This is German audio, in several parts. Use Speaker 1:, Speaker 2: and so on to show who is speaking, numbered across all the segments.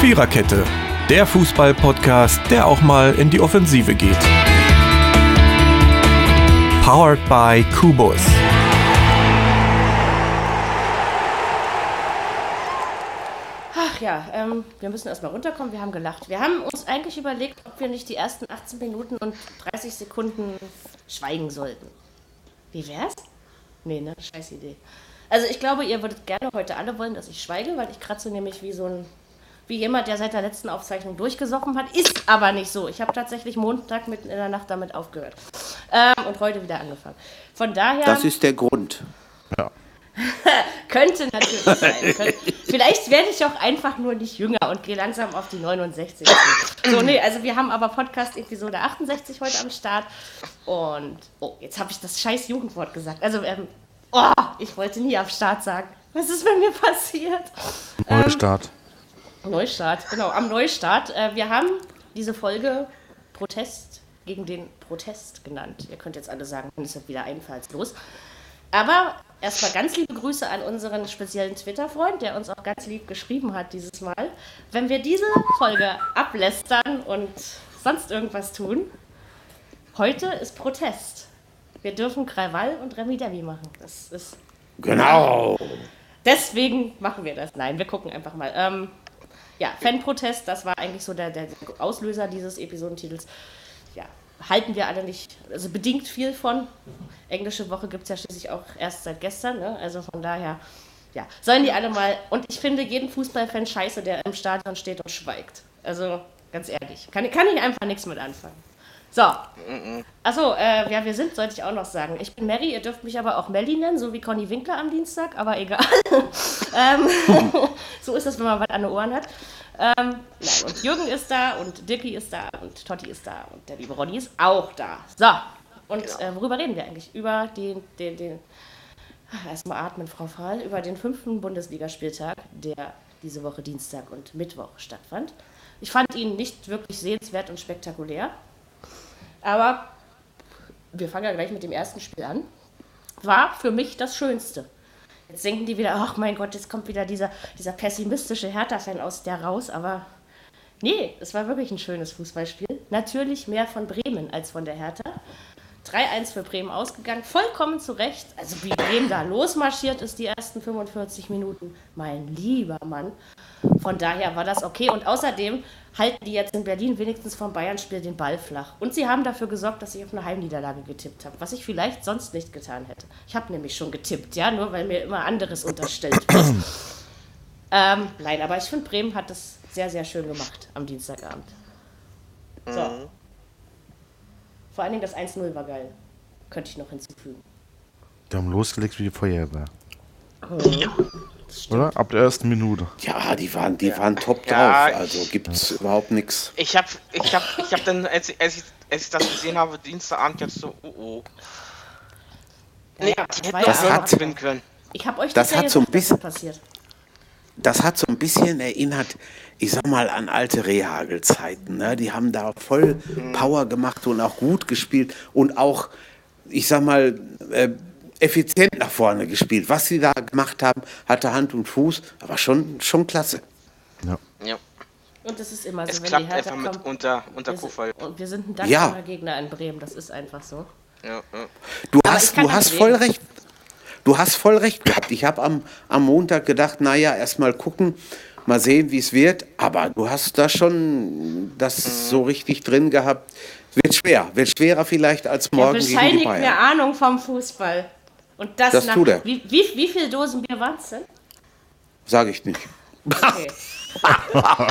Speaker 1: Viererkette, der Fußball-Podcast, der auch mal in die Offensive geht. Powered by Kubus.
Speaker 2: Ach ja, ähm, wir müssen erstmal runterkommen. Wir haben gelacht. Wir haben uns eigentlich überlegt, ob wir nicht die ersten 18 Minuten und 30 Sekunden schweigen sollten. Wie wär's? Nee, ne? Scheiß Idee. Also ich glaube, ihr würdet gerne heute alle wollen, dass ich schweige, weil ich kratze nämlich wie so ein wie jemand, der seit der letzten Aufzeichnung durchgesoffen hat. Ist aber nicht so. Ich habe tatsächlich Montag mitten in der Nacht damit aufgehört. Ähm, und heute wieder angefangen. Von daher
Speaker 3: Das ist der Grund.
Speaker 2: könnte natürlich sein. Könnte. Vielleicht werde ich auch einfach nur nicht jünger und gehe langsam auf die 69. zu. So, nee, also wir haben aber Podcast Episode 68 heute am Start. Und, oh, jetzt habe ich das scheiß Jugendwort gesagt. Also, ähm, oh, ich wollte nie am Start sagen. Was ist bei mir passiert?
Speaker 4: Neustart.
Speaker 2: Neustart, genau, am Neustart. Äh, wir haben diese Folge Protest gegen den Protest genannt. Ihr könnt jetzt alle sagen, das ist wieder einfallslos. Aber erstmal ganz liebe Grüße an unseren speziellen Twitter-Freund, der uns auch ganz lieb geschrieben hat dieses Mal. Wenn wir diese Folge ablästern und sonst irgendwas tun, heute ist Protest. Wir dürfen Krawall und Remi Demi machen. Das ist
Speaker 3: Genau.
Speaker 2: Deswegen machen wir das. Nein, wir gucken einfach mal. Ähm, ja, Fanprotest, das war eigentlich so der, der Auslöser dieses Episodentitels. Ja, halten wir alle nicht, also bedingt viel von. Englische Woche gibt es ja schließlich auch erst seit gestern, ne? also von daher, ja, sollen die alle mal. Und ich finde jeden Fußballfan scheiße, der im Stadion steht und schweigt. Also, ganz ehrlich, kann, kann ich einfach nichts mit anfangen. So. Achso, äh, ja, wir sind, sollte ich auch noch sagen. Ich bin Mary, ihr dürft mich aber auch Melli nennen, so wie Conny Winkler am Dienstag, aber egal. ähm, so ist das, wenn man was an den Ohren hat. Ähm, nein, und Jürgen ist da und Dicky ist da und Totti ist da und der liebe Ronny ist auch da. So, und äh, worüber reden wir eigentlich? Über den, den, den, Ah, erstmal atmen, Frau Fahl, über den fünften Bundesligaspieltag, der diese Woche Dienstag und Mittwoch stattfand. Ich fand ihn nicht wirklich sehenswert und spektakulär. Aber wir fangen ja gleich mit dem ersten Spiel an. War für mich das Schönste. Jetzt denken die wieder, ach mein Gott, jetzt kommt wieder dieser, dieser pessimistische Hertha-Fan aus der raus. Aber nee, es war wirklich ein schönes Fußballspiel. Natürlich mehr von Bremen als von der Hertha. 3-1 für Bremen ausgegangen, vollkommen zu Recht. Also wie Bremen da losmarschiert ist die ersten 45 Minuten, mein lieber Mann. Von daher war das okay. Und außerdem halten die jetzt in Berlin wenigstens vom Bayern-Spiel den Ball flach. Und sie haben dafür gesorgt, dass ich auf eine Heimniederlage getippt habe, was ich vielleicht sonst nicht getan hätte. Ich habe nämlich schon getippt, ja, nur weil mir immer anderes unterstellt wird. ähm, nein, aber ich finde, Bremen hat das sehr, sehr schön gemacht am Dienstagabend. So.
Speaker 3: Mhm.
Speaker 2: Vor allen Dingen das 1-0 war geil. Könnte ich noch hinzufügen.
Speaker 4: Die haben losgelegt wie die Feuerwehr. Oder? Ab der ersten Minute.
Speaker 3: Ja, die waren, die waren top
Speaker 5: Ja,
Speaker 3: drauf. Also gibt's überhaupt nichts.
Speaker 5: Ich hab, ich hab, ich hab dann, als, ich- als, ich, als ich das gesehen habe, Dienstagabend jetzt so, oh oh. Nee,
Speaker 2: Ja,
Speaker 5: die
Speaker 2: das
Speaker 5: hätten
Speaker 2: war
Speaker 5: auch
Speaker 2: ja
Speaker 3: das
Speaker 2: auch-
Speaker 5: noch
Speaker 3: hat-
Speaker 5: gewinnen können.
Speaker 2: Ich habe euch
Speaker 3: Das
Speaker 2: ja
Speaker 3: hat so ein
Speaker 2: gesagt, dass
Speaker 3: bisschen-
Speaker 2: das passiert.
Speaker 3: Das hat so ein bisschen erinnert, ich sag mal, an alte Rehagel-Zeiten. Ne? Die haben da voll Power gemacht und auch gut gespielt und auch, ich sag mal, äh, effizient nach vorne gespielt. Was sie da gemacht haben, hatte Hand und Fuß, aber schon, schon klasse.
Speaker 4: Ja.
Speaker 5: Ja.
Speaker 2: Und das ist immer so,
Speaker 5: Es
Speaker 2: wenn die
Speaker 5: klappt
Speaker 2: Hertha
Speaker 5: einfach mit
Speaker 2: kommt,
Speaker 5: unter, unter
Speaker 2: wir
Speaker 5: Kofall.
Speaker 2: sind, und wir sind ein
Speaker 3: Ja.
Speaker 2: dankbarer Gegner in Bremen, das ist einfach so.
Speaker 5: Ja, Äh, ja.
Speaker 3: Du
Speaker 2: Aber ich
Speaker 3: hast,
Speaker 2: kann
Speaker 3: du
Speaker 2: nicht
Speaker 3: hast
Speaker 2: reden.
Speaker 3: voll recht. Du hast voll recht gehabt. Ich habe am, am Montag gedacht, naja, erstmal gucken, mal sehen, wie es wird. Aber du hast da schon das so richtig drin gehabt. Wird schwer. Wird schwerer vielleicht als
Speaker 2: Der
Speaker 3: morgen gegen die
Speaker 2: bescheinigt mir
Speaker 3: Bayern.
Speaker 2: Ahnung vom Fußball. Und das,
Speaker 3: Das
Speaker 2: nach,
Speaker 3: tut er.
Speaker 2: Wie, wie, wie viele Dosen Bier waren es denn?
Speaker 3: Sage ich nicht.
Speaker 2: Okay.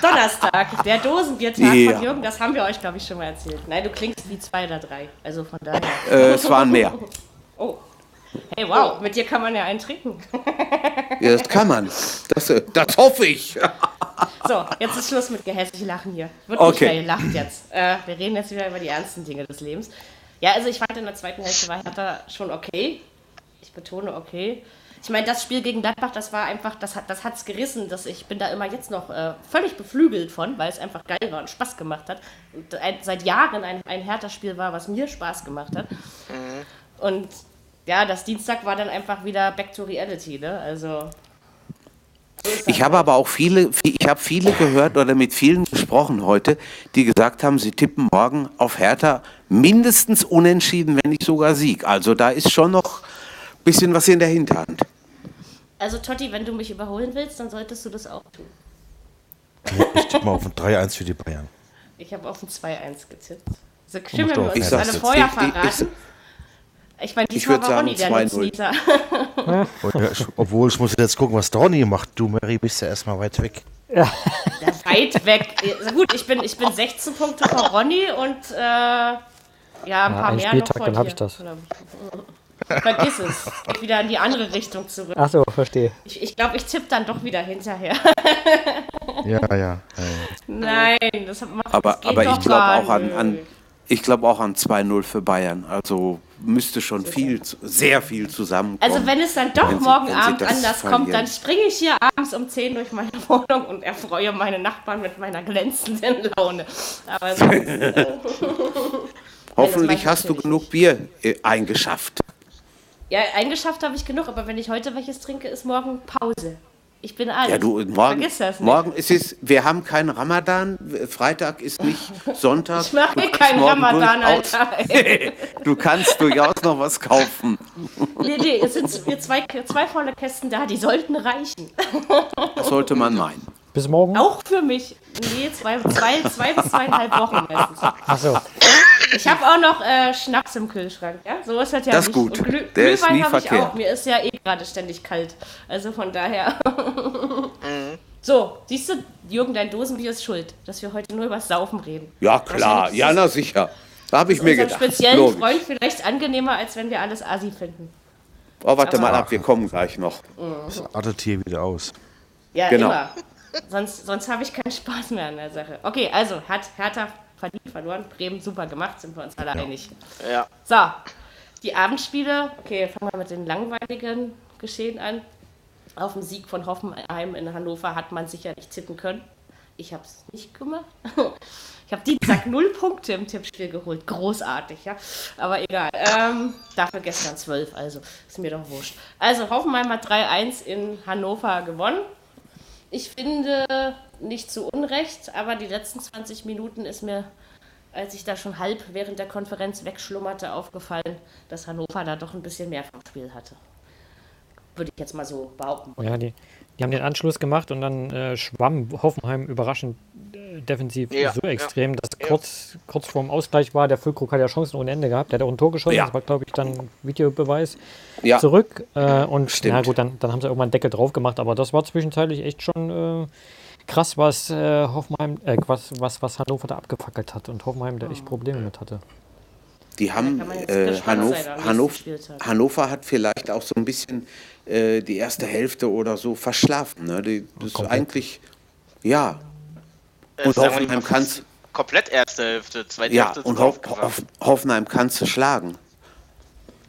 Speaker 2: Donnerstag, der Dosenbiertag
Speaker 3: Ja.
Speaker 2: von Jürgen, das haben wir euch, glaube ich, schon mal erzählt. Nein, du klingst wie zwei oder drei. Also von daher.
Speaker 3: Äh, es waren mehr.
Speaker 2: Oh. Hey, wow, mit dir kann man ja einen trinken.
Speaker 3: Ja, das kann man. Das, äh, das hoffe ich.
Speaker 2: So, jetzt ist Schluss mit gehässig Lachen hier. Wird
Speaker 3: Okay.
Speaker 2: nicht mehr gelacht jetzt. Äh, wir reden jetzt wieder über die ernsten Dinge des Lebens. Ja, also ich fand in der zweiten Hälfte war Hertha schon okay. Ich betone okay. Ich meine, das Spiel gegen Gladbach, das war einfach, das hat das hat's gerissen. Dass ich bin da immer jetzt noch äh, völlig beflügelt von, weil es einfach geil war und Spaß gemacht hat. Und ein, seit Jahren ein, ein Hertha-Spiel war, was mir Spaß gemacht hat. Und ja, das Dienstag war dann einfach wieder Back to Reality, ne? Also
Speaker 3: Ich habe aber auch viele, ich habe viele gehört oder mit vielen gesprochen heute, die gesagt haben, sie tippen morgen auf Hertha mindestens unentschieden, wenn nicht sogar Sieg. Also da ist schon noch ein bisschen was in der Hinterhand.
Speaker 2: Also Totti, wenn du mich überholen willst, dann solltest du das auch tun.
Speaker 4: Ich tippe mal auf ein 3-1 für die Bayern.
Speaker 2: Ich habe auf ein 2-1 gezippt. So schön, wenn wir
Speaker 4: doch,
Speaker 2: uns
Speaker 4: ich
Speaker 2: das
Speaker 4: sag's
Speaker 2: alle vorher
Speaker 4: jetzt.
Speaker 3: Ich- ich- ich-
Speaker 2: verraten. Ich meine,
Speaker 3: ich
Speaker 2: diesmal
Speaker 3: würd
Speaker 2: war
Speaker 3: sagen
Speaker 2: Ronny der
Speaker 3: 2-0.
Speaker 2: Nutznießer.
Speaker 4: Und, äh, ich- obwohl, ich muss jetzt gucken, was Donny macht. Du, Mary, bist ja erstmal weit weg.
Speaker 2: Weit weg. Ja, Gut, ich bin, ich bin 16 Punkte vor Ronny und äh, ja, ein paar
Speaker 6: ein
Speaker 2: mehr
Speaker 6: Spieltag,
Speaker 2: noch vor
Speaker 6: dann hab
Speaker 2: dir,
Speaker 6: ich das.
Speaker 2: glaub ich. Vergiss es. Geht wieder in die andere Richtung zurück.
Speaker 6: Ach so, verstehe.
Speaker 2: Ich glaube, ich, glaub, ich tippe dann doch wieder hinterher.
Speaker 4: Ja, ja. ja, ja.
Speaker 2: Nein, das macht das
Speaker 3: Aber,
Speaker 2: geht
Speaker 3: aber
Speaker 2: doch
Speaker 3: ich glaube
Speaker 2: gar
Speaker 3: auch an, an,
Speaker 2: nicht.
Speaker 3: ich glaube auch an 2-0 für Bayern. Also müsste schon viel, zu- sehr viel zusammenkommen.
Speaker 2: Also wenn es dann doch
Speaker 3: Wenn Sie-
Speaker 2: morgen
Speaker 3: wenn Sie
Speaker 2: Abend
Speaker 3: das
Speaker 2: anders kommt, dann
Speaker 3: verlieren.
Speaker 2: springe ich hier abends um 10 durch meine Wohnung und erfreue meine Nachbarn mit meiner glänzenden Laune. Aber sonst, äh,
Speaker 3: Hoffentlich hast du
Speaker 2: natürlich
Speaker 3: genug Bier äh, eingeschafft.
Speaker 2: ja, eingeschafft habe ich genug, aber wenn ich heute welches trinke, ist morgen Pause. Ich bin alt.
Speaker 3: Ja, du, morgen,
Speaker 2: Vergiss das nicht.
Speaker 3: morgen ist es, wir haben keinen Ramadan, Freitag ist nicht Sonntag.
Speaker 2: ich mache
Speaker 3: Du
Speaker 2: mir
Speaker 3: kannst
Speaker 2: keinen
Speaker 3: morgen
Speaker 2: Ramadan,
Speaker 3: durchaus-
Speaker 2: Alter.
Speaker 3: Du kannst durchaus noch was kaufen.
Speaker 2: nee, nee, es sind mir zwei, zwei volle Kästen da, die sollten reichen.
Speaker 3: Das sollte man meinen.
Speaker 6: Bis morgen.
Speaker 2: Auch für mich. Nee, zwei, zwei, zwei bis zweieinhalb Wochen meistens.
Speaker 6: Ach so.
Speaker 2: Ah. Ich habe auch noch äh, Schnaps im Kühlschrank. Ja? So ist das ja
Speaker 3: Das
Speaker 2: nicht.
Speaker 3: ist gut.
Speaker 2: Und Glüh
Speaker 3: Der ist
Speaker 2: Glühwein
Speaker 3: nie
Speaker 2: hab ich
Speaker 3: verkehrt.
Speaker 2: auch. Mir ist ja eh gerade ständig kalt. Also von daher. Mhm. so, siehst du, Jürgen, dein Dosenbier ist schuld, dass wir heute nur über das Saufen reden.
Speaker 3: Ja, klar. Ja, na sicher. Da habe ich mir
Speaker 2: Unserem
Speaker 3: gedacht.
Speaker 2: Also, speziellen
Speaker 3: Logisch.
Speaker 2: Freund vielleicht angenehmer, als wenn wir alles Asi finden.
Speaker 3: Oh, warte
Speaker 2: Also-
Speaker 3: mal ab, wir kommen gleich noch.
Speaker 4: Das artet hier wieder aus.
Speaker 2: Ja,
Speaker 3: Genau.
Speaker 2: immer. Sonst, sonst habe ich keinen Spaß mehr an der Sache. Okay, also hat Hertha verdient, verloren, Bremen super gemacht, sind wir uns alle einig.
Speaker 5: Ja.
Speaker 2: So, die Abendspiele. Okay, fangen wir mit den langweiligen Geschehen an. Auf den Sieg von Hoffenheim in Hannover hat man sicher nicht tippen können. Ich habe es nicht gemacht. Ich habe Dienstag null Punkte im Tippspiel geholt. Großartig, ja. Aber egal. Ähm, dafür gestern zwölf, also ist mir doch wurscht. Also Hoffenheim hat 3-1 in Hannover gewonnen. Ich finde nicht zu Unrecht, aber die letzten 20 Minuten ist mir als ich da schon halb während der Konferenz wegschlummerte, aufgefallen, dass Hannover da doch ein bisschen mehr vom Spiel hatte. Würde ich jetzt mal so behaupten.
Speaker 6: Oh Ja, die, die haben den Anschluss gemacht und dann äh, schwamm Hoffenheim überraschend äh, defensiv
Speaker 5: Ja,
Speaker 6: so
Speaker 5: ja,
Speaker 6: extrem, dass kurz, kurz vorm Ausgleich war. Der Füllkrug hat ja Chancen ohne Ende gehabt. Der hat auch ein Tor geschossen.
Speaker 3: Ja.
Speaker 6: Das war, glaube ich, dann Videobeweis
Speaker 3: Ja.
Speaker 6: zurück. Äh, und
Speaker 3: Stimmt.
Speaker 6: na gut, dann, dann haben sie irgendwann einen Deckel drauf gemacht. Aber das war zwischenzeitlich echt schon äh, krass, was äh, Hoffenheim, äh, was, was, was Hannover da abgefackelt hat und Hoffenheim da echt Probleme mit hatte.
Speaker 3: Die haben
Speaker 2: kann man jetzt
Speaker 3: äh,
Speaker 2: gespannt
Speaker 3: Hannover,
Speaker 2: sein am nächsten
Speaker 3: Hannover,
Speaker 2: Spieltag.
Speaker 3: Hannover hat vielleicht auch so ein bisschen äh, die erste Hälfte oder so verschlafen. Ne? Die, das ist eigentlich ja. Und
Speaker 5: Äh, sagen wir
Speaker 3: Hoffenheim
Speaker 5: mal,
Speaker 3: kann's-
Speaker 5: Komplett erste Hälfte, zweite
Speaker 3: Ja,
Speaker 5: Hälfte. ist
Speaker 3: und Hoff,
Speaker 5: draufgegangen.
Speaker 3: Hoff, Hoffenheim kannst du schlagen.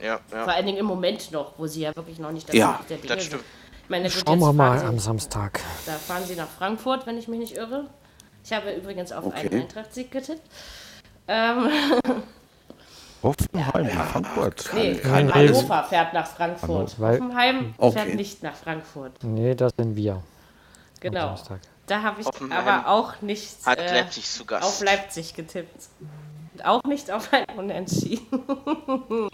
Speaker 5: Ja,
Speaker 2: Vor
Speaker 5: ja.
Speaker 2: allen Dingen im Moment noch, wo sie ja wirklich noch nicht das
Speaker 3: Ja,
Speaker 2: Macht der Dinge
Speaker 5: Das
Speaker 2: sind.
Speaker 5: stimmt.
Speaker 2: Ich meine, gut,
Speaker 6: Schauen
Speaker 2: jetzt
Speaker 6: wir mal
Speaker 2: fahren
Speaker 6: am
Speaker 2: sie,
Speaker 6: Samstag.
Speaker 2: Da fahren sie nach Frankfurt, wenn ich mich nicht irre. Ich habe übrigens auf einen
Speaker 3: Okay.
Speaker 2: Eintracht-Sieg getippt. Ähm,
Speaker 4: Hoffenheim, Frankfurt.
Speaker 2: nee,
Speaker 6: Nein,
Speaker 2: Hannover fährt nach Frankfurt.
Speaker 6: Weil-
Speaker 2: Hoffenheim fährt
Speaker 3: Okay.
Speaker 2: nicht nach Frankfurt.
Speaker 6: Nee, das sind wir.
Speaker 2: Genau.
Speaker 6: Samstag.
Speaker 2: Da habe ich
Speaker 5: Hoffenheim
Speaker 2: aber auch nicht
Speaker 5: hat Leipzig zu Gast.
Speaker 2: auf Leipzig getippt. Und auch nicht auf ein Unentschieden.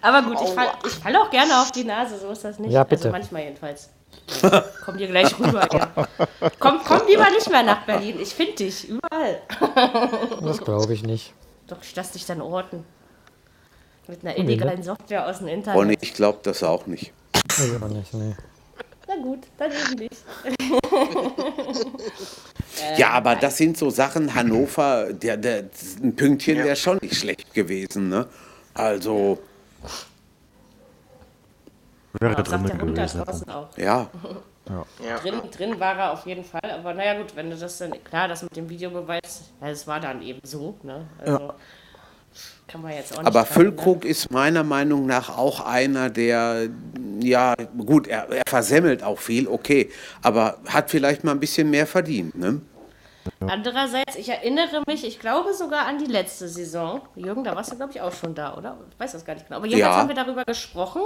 Speaker 2: aber gut, ich falle ich fall auch gerne auf die Nase, so ist das nicht.
Speaker 6: Ja, bitte.
Speaker 2: Also manchmal jedenfalls. Komm dir gleich rüber. Ja. Komm, komm lieber nicht mehr nach Berlin. Ich finde dich überall.
Speaker 6: Das glaube ich nicht.
Speaker 2: Doch, ich lass dich dann orten. Mit einer illegalen Software aus dem Internet.
Speaker 3: Ronny, ich glaube das auch nicht.
Speaker 6: Weiß ich auch nicht, nee.
Speaker 2: Na gut, dann eben nicht.
Speaker 3: Ja, aber das sind so Sachen, Hannover, der, der, ein Pünktchen wäre schon nicht schlecht gewesen. Ne? Also,
Speaker 4: Wäre
Speaker 2: Sagt der
Speaker 4: drinnen
Speaker 2: Hund da
Speaker 4: gewesen.
Speaker 2: draußen auch.
Speaker 3: ja,
Speaker 2: Drin, drin war er auf jeden Fall, aber naja gut, wenn du das dann, klar, das mit dem Videobeweis, ja, das war dann eben so, ne? Also, Kann man jetzt auch nicht ne?
Speaker 3: aber
Speaker 2: dran
Speaker 3: Füllkrug ist meiner Meinung nach auch einer, der, ja, gut, er, er versemmelt auch viel, okay, aber hat vielleicht mal ein bisschen mehr verdient. Ne?
Speaker 2: ändern. Andererseits, ich erinnere mich, ich glaube sogar an die letzte Saison. Jürgen, da warst du, glaube ich, auch schon da, oder? Ich weiß das gar nicht genau. Aber jedenfalls
Speaker 3: Ja.
Speaker 2: haben wir darüber gesprochen,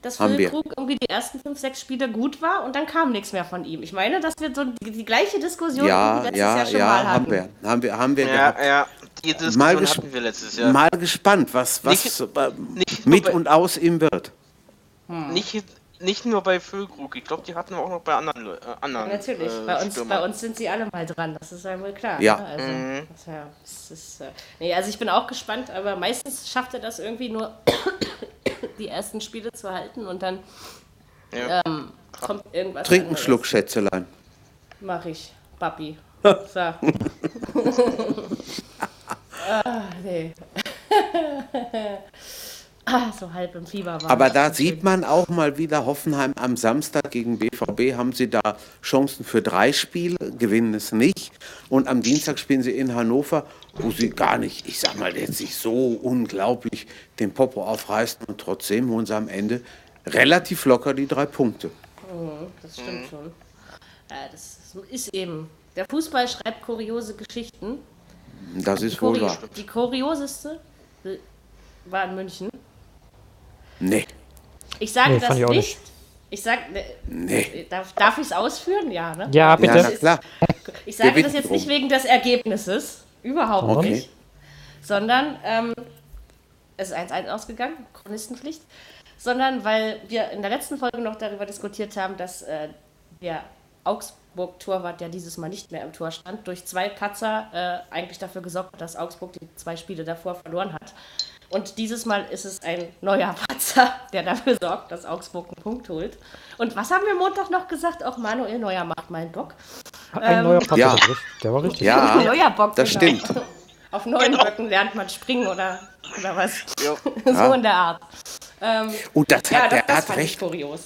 Speaker 2: dass
Speaker 3: Haben
Speaker 2: Phil
Speaker 3: wir.
Speaker 2: Krug irgendwie die ersten fünf, sechs Spiele gut war und dann kam nichts mehr von ihm. Ich meine, dass wir so die, die gleiche Diskussion
Speaker 3: Ja,
Speaker 2: irgendwie letztes
Speaker 3: ja,
Speaker 2: Jahr schon
Speaker 3: ja,
Speaker 2: mal hatten.
Speaker 3: haben wir. Haben wir, haben wir
Speaker 5: Ja,
Speaker 3: gehabt.
Speaker 5: ja. Die
Speaker 3: Mal,
Speaker 5: Diskussion
Speaker 3: ges
Speaker 5: hatten wir letztes Jahr.
Speaker 3: mal gespannt, was, was
Speaker 5: Nicht-
Speaker 3: äh,
Speaker 5: nicht nur
Speaker 3: mit
Speaker 5: bei-
Speaker 3: und aus ihm wird.
Speaker 5: Nicht, nicht nur bei Füllkrug, ich glaube, die hatten wir auch noch bei anderen. Leu- Äh,
Speaker 2: Ja,
Speaker 5: anderen
Speaker 2: Natürlich,
Speaker 5: äh,
Speaker 2: bei, uns,
Speaker 5: Stürmern.
Speaker 2: bei uns sind sie alle mal dran, das ist ja wohl klar.
Speaker 3: Ja. Mhm.
Speaker 2: Ne? Also, das, ja, das ist, äh, nee, also ich bin auch gespannt, aber meistens schafft er das irgendwie nur, die ersten Spiele zu halten und dann
Speaker 5: Ja.
Speaker 2: ähm, kommt irgendwas.
Speaker 3: Trink einen
Speaker 2: anderes.
Speaker 3: Schluck, Schätzelein.
Speaker 2: Mach ich, Papi. So. ah, nee. ah, so halb im Fieber war.
Speaker 3: Aber da sieht man auch mal wieder, Hoffenheim am Samstag gegen BVB haben sie da Chancen für drei Spiele, gewinnen es nicht. Und am Dienstag spielen sie in Hannover, wo sie gar nicht, ich sag mal, jetzt sich so unglaublich den Popo aufreißen und trotzdem holen sie am Ende relativ locker die drei Punkte.
Speaker 2: Das stimmt
Speaker 3: Mhm.
Speaker 2: schon. Ja, das ist eben. Der Fußball schreibt kuriose Geschichten.
Speaker 3: Das ist wohl
Speaker 2: Kuri
Speaker 3: wahr.
Speaker 2: die kurioseste war in München.
Speaker 3: Nee,
Speaker 2: Ich sage
Speaker 6: Nee,
Speaker 2: das
Speaker 6: fand ich
Speaker 2: nicht.
Speaker 6: auch
Speaker 2: Ich sage, ne,
Speaker 3: nee.
Speaker 2: darf, darf ich es ausführen? Ja, ne?
Speaker 6: Ja,
Speaker 3: Ja,
Speaker 6: bitte.
Speaker 3: na klar.
Speaker 2: Ich sage
Speaker 3: Wir
Speaker 2: das jetzt
Speaker 3: bitten
Speaker 2: nicht
Speaker 3: drum.
Speaker 2: wegen des Ergebnisses, überhaupt
Speaker 3: Okay.
Speaker 2: nicht, sondern ähm, es ist 1-1 ausgegangen, Chronistenpflicht, sondern weil wir in der letzten Folge noch darüber diskutiert haben, dass äh, der Augsburg-Torwart, der dieses Mal nicht mehr im Tor stand, durch zwei Patzer äh, eigentlich dafür gesorgt hat, dass Augsburg die zwei Spiele davor verloren hat. Und dieses Mal ist es ein neuer Patzer, der dafür sorgt, dass Augsburg einen Punkt holt. Und was haben wir Montag noch gesagt? Auch Manuel Neuer macht meinen Bock. Ähm,
Speaker 6: Ein neuer Patzer,
Speaker 3: ja.
Speaker 6: richtig. der war richtig.
Speaker 3: Ja,
Speaker 2: neuer Bock.
Speaker 3: das
Speaker 2: genau.
Speaker 3: stimmt.
Speaker 2: Auf neuen Röcken lernt man springen oder, oder was.
Speaker 5: Jo.
Speaker 2: so in der Art. Ähm,
Speaker 3: Und das hat,
Speaker 2: ja, das,
Speaker 3: der
Speaker 2: das
Speaker 3: hat
Speaker 2: fand ich Mhm.
Speaker 3: recht,
Speaker 2: kurios.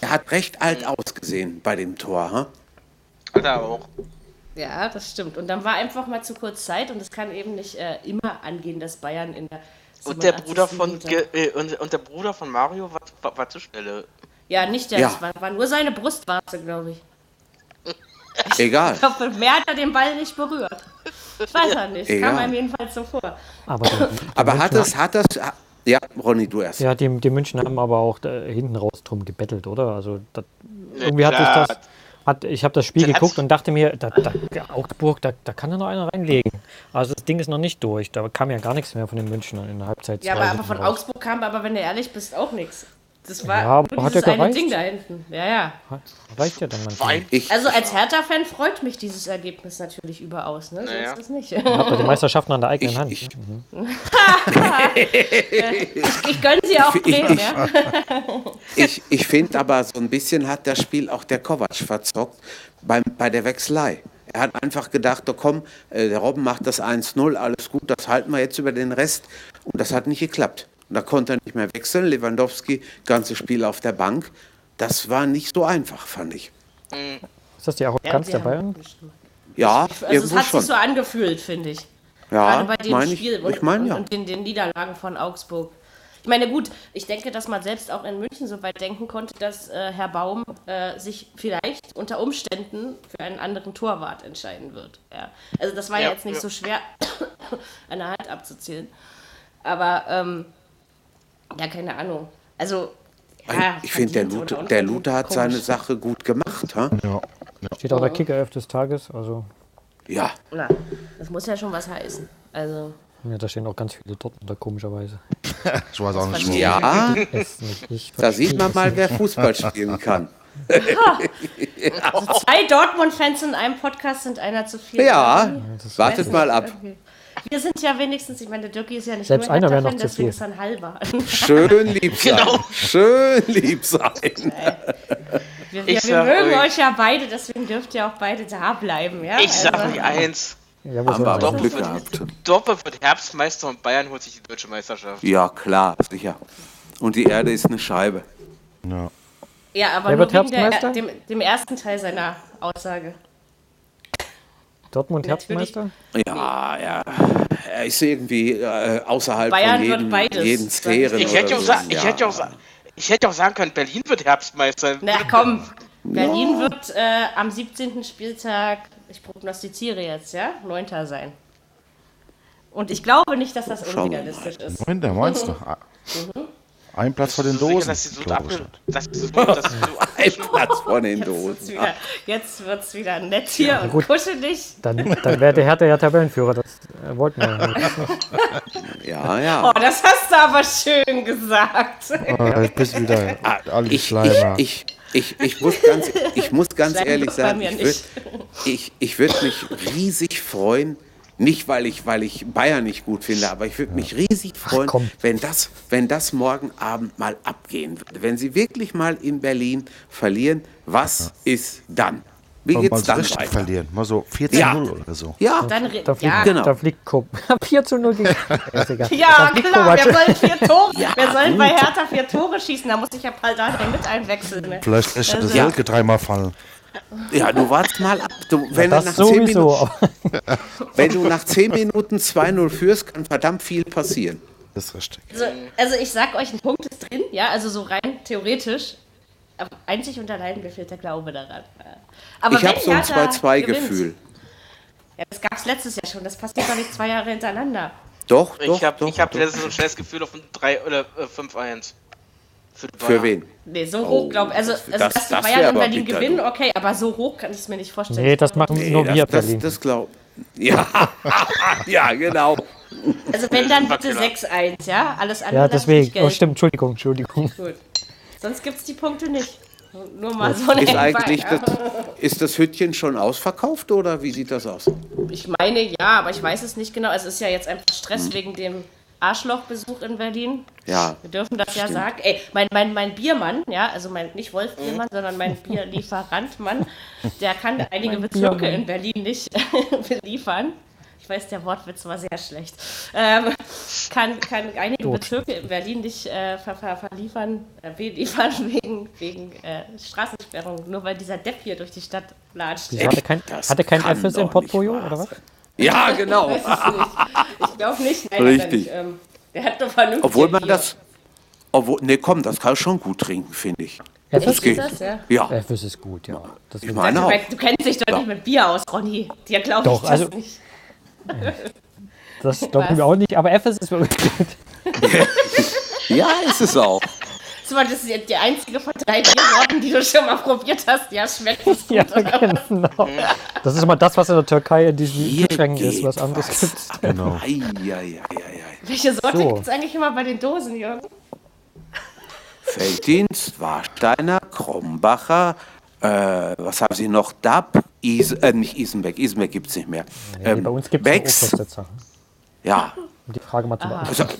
Speaker 3: der hat recht alt ausgesehen bei dem Tor. Hm?
Speaker 5: Hat er auch.
Speaker 2: Ja, das stimmt. Und dann war einfach mal zu kurz Zeit und es kann eben nicht äh, immer angehen, dass Bayern in der
Speaker 5: Und der
Speaker 2: 87.
Speaker 5: Bruder von
Speaker 2: Minute-
Speaker 5: Ge- äh, und, und der Bruder von Mario war, war, war zur Stelle.
Speaker 2: Ja, nicht der,
Speaker 3: Ja.
Speaker 2: es war, war nur seine Brustwarze, glaube ich.
Speaker 3: Egal.
Speaker 2: Ich glaube, mehr hat er den Ball nicht berührt. Ich weiß ja nicht. Kam
Speaker 3: Egal.
Speaker 2: einem jedenfalls so vor.
Speaker 6: Aber die,
Speaker 3: Aber hat das, hat das, ja, Ronny, du erst.
Speaker 6: ja, die, die München haben aber auch da, hinten raus drum gebettelt, oder? Also das, irgendwie hat
Speaker 5: klar.
Speaker 6: sich das. Hat, ich habe das Spiel
Speaker 5: Das-
Speaker 6: geguckt und dachte mir, da, da, Augsburg, da, da kann ja noch einer reinlegen. Also das Ding ist noch nicht durch. Da kam ja gar nichts mehr von den Münchnern in der Halbzeit.
Speaker 2: Ja,
Speaker 6: zwei
Speaker 2: aber, aber
Speaker 6: hinten
Speaker 2: von
Speaker 6: raus.
Speaker 2: Augsburg kam aber, wenn du ehrlich bist, auch nichts. Das war
Speaker 6: Ja, aber
Speaker 2: nur
Speaker 6: hat
Speaker 2: dieses
Speaker 6: ja
Speaker 2: eine
Speaker 6: gereicht.
Speaker 2: Ding da hinten. Ja, ja.
Speaker 6: Reicht ja dann
Speaker 5: Vor
Speaker 6: manchmal.
Speaker 5: allem,
Speaker 3: Ich,
Speaker 2: Also als Hertha-Fan freut mich dieses Ergebnis natürlich überaus. Ne? So
Speaker 5: Naja.
Speaker 2: ist es nicht.
Speaker 6: Habt ihr die Meisterschaften an der eigenen
Speaker 3: Ich-
Speaker 6: Hand?
Speaker 3: ich-
Speaker 6: Mhm.
Speaker 2: Ich gönne sie auch Bremen, ja.
Speaker 3: ich, ich finde aber, so ein bisschen hat das Spiel auch der Kovac verzockt beim, bei der Wechselei. Er hat einfach gedacht, oh komm, äh, der Robben macht das 1-0, alles gut, das halten wir jetzt über den Rest. Und das hat nicht geklappt. Und da konnte er nicht mehr wechseln. Lewandowski, ganzes Spiel auf der Bank. Das war nicht so einfach, fand ich.
Speaker 6: Ist das die Arroganz
Speaker 2: Ja, wir
Speaker 6: der Bayern?
Speaker 2: haben-
Speaker 3: Ja,
Speaker 2: Also es
Speaker 3: irgendwo
Speaker 2: hat
Speaker 3: schon.
Speaker 2: sich so angefühlt, finde ich.
Speaker 3: ja,
Speaker 2: Gerade bei dem
Speaker 3: mein ich,
Speaker 2: Spiel
Speaker 3: ich meine ja.
Speaker 2: und den, den Niederlagen von Augsburg. Ich meine, gut, ich denke, dass man selbst auch in München so weit denken konnte, dass äh, Herr Baum äh, sich vielleicht unter Umständen für einen anderen Torwart entscheiden wird. Ja. Also das war ja,
Speaker 5: Ja,
Speaker 2: jetzt nicht
Speaker 5: ja.
Speaker 2: so schwer, an der Hand abzuzählen. Aber, ähm, ja, keine Ahnung. Also, ja,
Speaker 3: ich finde, der,
Speaker 2: verdient oder
Speaker 3: Lute, der
Speaker 2: unverdient,
Speaker 3: Lute hat
Speaker 2: komisch.
Speaker 3: seine Sache gut gemacht. Ha?
Speaker 6: Steht auch der Kicker des Tages. Also,
Speaker 3: Ja,
Speaker 2: Na, das muss ja schon was heißen. Also,
Speaker 6: ja, da stehen auch ganz viele Dortmunder, komischerweise.
Speaker 4: Ich weiß auch nicht.
Speaker 3: ja
Speaker 4: Ja.
Speaker 6: Ist nicht, ich
Speaker 3: da sieht
Speaker 6: verstehe
Speaker 3: man
Speaker 6: es
Speaker 3: mal,
Speaker 6: nicht.
Speaker 3: wer Fußball spielen kann.
Speaker 2: also zwei Dortmund-Fans in einem Podcast sind einer zu viel.
Speaker 3: Ja, wartet mal ab.
Speaker 2: Wir sind ja wenigstens, ich meine, der Dirk ist ja nicht
Speaker 6: Selbst
Speaker 2: nur
Speaker 6: einer wäre
Speaker 2: Hertha-Fan,
Speaker 6: noch zu
Speaker 2: deswegen
Speaker 6: viel.
Speaker 2: ist er ein halber.
Speaker 3: Schön lieb sein.
Speaker 5: Genau.
Speaker 3: Schön lieb sein.
Speaker 2: Wir, wir,
Speaker 5: Ich
Speaker 2: wir
Speaker 5: sag
Speaker 2: mögen
Speaker 5: euch.
Speaker 2: euch ja beide, deswegen dürft ihr auch beide da bleiben. Ja?
Speaker 5: Ich sag
Speaker 2: Also,
Speaker 5: euch eins.
Speaker 6: Ja, wo
Speaker 3: Haben wir
Speaker 6: sollen
Speaker 3: aber
Speaker 6: sie hin?
Speaker 3: Glück gehabt.
Speaker 5: Dortmund wird Herbstmeister und Bayern holt sich die deutsche Meisterschaft.
Speaker 3: Ja, klar, sicher. Und die Erde ist eine Scheibe.
Speaker 2: ja, aber
Speaker 6: Wer
Speaker 2: nur
Speaker 6: wird
Speaker 2: wegen der,
Speaker 6: Herbstmeister?
Speaker 2: dem, dem ersten Teil seiner Aussage.
Speaker 6: Dortmund
Speaker 2: Natürlich.
Speaker 6: Herbstmeister?
Speaker 3: Ja, ja. Er ist irgendwie äh, außerhalb
Speaker 2: Bayern
Speaker 3: von
Speaker 2: wird
Speaker 3: jeden,
Speaker 2: beides, sag
Speaker 3: jeden
Speaker 2: ich.
Speaker 3: Sphären.
Speaker 5: Ich hätte ja
Speaker 3: oder so.
Speaker 5: auch, sa- ich hätte ja auch, sa- ich hätte auch sagen können, Berlin wird Herbstmeister.
Speaker 2: Na komm, Berlin wird äh, am 17. Spieltag, ich prognostiziere jetzt, ja, Neunter sein. Und ich glaube nicht, dass das
Speaker 3: Schauen wir mal.
Speaker 2: unrealistisch ist.
Speaker 4: Moment, der meinst du? Ah. Ein Platz vor den
Speaker 5: Bist du sicher,
Speaker 4: Dosen.
Speaker 5: dass sie so
Speaker 4: Klo
Speaker 5: abge-
Speaker 4: stand.
Speaker 5: dass sie so- dass sie so
Speaker 3: Ein
Speaker 5: abgeschnitten
Speaker 3: Platz vor den
Speaker 2: Jetzt wird's
Speaker 3: Dosen.
Speaker 2: wieder, jetzt wird's wieder nett hier und
Speaker 6: gut.
Speaker 2: kuschelig.
Speaker 6: Dann, dann wäre der Hertha ja Tabellenführer. Das äh, wollten wir ja nicht.
Speaker 3: Ja,
Speaker 2: Oh,
Speaker 3: ja.
Speaker 2: das hast du aber schön gesagt.
Speaker 4: Ah, jetzt bist du wieder alle
Speaker 3: Ah, Ich, ich,
Speaker 4: Schleimer.
Speaker 3: ich, ich, ich muss ganz, ich muss ganz
Speaker 2: Schleim
Speaker 3: ehrlich
Speaker 2: doch bei
Speaker 3: sagen,
Speaker 2: mir
Speaker 3: ich würde
Speaker 2: nicht.
Speaker 3: ich, ich würd mich riesig freuen, nicht weil ich, weil ich Bayern nicht gut finde, aber ich würde mich riesig freuen,
Speaker 6: komm.
Speaker 3: wenn, das, wenn das morgen Abend mal abgehen würde. Wenn sie wirklich mal in Berlin verlieren, was ist dann? Wie
Speaker 4: Und mal
Speaker 3: geht's
Speaker 4: so
Speaker 3: dann
Speaker 4: richtig
Speaker 3: weiter?
Speaker 4: verlieren. Mal so 14-0
Speaker 3: Ja.
Speaker 4: oder so.
Speaker 3: Ja,
Speaker 2: Dann re-
Speaker 6: Da fliegt,
Speaker 2: ja,
Speaker 3: Genau.
Speaker 6: da fliegt Kop. 4 zu 0 gegen. Ja, ist egal.
Speaker 2: ja
Speaker 6: Da fliegt
Speaker 2: klar,
Speaker 6: Kovac.
Speaker 2: wir sollen vier Tore,
Speaker 3: Ja,
Speaker 2: wir sollen bei Hertha vier Tore schießen, da muss ich ja bald dann mit einwechseln. Ne?
Speaker 4: Vielleicht lässt das
Speaker 2: Ja.
Speaker 4: Selke dreimal fallen.
Speaker 3: ja, du wartest mal ab. Du, wenn, du
Speaker 6: Das
Speaker 3: nach 10
Speaker 6: sowieso.
Speaker 3: Minuten,
Speaker 6: aber-
Speaker 3: wenn du nach 10 Minuten 2-0 führst, kann verdammt viel passieren.
Speaker 4: Das ist richtig.
Speaker 2: Also, also ich sag euch, ein Punkt ist drin, ja, also so rein theoretisch. Aber einzig und allein mir fehlt der Glaube daran. Aber
Speaker 3: Ich habe
Speaker 2: wenn
Speaker 3: so ein
Speaker 2: Hertha
Speaker 3: 2-2-Gefühl.
Speaker 2: gewinnt- Ja, das gab es letztes Jahr schon, das passiert doch nicht zwei Jahre hintereinander.
Speaker 3: Doch, doch,
Speaker 5: Ich habe
Speaker 3: doch.
Speaker 5: ich hab letztens so ein schnelles Gefühl auf ein 3 oder äh, 5-1. Für, die
Speaker 3: Für
Speaker 5: Bayern.
Speaker 3: wen?
Speaker 2: Nee, so hoch glaube ich. Also,
Speaker 3: Oh, das-
Speaker 2: also
Speaker 3: das-
Speaker 2: dass die
Speaker 3: das wär
Speaker 2: Bayern in
Speaker 3: aber
Speaker 2: Berlin
Speaker 3: bitter,
Speaker 2: gewinnen,
Speaker 3: du.
Speaker 2: okay, aber so hoch kann ich es mir nicht vorstellen.
Speaker 6: Nee, das machen
Speaker 3: Nee,
Speaker 6: nur wir
Speaker 3: das, das,
Speaker 6: Berlin.
Speaker 3: das glaub Ja, ja, genau.
Speaker 2: Also wenn dann
Speaker 5: war
Speaker 2: bitte
Speaker 5: klar.
Speaker 2: 6-1, ja? Alles andere
Speaker 6: ja,
Speaker 2: lass ich
Speaker 6: deswegen.
Speaker 2: gelten.
Speaker 6: Oh, stimmt. Entschuldigung, Entschuldigung.
Speaker 2: Gut. Sonst gibt es die Punkte nicht. Nur mal so eine
Speaker 3: Ist eigentlich das,
Speaker 2: ja.
Speaker 3: ist das Hüttchen schon ausverkauft oder wie sieht das aus?
Speaker 2: Ich meine ja, aber ich weiß es nicht genau. Es ist ja jetzt einfach Stress wegen dem Arschlochbesuch in Berlin.
Speaker 3: Ja.
Speaker 2: Wir dürfen das ja sagen. Ey, mein, mein, mein Biermann, ja, also mein, nicht Wolf-Biermann, sondern mein Bierlieferantmann, der kann einige Bezirke in Berlin nicht beliefern. Ich weiß, der Wortwitz war sehr schlecht. Ähm, kann, kann einige Bezirke in Berlin nicht äh, ver, ver, verliefern, äh, beliefern wegen, wegen äh, Straßensperrung, nur weil dieser Depp hier durch die Stadt latscht.
Speaker 6: Wieso hatte kein,
Speaker 3: das
Speaker 6: hatte kein
Speaker 3: kann
Speaker 6: Elfes
Speaker 3: doch
Speaker 6: im
Speaker 3: nicht
Speaker 6: Portfolio,
Speaker 3: wahr
Speaker 6: oder was?
Speaker 3: Ja, genau.
Speaker 2: Weiß es nicht. Ich glaube nicht. Nein, Richtig. Hat er
Speaker 3: Richtig.
Speaker 2: nicht. Ähm, der hat doch vernünftig.
Speaker 3: Obwohl man das. Obwohl, nee, komm, das kann ich schon gut trinken, finde ich.
Speaker 2: Das
Speaker 6: Elfes,
Speaker 2: geht.
Speaker 3: geht. Genau.
Speaker 2: Das, ja?
Speaker 3: Ja,
Speaker 6: Elfes ist gut, ja. Das
Speaker 3: ich meine auch.
Speaker 2: Du kennst dich doch nicht mit Bier aus, Ronny. Dir glaube ich
Speaker 6: Doch,
Speaker 2: das
Speaker 6: also-
Speaker 2: nicht.
Speaker 6: Das glauben wir auch nicht, aber Elfes ist wirklich gut.
Speaker 3: Ja, ist es auch.
Speaker 2: Das war das die einzige von drei Biersorten, die du schon mal probiert hast. Ja, schmeckt es gut.
Speaker 6: Ja,
Speaker 2: oder?
Speaker 6: genau. Das ist immer das, was in der Türkei in diesen Kühlschränken ist,
Speaker 3: geht
Speaker 6: was anderes gibt's.
Speaker 3: Genau. Ei, ei, ei, ei, ei.
Speaker 2: Welche Sorte
Speaker 6: So.
Speaker 2: gibt es eigentlich immer bei den Dosen, Jürgen?
Speaker 3: Felddienst, Warsteiner, Krombacher, äh, was haben sie noch? Dab, Is, äh, nicht Isenbeck, Isenbeck gibt es nicht mehr.
Speaker 6: Nee,
Speaker 3: Ähm,
Speaker 6: bei uns gibt es
Speaker 3: Becks, ja,
Speaker 6: Um die Frage mal zu beantworten.
Speaker 3: also,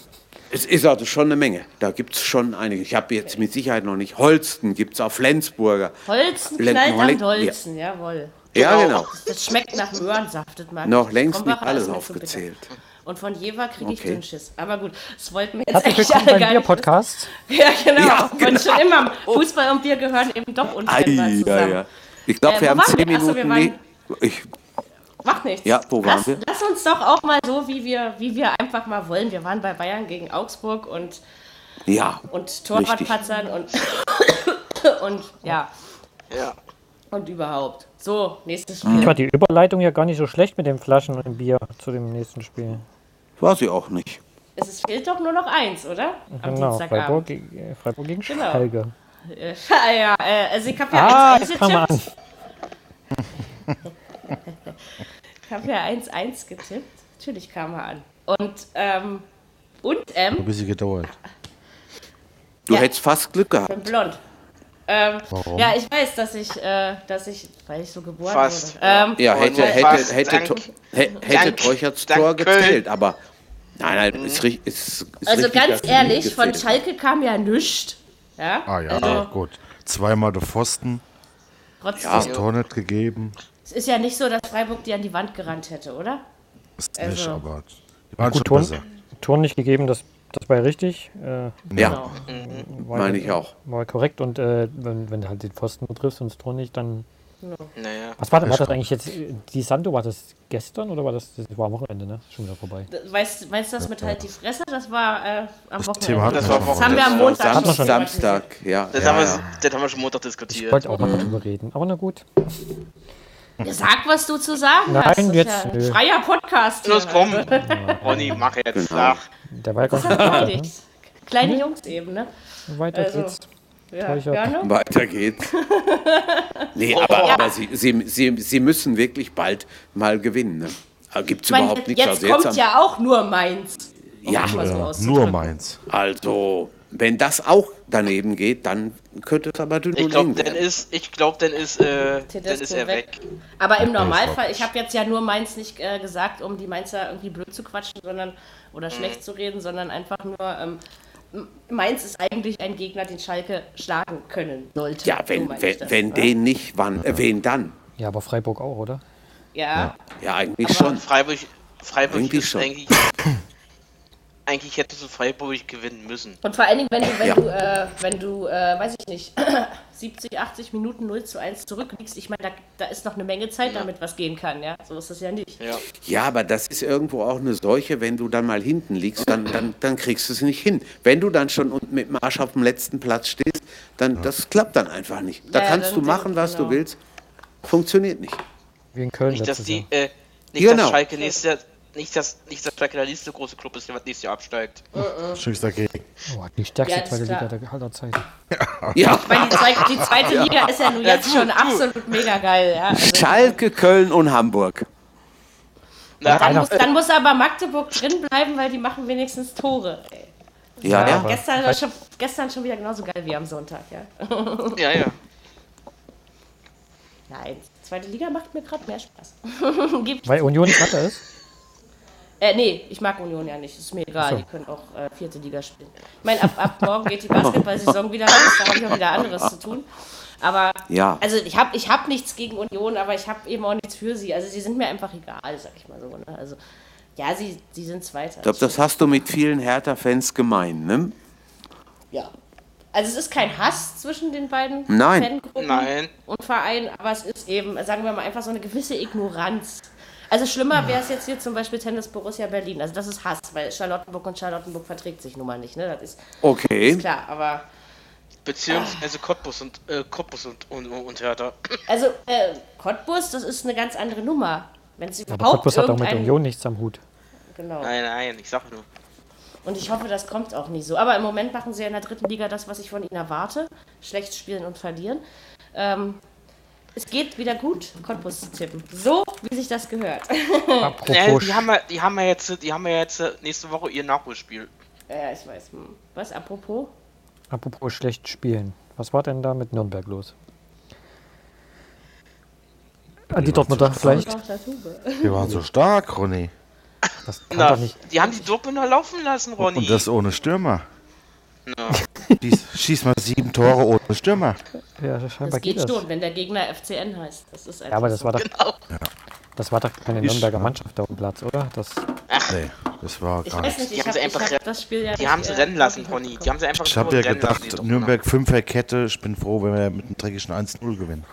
Speaker 3: es ist also schon eine Menge. Da gibt es schon einige. Ich habe jetzt mit Sicherheit noch nicht. Holsten gibt es auch Flensburger.
Speaker 2: Holzen
Speaker 3: Lenken-
Speaker 2: knallt am
Speaker 3: Lenken-
Speaker 2: Dolzen, jawohl.
Speaker 3: Ja, genau.
Speaker 2: Das schmeckt nach Möhrensaftet, das mag
Speaker 3: Noch
Speaker 2: ich.
Speaker 3: längst
Speaker 2: Krombacher
Speaker 3: nicht alles
Speaker 2: ist mir zu
Speaker 3: aufgezählt.
Speaker 2: bitter. Und von Jever kriege ich
Speaker 3: Okay.
Speaker 2: den Schiss. Aber gut, das wollten wir jetzt
Speaker 6: Herzlich
Speaker 2: eigentlich
Speaker 6: willkommen
Speaker 2: alle
Speaker 6: beim
Speaker 2: gar nicht.
Speaker 6: Bier-Podcast.
Speaker 2: Ja, genau.
Speaker 3: Ja, Oh.
Speaker 2: Und schon immer, Fußball und Bier gehören eben doch
Speaker 3: Ei,
Speaker 2: untrennbar
Speaker 3: ei,
Speaker 2: zusammen.
Speaker 3: ei. Ich glaube,
Speaker 2: Äh,
Speaker 3: wir
Speaker 2: wo
Speaker 3: haben
Speaker 2: waren
Speaker 3: zehn
Speaker 2: wir? Achso, wir
Speaker 3: Minuten.
Speaker 2: waren-
Speaker 3: nee, ich,
Speaker 2: Macht nichts.
Speaker 3: Ja, wo waren
Speaker 2: lass,
Speaker 3: wir?
Speaker 2: Lass uns doch auch mal so, wie wir, wie wir einfach mal wollen. Wir waren bei Bayern gegen Augsburg und,
Speaker 3: ja,
Speaker 2: und Torwartpatzern und, und ja,
Speaker 5: Ja.
Speaker 2: und überhaupt. So, nächstes
Speaker 3: Mhm.
Speaker 2: Spiel.
Speaker 6: Ich war die Überleitung ja gar nicht so schlecht mit den Flaschen und dem Bier zu dem nächsten Spiel.
Speaker 3: war sie auch nicht.
Speaker 2: Es ist- fehlt doch nur noch eins, oder? Am
Speaker 6: Genau,
Speaker 2: Dienstagabend.
Speaker 6: Freiburg, gegen- äh, Freiburg gegen
Speaker 2: Genau.
Speaker 6: Schalke.
Speaker 2: Äh, ja, äh, also ich habe ja
Speaker 6: Ah,
Speaker 2: 1-1
Speaker 6: das kam mal an.
Speaker 2: getippt. Ich habe ja 1-1 getippt. Natürlich kam er an. Und, ähm, und
Speaker 4: Ein
Speaker 2: ähm,
Speaker 4: bisschen gedauert.
Speaker 3: Du
Speaker 2: Ja.
Speaker 3: hättest fast Glück gehabt.
Speaker 2: bin blond. Ähm,
Speaker 4: Warum?
Speaker 2: ja, ich weiß, dass ich, äh, dass ich, weil ich so geboren
Speaker 5: Fast,
Speaker 2: wurde. Ähm,
Speaker 3: Ja,
Speaker 5: Aber
Speaker 3: hätte,
Speaker 5: nur
Speaker 3: hätte,
Speaker 5: fast
Speaker 3: hätte,
Speaker 5: dank-
Speaker 3: Tor- hä- hätte
Speaker 5: dank-
Speaker 3: Teucherts
Speaker 5: dank
Speaker 3: Tor
Speaker 5: Köln. Mhm.
Speaker 3: gezählt, aber nein, nein, ist, ri- ist, ist
Speaker 2: also
Speaker 3: richtig, dass
Speaker 2: ganz
Speaker 3: sie
Speaker 2: ehrlich,
Speaker 3: nicht
Speaker 2: von
Speaker 3: gezählt haben.
Speaker 2: Schalke kam ja nichts. Ja,
Speaker 4: Ah ja,
Speaker 2: also Ah,
Speaker 4: gut. Zweimal der Pfosten,
Speaker 2: trotzdem.
Speaker 3: Ja.
Speaker 4: das Tor nicht gegeben.
Speaker 2: Es ist ja nicht so, dass Freiburg die an die Wand gerannt hätte, oder?
Speaker 4: Ist
Speaker 2: Also-
Speaker 4: nicht, aber die waren
Speaker 6: Gut,
Speaker 4: schon
Speaker 6: Ton,
Speaker 4: besser.
Speaker 6: Ton nicht gegeben, das, das war ja richtig. Äh,
Speaker 3: Ja,
Speaker 2: Genau.
Speaker 3: Mhm.
Speaker 6: war,
Speaker 3: meine ich auch.
Speaker 6: War korrekt und äh, wenn, wenn du halt den Pfosten triffst und das Tor nicht, dann.
Speaker 5: Naja.
Speaker 6: Was war, war das eigentlich jetzt? äh, Die Santo war das gestern oder war das, das war am Wochenende, ne? Schon wieder vorbei.
Speaker 2: Weißt, weißt du das mit halt die Fresse? Das war äh, am Wochenende.
Speaker 4: Thema hatten
Speaker 5: Das
Speaker 4: wir
Speaker 5: war
Speaker 4: schon
Speaker 2: das haben
Speaker 4: mal.
Speaker 2: wir am Montag
Speaker 3: Sam
Speaker 2: schon
Speaker 3: Samstag, ja.
Speaker 5: Das,
Speaker 3: ja,
Speaker 5: haben wir,
Speaker 3: ja.
Speaker 5: das haben wir schon Montag
Speaker 6: Ich
Speaker 5: diskutiert.
Speaker 6: wollte auch mal drüber reden. Aber na gut.
Speaker 2: Sag, was du zu sagen
Speaker 6: Nein,
Speaker 2: hast. Das ist
Speaker 6: jetzt
Speaker 2: ja ein
Speaker 6: nö.
Speaker 2: freier Podcast.
Speaker 5: Los,
Speaker 2: hier.
Speaker 5: komm! Ronny, mach jetzt. Sag.
Speaker 6: Der war ja gar nicht.
Speaker 2: Dich. Kleine Jungs eben, ne?
Speaker 6: Weiter
Speaker 2: Also,
Speaker 6: geht's.
Speaker 2: Ja,
Speaker 6: Teucher.
Speaker 2: gerne.
Speaker 3: Weiter geht's. Nee,
Speaker 2: Oh.
Speaker 3: aber, aber sie, sie, sie, sie müssen wirklich bald mal gewinnen. Ne? Gibt es
Speaker 2: Ich meine,
Speaker 3: überhaupt nichts
Speaker 2: jetzt
Speaker 3: also
Speaker 2: kommt
Speaker 3: am-
Speaker 2: ja auch nur Mainz. um
Speaker 3: Ja.
Speaker 2: es mal so
Speaker 4: Ja, nur
Speaker 2: auszudrücken.
Speaker 4: meins.
Speaker 3: Also, wenn das auch daneben geht, dann könnte es aber dünn
Speaker 5: Ich
Speaker 3: und
Speaker 5: glaube,
Speaker 3: eng
Speaker 5: dann
Speaker 3: werden.
Speaker 5: ist, ich glaube, dann ist, äh, dann
Speaker 2: Tedesco
Speaker 5: ist er weg.
Speaker 2: weg. Aber im Normalfall, ich habe jetzt ja nur Mainz nicht äh, gesagt, um die Mainzer irgendwie blöd zu quatschen, sondern
Speaker 3: Mhm.
Speaker 2: oder schlecht zu reden, sondern einfach nur ähm, M- Mainz ist eigentlich ein Gegner, den Schalke schlagen können sollte.
Speaker 3: Ja,
Speaker 2: So
Speaker 3: wenn,
Speaker 2: meine ich
Speaker 3: wenn,
Speaker 2: das,
Speaker 3: wenn
Speaker 2: ne?
Speaker 3: den nicht, wann, äh, wen dann?
Speaker 6: Ja, aber Freiburg auch, oder?
Speaker 2: Ja,
Speaker 3: Ja, eigentlich schon.
Speaker 5: Freiburg, Freiburg
Speaker 3: Irgendwie
Speaker 5: ist
Speaker 3: schon.
Speaker 5: eigentlich. Eigentlich hättest du Freiburg gewinnen müssen.
Speaker 2: und vor allen Dingen, wenn du, wenn
Speaker 3: Ja.
Speaker 2: du, äh, wenn du äh, weiß ich nicht, 70, 80 Minuten 0 zu 1 zurückliegst, ich meine, da, da ist noch eine Menge Zeit, damit was gehen kann, ja. So ist das ja nicht.
Speaker 5: Ja.
Speaker 3: Ja, aber das ist irgendwo auch eine Seuche, wenn du dann mal hinten liegst, dann, dann, dann kriegst du es nicht hin. Wenn du dann schon unten mit dem Arsch auf dem letzten Platz stehst, dann das klappt dann einfach nicht. Da
Speaker 2: Ja, ja,
Speaker 3: kannst
Speaker 2: dann-
Speaker 3: du machen, was
Speaker 2: genau.
Speaker 3: du willst. Funktioniert nicht.
Speaker 6: Wie in Köln
Speaker 5: Nicht, dass
Speaker 6: letztes Jahr.
Speaker 5: die, äh, nicht,
Speaker 3: Genau.
Speaker 5: dass Schalke nächstes Jahr, nicht, dass, nicht, dass Schalke der nächste große Club ist, der nächstes Jahr absteigt.
Speaker 4: Schönster Gegner.
Speaker 6: Oh, die stärkste
Speaker 2: Ja, das
Speaker 6: zweite
Speaker 2: ist klar.
Speaker 6: Liga der aller Zeit.
Speaker 3: Ja,
Speaker 2: Ich meine, die zweite, die zweite Liga ist ja nun jetzt schon absolut mega geil, ja. Also,
Speaker 3: Schalke, Köln und Hamburg.
Speaker 2: dann,
Speaker 5: Na,
Speaker 2: muss, dann muss aber Magdeburg drin bleiben, weil die machen wenigstens Tore. Ey.
Speaker 3: Ja, ja.
Speaker 4: aber-
Speaker 2: Gestern, war schon, gestern schon wieder genauso geil wie am Sonntag, ja.
Speaker 5: ja, ja.
Speaker 2: Nein, zweite Liga macht mir gerade mehr Spaß. Gib-
Speaker 6: Weil Union gerade ist.
Speaker 2: äh, nee, ich mag Union ja nicht, ist mir egal. Die können auch äh, vierte Liga spielen. Ich meine, ab, ab morgen geht die Basketball-Saison wieder los, da habe ich auch wieder anderes zu tun. Aber,
Speaker 3: Ja.
Speaker 2: also ich habe ich hab nichts gegen Union, aber ich habe eben auch nichts für sie. Also sie sind mir einfach egal, sag ich mal so. Ne? Also, ja, sie, sie sind Zweiter.
Speaker 3: Ich glaube, das hast du mit vielen Hertha-Fans gemein, ne?
Speaker 2: Ja. Also es ist kein Hass zwischen den beiden
Speaker 3: Nein.
Speaker 2: Fangruppen
Speaker 5: Nein.
Speaker 2: und Vereinen, aber es ist eben, sagen wir mal, einfach so eine gewisse Ignoranz. Also schlimmer wäre es jetzt hier zum Beispiel Tennis Borussia Berlin. Also das ist Hass, weil Charlottenburg und Charlottenburg verträgt sich nun mal nicht, ne? Das ist,
Speaker 3: Okay.
Speaker 2: ist klar, aber.
Speaker 5: Beziehungsweise Cottbus und, äh, Cottbus und, und, und Hertha.
Speaker 2: Also, äh, Cottbus, das ist eine ganz andere Nummer. Wenn es
Speaker 6: Aber
Speaker 2: überhaupt
Speaker 6: Cottbus hat auch mit
Speaker 2: irgendeinen-
Speaker 6: Union nichts am Hut.
Speaker 2: Genau.
Speaker 5: Nein, nein, ich sag nur.
Speaker 2: Und ich hoffe, das kommt auch nicht so. Aber im Moment machen sie ja in der dritten Liga das, was ich von ihnen erwarte. Schlecht spielen und verlieren. Ähm, es geht wieder gut, Cottbus tippen. So, wie sich das gehört.
Speaker 5: Äh,
Speaker 6: Apropos.
Speaker 5: die haben ja, die haben ja jetzt, die haben ja jetzt äh, nächste Woche ihr Nachholspiel.
Speaker 2: ja, ich weiß. Hm. Was, apropos?
Speaker 6: Apropos schlecht spielen. Was war denn da mit Nürnberg los? Ah, die Dortmunder vielleicht.
Speaker 2: Noch dazu?
Speaker 4: Wir waren so stark, Ronny.
Speaker 6: Das kann
Speaker 5: Na,
Speaker 6: doch nicht.
Speaker 5: die haben die Dortmunder laufen lassen, Ronny.
Speaker 4: Und das ohne Stürmer. Schieß, schieß mal sieben Tore ohne Stürmer.
Speaker 6: Ja, scheinbar
Speaker 2: Das geht
Speaker 6: geht das.
Speaker 2: schon, wenn der Gegner FCN heißt. Das ist
Speaker 6: Ja, aber das war doch,
Speaker 5: genau.
Speaker 6: das war doch keine Nürnberger Mannschaft auf dem Platz, oder? Das,
Speaker 5: Mm,
Speaker 4: Nee, das war
Speaker 2: Ich
Speaker 4: gar
Speaker 2: weiß
Speaker 4: nichts.
Speaker 2: nicht,
Speaker 5: Die
Speaker 2: ich
Speaker 5: haben
Speaker 2: habe
Speaker 5: sie
Speaker 2: hab,
Speaker 5: einfach
Speaker 2: ich
Speaker 5: re-
Speaker 2: hab das Spiel ja
Speaker 5: Die haben sie
Speaker 2: äh,
Speaker 5: rennen lassen,
Speaker 2: wirklich
Speaker 5: Ronny. Die
Speaker 2: mitbekommen.
Speaker 5: haben sie einfach
Speaker 4: Ich
Speaker 5: nur
Speaker 4: habe ja
Speaker 5: rennen lassen, die
Speaker 4: gedacht,
Speaker 5: Dortmunder.
Speaker 4: Nürnberg Fünferkette. Ich bin froh, wenn wir mit einem dreckigen 1-0 gewinnen.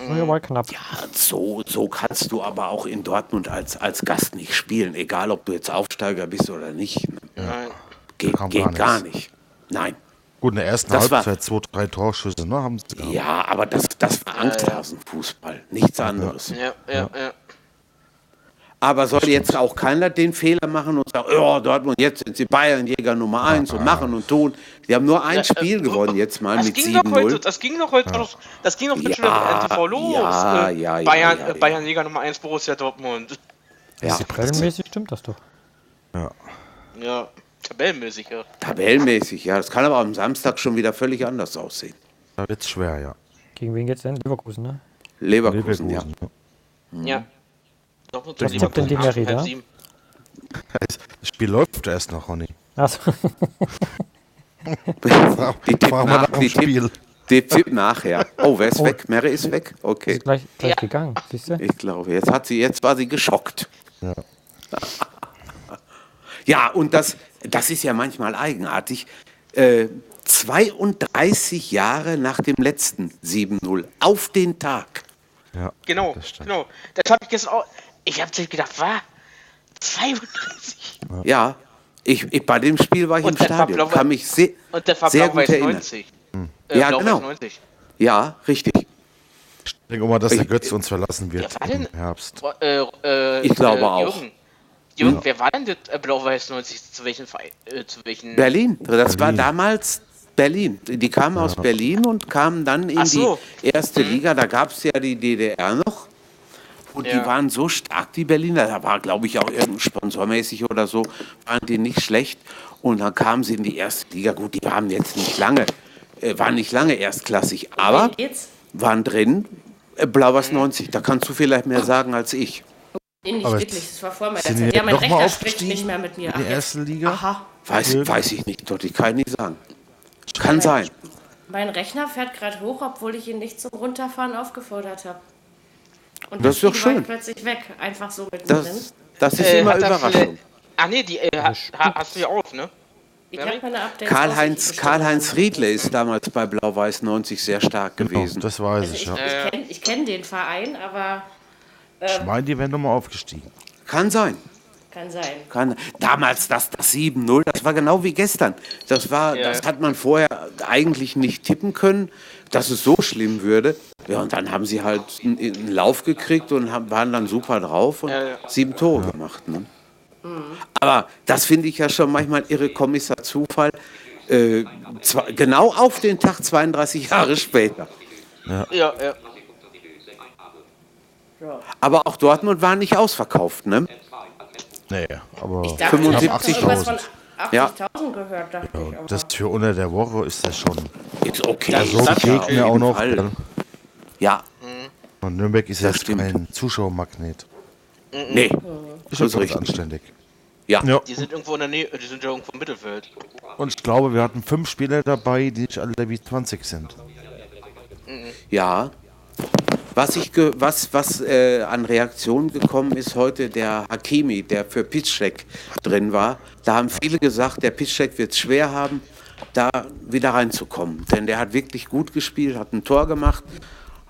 Speaker 6: ja, war knapp.
Speaker 3: So, so kannst du aber auch in Dortmund als, als Gast nicht spielen, egal ob du jetzt Aufsteiger bist oder nicht. ne?
Speaker 5: Nein.
Speaker 3: Geht,
Speaker 4: Kam
Speaker 3: geht
Speaker 4: gar
Speaker 3: gar
Speaker 4: nichts.
Speaker 3: nicht. Nein.
Speaker 4: Gut, in der ersten
Speaker 3: Das war-
Speaker 4: Halbzeit zwei, drei Torschüsse, ne? Haben sie gehabt.
Speaker 3: Ja, aber das, das war Angsthasenfußball, nichts anderes.
Speaker 5: Ja, ja, ja.
Speaker 3: Aber soll jetzt auch keiner den Fehler machen und sagen, ja, Dortmund, jetzt sind sie Bayernjäger Nummer 1 und machen und tun. Sie haben nur ein Spiel gewonnen jetzt mal
Speaker 5: äh, Das
Speaker 3: mit
Speaker 5: ging, doch heute,
Speaker 3: 7-0.
Speaker 5: das ging doch heute noch, das ging doch heute schon
Speaker 3: Ja,
Speaker 5: auf NTV los.
Speaker 3: ja,
Speaker 5: Äh,
Speaker 3: ja, ja,
Speaker 5: Bayern,
Speaker 3: ja, ja.
Speaker 5: Bayern Liga Nummer 1, Borussia Dortmund.
Speaker 3: Ja,
Speaker 6: Tabellenmäßig stimmt das doch.
Speaker 5: Ja, tabellenmäßig, ja.
Speaker 3: tabellenmäßig, ja. Das kann aber am Samstag schon wieder völlig anders aussehen.
Speaker 4: Da wird's schwer, ja.
Speaker 6: Gegen wen geht's denn? Leverkusen, ne?
Speaker 3: Leverkusen, ja.
Speaker 4: Leverkusen, ja.
Speaker 3: Mhm.
Speaker 5: ja. Dortmund
Speaker 4: Was
Speaker 5: und
Speaker 4: tippt denn die
Speaker 5: Leverkusen,
Speaker 6: Merida?
Speaker 5: halb sieben.
Speaker 4: Das Spiel läuft erst noch, Ronny.
Speaker 6: Achso,
Speaker 3: Die tippen
Speaker 4: Fragen wir
Speaker 3: nach,
Speaker 4: nach dem
Speaker 3: die tippen,
Speaker 4: Spiel.
Speaker 3: die tippen nachher. Oh, wer ist weg? Mary ist weg? Okay,
Speaker 6: ist gleich, gleich gegangen, siehst du?
Speaker 3: ich glaube, jetzt hat sie, jetzt war sie geschockt. Ja, und das, das ist ja manchmal eigenartig. Äh, 32 Jahre nach dem letzten 7-0, auf den Tag.
Speaker 4: Ja,
Speaker 5: Genau,
Speaker 4: das stimmt.
Speaker 5: genau. Das habe ich gestern auch. Ich habe gedacht, was? 32?
Speaker 3: Ja, ich, ich, bei dem Spiel war ich
Speaker 5: Und
Speaker 3: im
Speaker 5: der
Speaker 3: Stadion,
Speaker 5: Pavlov-
Speaker 3: kann mich sehr,
Speaker 5: Und der
Speaker 3: sehr
Speaker 5: Verbrauch
Speaker 3: gut
Speaker 5: war jetzt
Speaker 3: erinnern.
Speaker 5: 90.
Speaker 4: Hm.
Speaker 5: Äh,
Speaker 3: Ja,
Speaker 5: Blau
Speaker 3: genau.
Speaker 5: weiß 90.
Speaker 3: Ja, richtig.
Speaker 4: Ich denke mal, dass der Götze uns verlassen wird
Speaker 5: Ja, war denn-
Speaker 4: im Herbst.
Speaker 5: Äh, äh,
Speaker 3: Ich glaube
Speaker 5: äh,
Speaker 3: auch.
Speaker 5: Jürgen, Jürgen, wer war denn das äh, Blau-Weiß 90 zu welchen Verein, äh, zu welchen
Speaker 3: Berlin. Das war damals Berlin. Die kamen aus Berlin und kamen dann in
Speaker 5: Ach so. Mhm.
Speaker 3: die erste Liga. Da gab es ja die DDR noch. Und
Speaker 5: Ja.
Speaker 3: die waren so stark, die Berliner. Da war, glaube ich, auch irgendein sponsormäßig oder so, waren die nicht schlecht. Und dann kamen sie in die erste Liga. Gut, die haben jetzt nicht lange, äh, waren nicht lange erstklassig, aber
Speaker 2: Jetzt
Speaker 3: waren drin. Äh, Blau-Weiß
Speaker 5: Mhm.
Speaker 3: 90, da kannst du vielleicht mehr sagen als ich.
Speaker 2: Nee, nicht
Speaker 4: Aber
Speaker 2: wirklich, das war vor meiner
Speaker 4: sind die
Speaker 2: Zeit. Ja, mein
Speaker 4: noch mal
Speaker 2: Rechner spricht
Speaker 4: aufgestiegen
Speaker 2: nicht mehr mit mir.
Speaker 4: in die
Speaker 2: Ach, jetzt-
Speaker 4: erste Liga?
Speaker 2: Aha,
Speaker 3: Weiß,
Speaker 4: Nö.
Speaker 3: weiß ich nicht, Dotti, kann ich nicht sagen. Kann sein.
Speaker 5: Mhm.
Speaker 2: mein Rechner fährt gerade hoch, obwohl ich ihn nicht zum Runterfahren aufgefordert habe. Und
Speaker 3: Das
Speaker 2: deswegen
Speaker 3: ist doch
Speaker 2: war ich
Speaker 3: schön.
Speaker 2: plötzlich weg, einfach so mit drin.
Speaker 3: Das, das ist
Speaker 5: Äh,
Speaker 3: immer
Speaker 5: hat er
Speaker 3: Überraschung.
Speaker 5: vielleicht- Ah nee, die äh, ha, ha- hast du ja auch, ne?
Speaker 2: Ich habe meine Updates. Also
Speaker 3: Karl-Heinz
Speaker 2: ausgeschrieben.
Speaker 3: Karl -Heinz Riedle ist damals bei Blau-Weiß 90 sehr stark gewesen.
Speaker 4: Genau, Das weiß
Speaker 2: Ich,
Speaker 4: ich,
Speaker 2: Also ich, ähm,
Speaker 4: ja.
Speaker 2: ich kenne ich kenn den Verein, aber
Speaker 4: Ich meine, die wären nochmal aufgestiegen.
Speaker 3: Kann sein.
Speaker 2: kann sein.
Speaker 3: Kann. Damals das, das 7-0, das war genau wie gestern. Das, war,
Speaker 5: Ja.
Speaker 3: das hat man vorher eigentlich nicht tippen können, dass es so schlimm würde. Ja, und dann haben sie halt einen, einen Lauf gekriegt und haben, waren dann super drauf und
Speaker 5: Ja. Mhm.
Speaker 3: sieben Tore gemacht. Ne? Aber das finde ich ja schon manchmal irre Kommissar Zufall. Äh, zwar, genau auf den Tag 32 Jahre später.
Speaker 5: Ja, ja.
Speaker 3: Aber auch Dortmund war nicht ausverkauft, ne?
Speaker 4: Nee, aber
Speaker 2: Ich dachte, ich hab
Speaker 3: 75.000.
Speaker 2: doch irgendwas von
Speaker 3: Ja.
Speaker 2: 80.000 gehört, dachte ich. Aber.
Speaker 4: Genau, das für unter der Woche ist das schon.
Speaker 3: Ist okay. ist
Speaker 4: So
Speaker 3: das ja auf
Speaker 4: begegnen
Speaker 3: jeden
Speaker 4: auch noch.
Speaker 3: Fall.
Speaker 4: gell?
Speaker 3: Ja,
Speaker 4: Und Nürnberg ist jetzt
Speaker 3: stimmt.
Speaker 4: kein Zuschauermagnet.
Speaker 3: nee.
Speaker 4: Ist
Speaker 3: Das
Speaker 4: schon
Speaker 3: ist
Speaker 4: ganz
Speaker 3: richtig.
Speaker 4: anständig.
Speaker 3: Ja.
Speaker 4: ja.
Speaker 5: Die sind irgendwo in der Nähe, die sind ja irgendwo im Mittelfeld.
Speaker 4: Und ich glaube, wir hatten fünf Spieler dabei, die nicht alle wie 20 sind.
Speaker 3: Ja. Was, ich ge was, was äh, an Reaktionen gekommen ist heute, der Hakimi, der für Pitschek drin war, da haben viele gesagt, der Pitschek wird es schwer haben, da wieder reinzukommen. Denn der hat wirklich gut gespielt, hat ein Tor gemacht.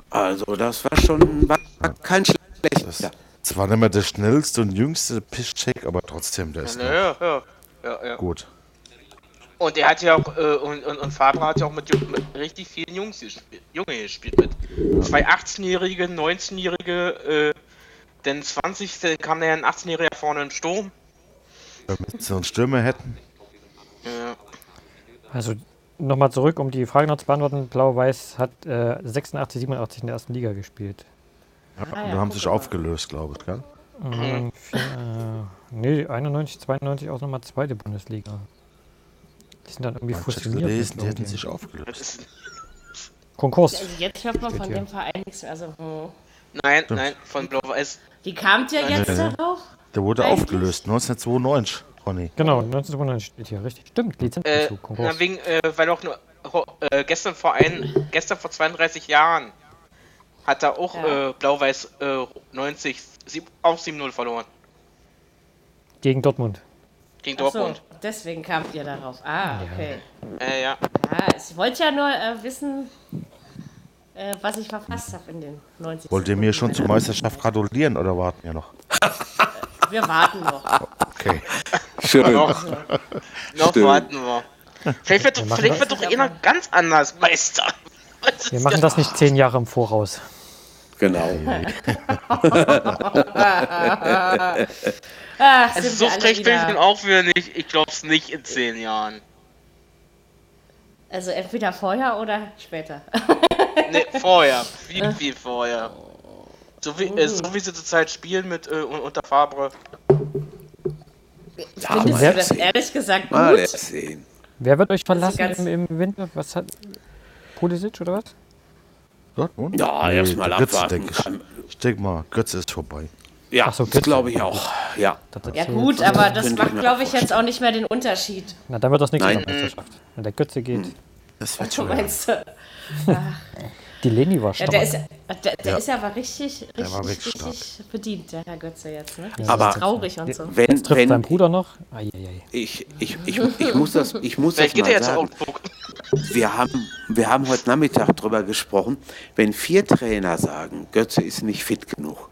Speaker 3: Also das war schon war kein schlechter.
Speaker 4: Zwar nicht mehr der schnellste und jüngste Pischcheck, aber trotzdem, der ist noch
Speaker 5: Ja, ne? ja, ja, ja.
Speaker 4: gut.
Speaker 5: Und er hat ja auch, äh, und, und, und Fabra hat ja auch mit, Ju- mit richtig vielen Jungs gespielt, Junge gespielt mit. Zwei 18-Jährige, 19-Jährige, äh, denn 20, dann kam der ein 18-Jähriger vorne im Sturm.
Speaker 4: Wenn wir jetzt so einen Stürmer hätten,
Speaker 6: Also nochmal zurück, um die Frage noch zu beantworten. Blau-Weiß hat äh, 86, 87 in der ersten Liga gespielt.
Speaker 3: Ah
Speaker 4: und da haben sie sich aufgelöst, glaube ich. Gell?
Speaker 6: Mhm. Vier, äh, nee, 91, 92 auch nochmal zweite Bundesliga. Die sind dann irgendwie
Speaker 4: Ich hab's
Speaker 6: fusioniert.
Speaker 4: gelesen, die
Speaker 6: mit
Speaker 4: hätten
Speaker 6: irgendwie.
Speaker 4: sich aufgelöst.
Speaker 6: Konkurs.
Speaker 2: Also jetzt hört man von
Speaker 6: hier.
Speaker 2: dem Verein nichts mehr. Also, hm.
Speaker 5: Nein, nein, von Blau-Weiß.
Speaker 2: Die kamt ja jetzt
Speaker 4: Ja.
Speaker 2: darauf.
Speaker 4: Der wurde
Speaker 2: Eigentlich-
Speaker 4: aufgelöst, 1992, Ronny.
Speaker 6: Genau, 1992 steht hier, richtig. Stimmt,
Speaker 5: Äh,
Speaker 6: Lizenznachzug, Konkurs.
Speaker 5: na, wegen, äh, weil auch nur, ho- äh, gestern vor ein, gestern vor 32 Jahren hat er auch
Speaker 2: Ja.
Speaker 5: äh, Blau-Weiß äh, 90 sieb, auf 7-0 verloren.
Speaker 6: Gegen Dortmund.
Speaker 5: Gegen
Speaker 2: Achso,
Speaker 5: Dortmund.
Speaker 2: deswegen kamt ihr darauf. Ah, okay.
Speaker 5: Äh, ja.
Speaker 2: Ah, ich wollte ja nur äh, wissen, äh, was ich verpasst habe in den 90
Speaker 4: Wollt ihr
Speaker 2: Sekunden.
Speaker 4: mir schon zur Meisterschaft gratulieren oder warten wir noch?
Speaker 2: Wir warten noch.
Speaker 4: Okay.
Speaker 3: Schön.
Speaker 5: Noch, noch
Speaker 3: Stimmt.
Speaker 5: warten wir. Vielleicht wird, doch- vielleicht wird doch einer ganz anders Meister. Was
Speaker 6: Wir
Speaker 5: ist
Speaker 6: machen das nicht zehn Jahre im Voraus.
Speaker 3: Genau.
Speaker 2: Ach, sind
Speaker 5: das? Also So
Speaker 2: wir alle
Speaker 5: frech bin ich
Speaker 2: wieder.
Speaker 5: nun auch wieder nicht. Ich glaub's nicht in zehn Jahren.
Speaker 2: Also entweder vorher oder später.
Speaker 5: Ne, vorher.
Speaker 2: Äh.
Speaker 5: Viel, viel vorher. So wie, äh,
Speaker 2: Oh.
Speaker 5: so wie sie zurzeit spielen mit äh, un- unter Fabre.
Speaker 2: Findest
Speaker 3: mal
Speaker 2: du das
Speaker 3: sehen.
Speaker 2: ehrlich gesagt
Speaker 4: Ah,
Speaker 2: gut?
Speaker 3: Mal sehen.
Speaker 6: Wer wird euch verlassen
Speaker 2: ganz-
Speaker 6: im, im Winter? Was hat. Pulisic oder was?
Speaker 4: Dortmund?
Speaker 3: Ja, erst mal
Speaker 4: der Götze,
Speaker 3: abwarten.
Speaker 4: denke ich. ich denke mal, Götze ist vorbei.
Speaker 3: Ja,
Speaker 6: Ach so,
Speaker 3: das
Speaker 6: Götze.
Speaker 3: glaube ich auch. Ja.
Speaker 2: Ja gut, aber das
Speaker 3: Könnte ich
Speaker 2: macht,
Speaker 3: mir
Speaker 2: glaube ich, jetzt auch nicht mehr den Unterschied.
Speaker 6: Na, dann wird das nichts
Speaker 3: Nein. Hm.
Speaker 6: mit der Meisterschaft. Wenn der Götze geht.
Speaker 4: Das wird
Speaker 2: Du
Speaker 4: schon.
Speaker 2: meinst, äh,
Speaker 6: Die Leni war
Speaker 2: ja,
Speaker 6: stark.
Speaker 2: der ist, der, der ist ja aber richtig,
Speaker 4: Der war
Speaker 2: richtig,
Speaker 4: wirklich
Speaker 2: richtig bedient, der Herr Götze jetzt. Ne?
Speaker 3: Aber-
Speaker 2: traurig und so.
Speaker 3: Wenn,
Speaker 6: Trifft
Speaker 3: wenn
Speaker 6: sein Bruder noch? Eieiei.
Speaker 3: ich, ich, ich, ich muss das, ich muss das
Speaker 5: Vielleicht geht
Speaker 3: mal
Speaker 5: er jetzt
Speaker 3: sagen.
Speaker 5: auch Augsburg.
Speaker 3: Wir haben, wir haben heute Nachmittag drüber gesprochen, wenn vier Trainer sagen, Götze ist nicht fit genug.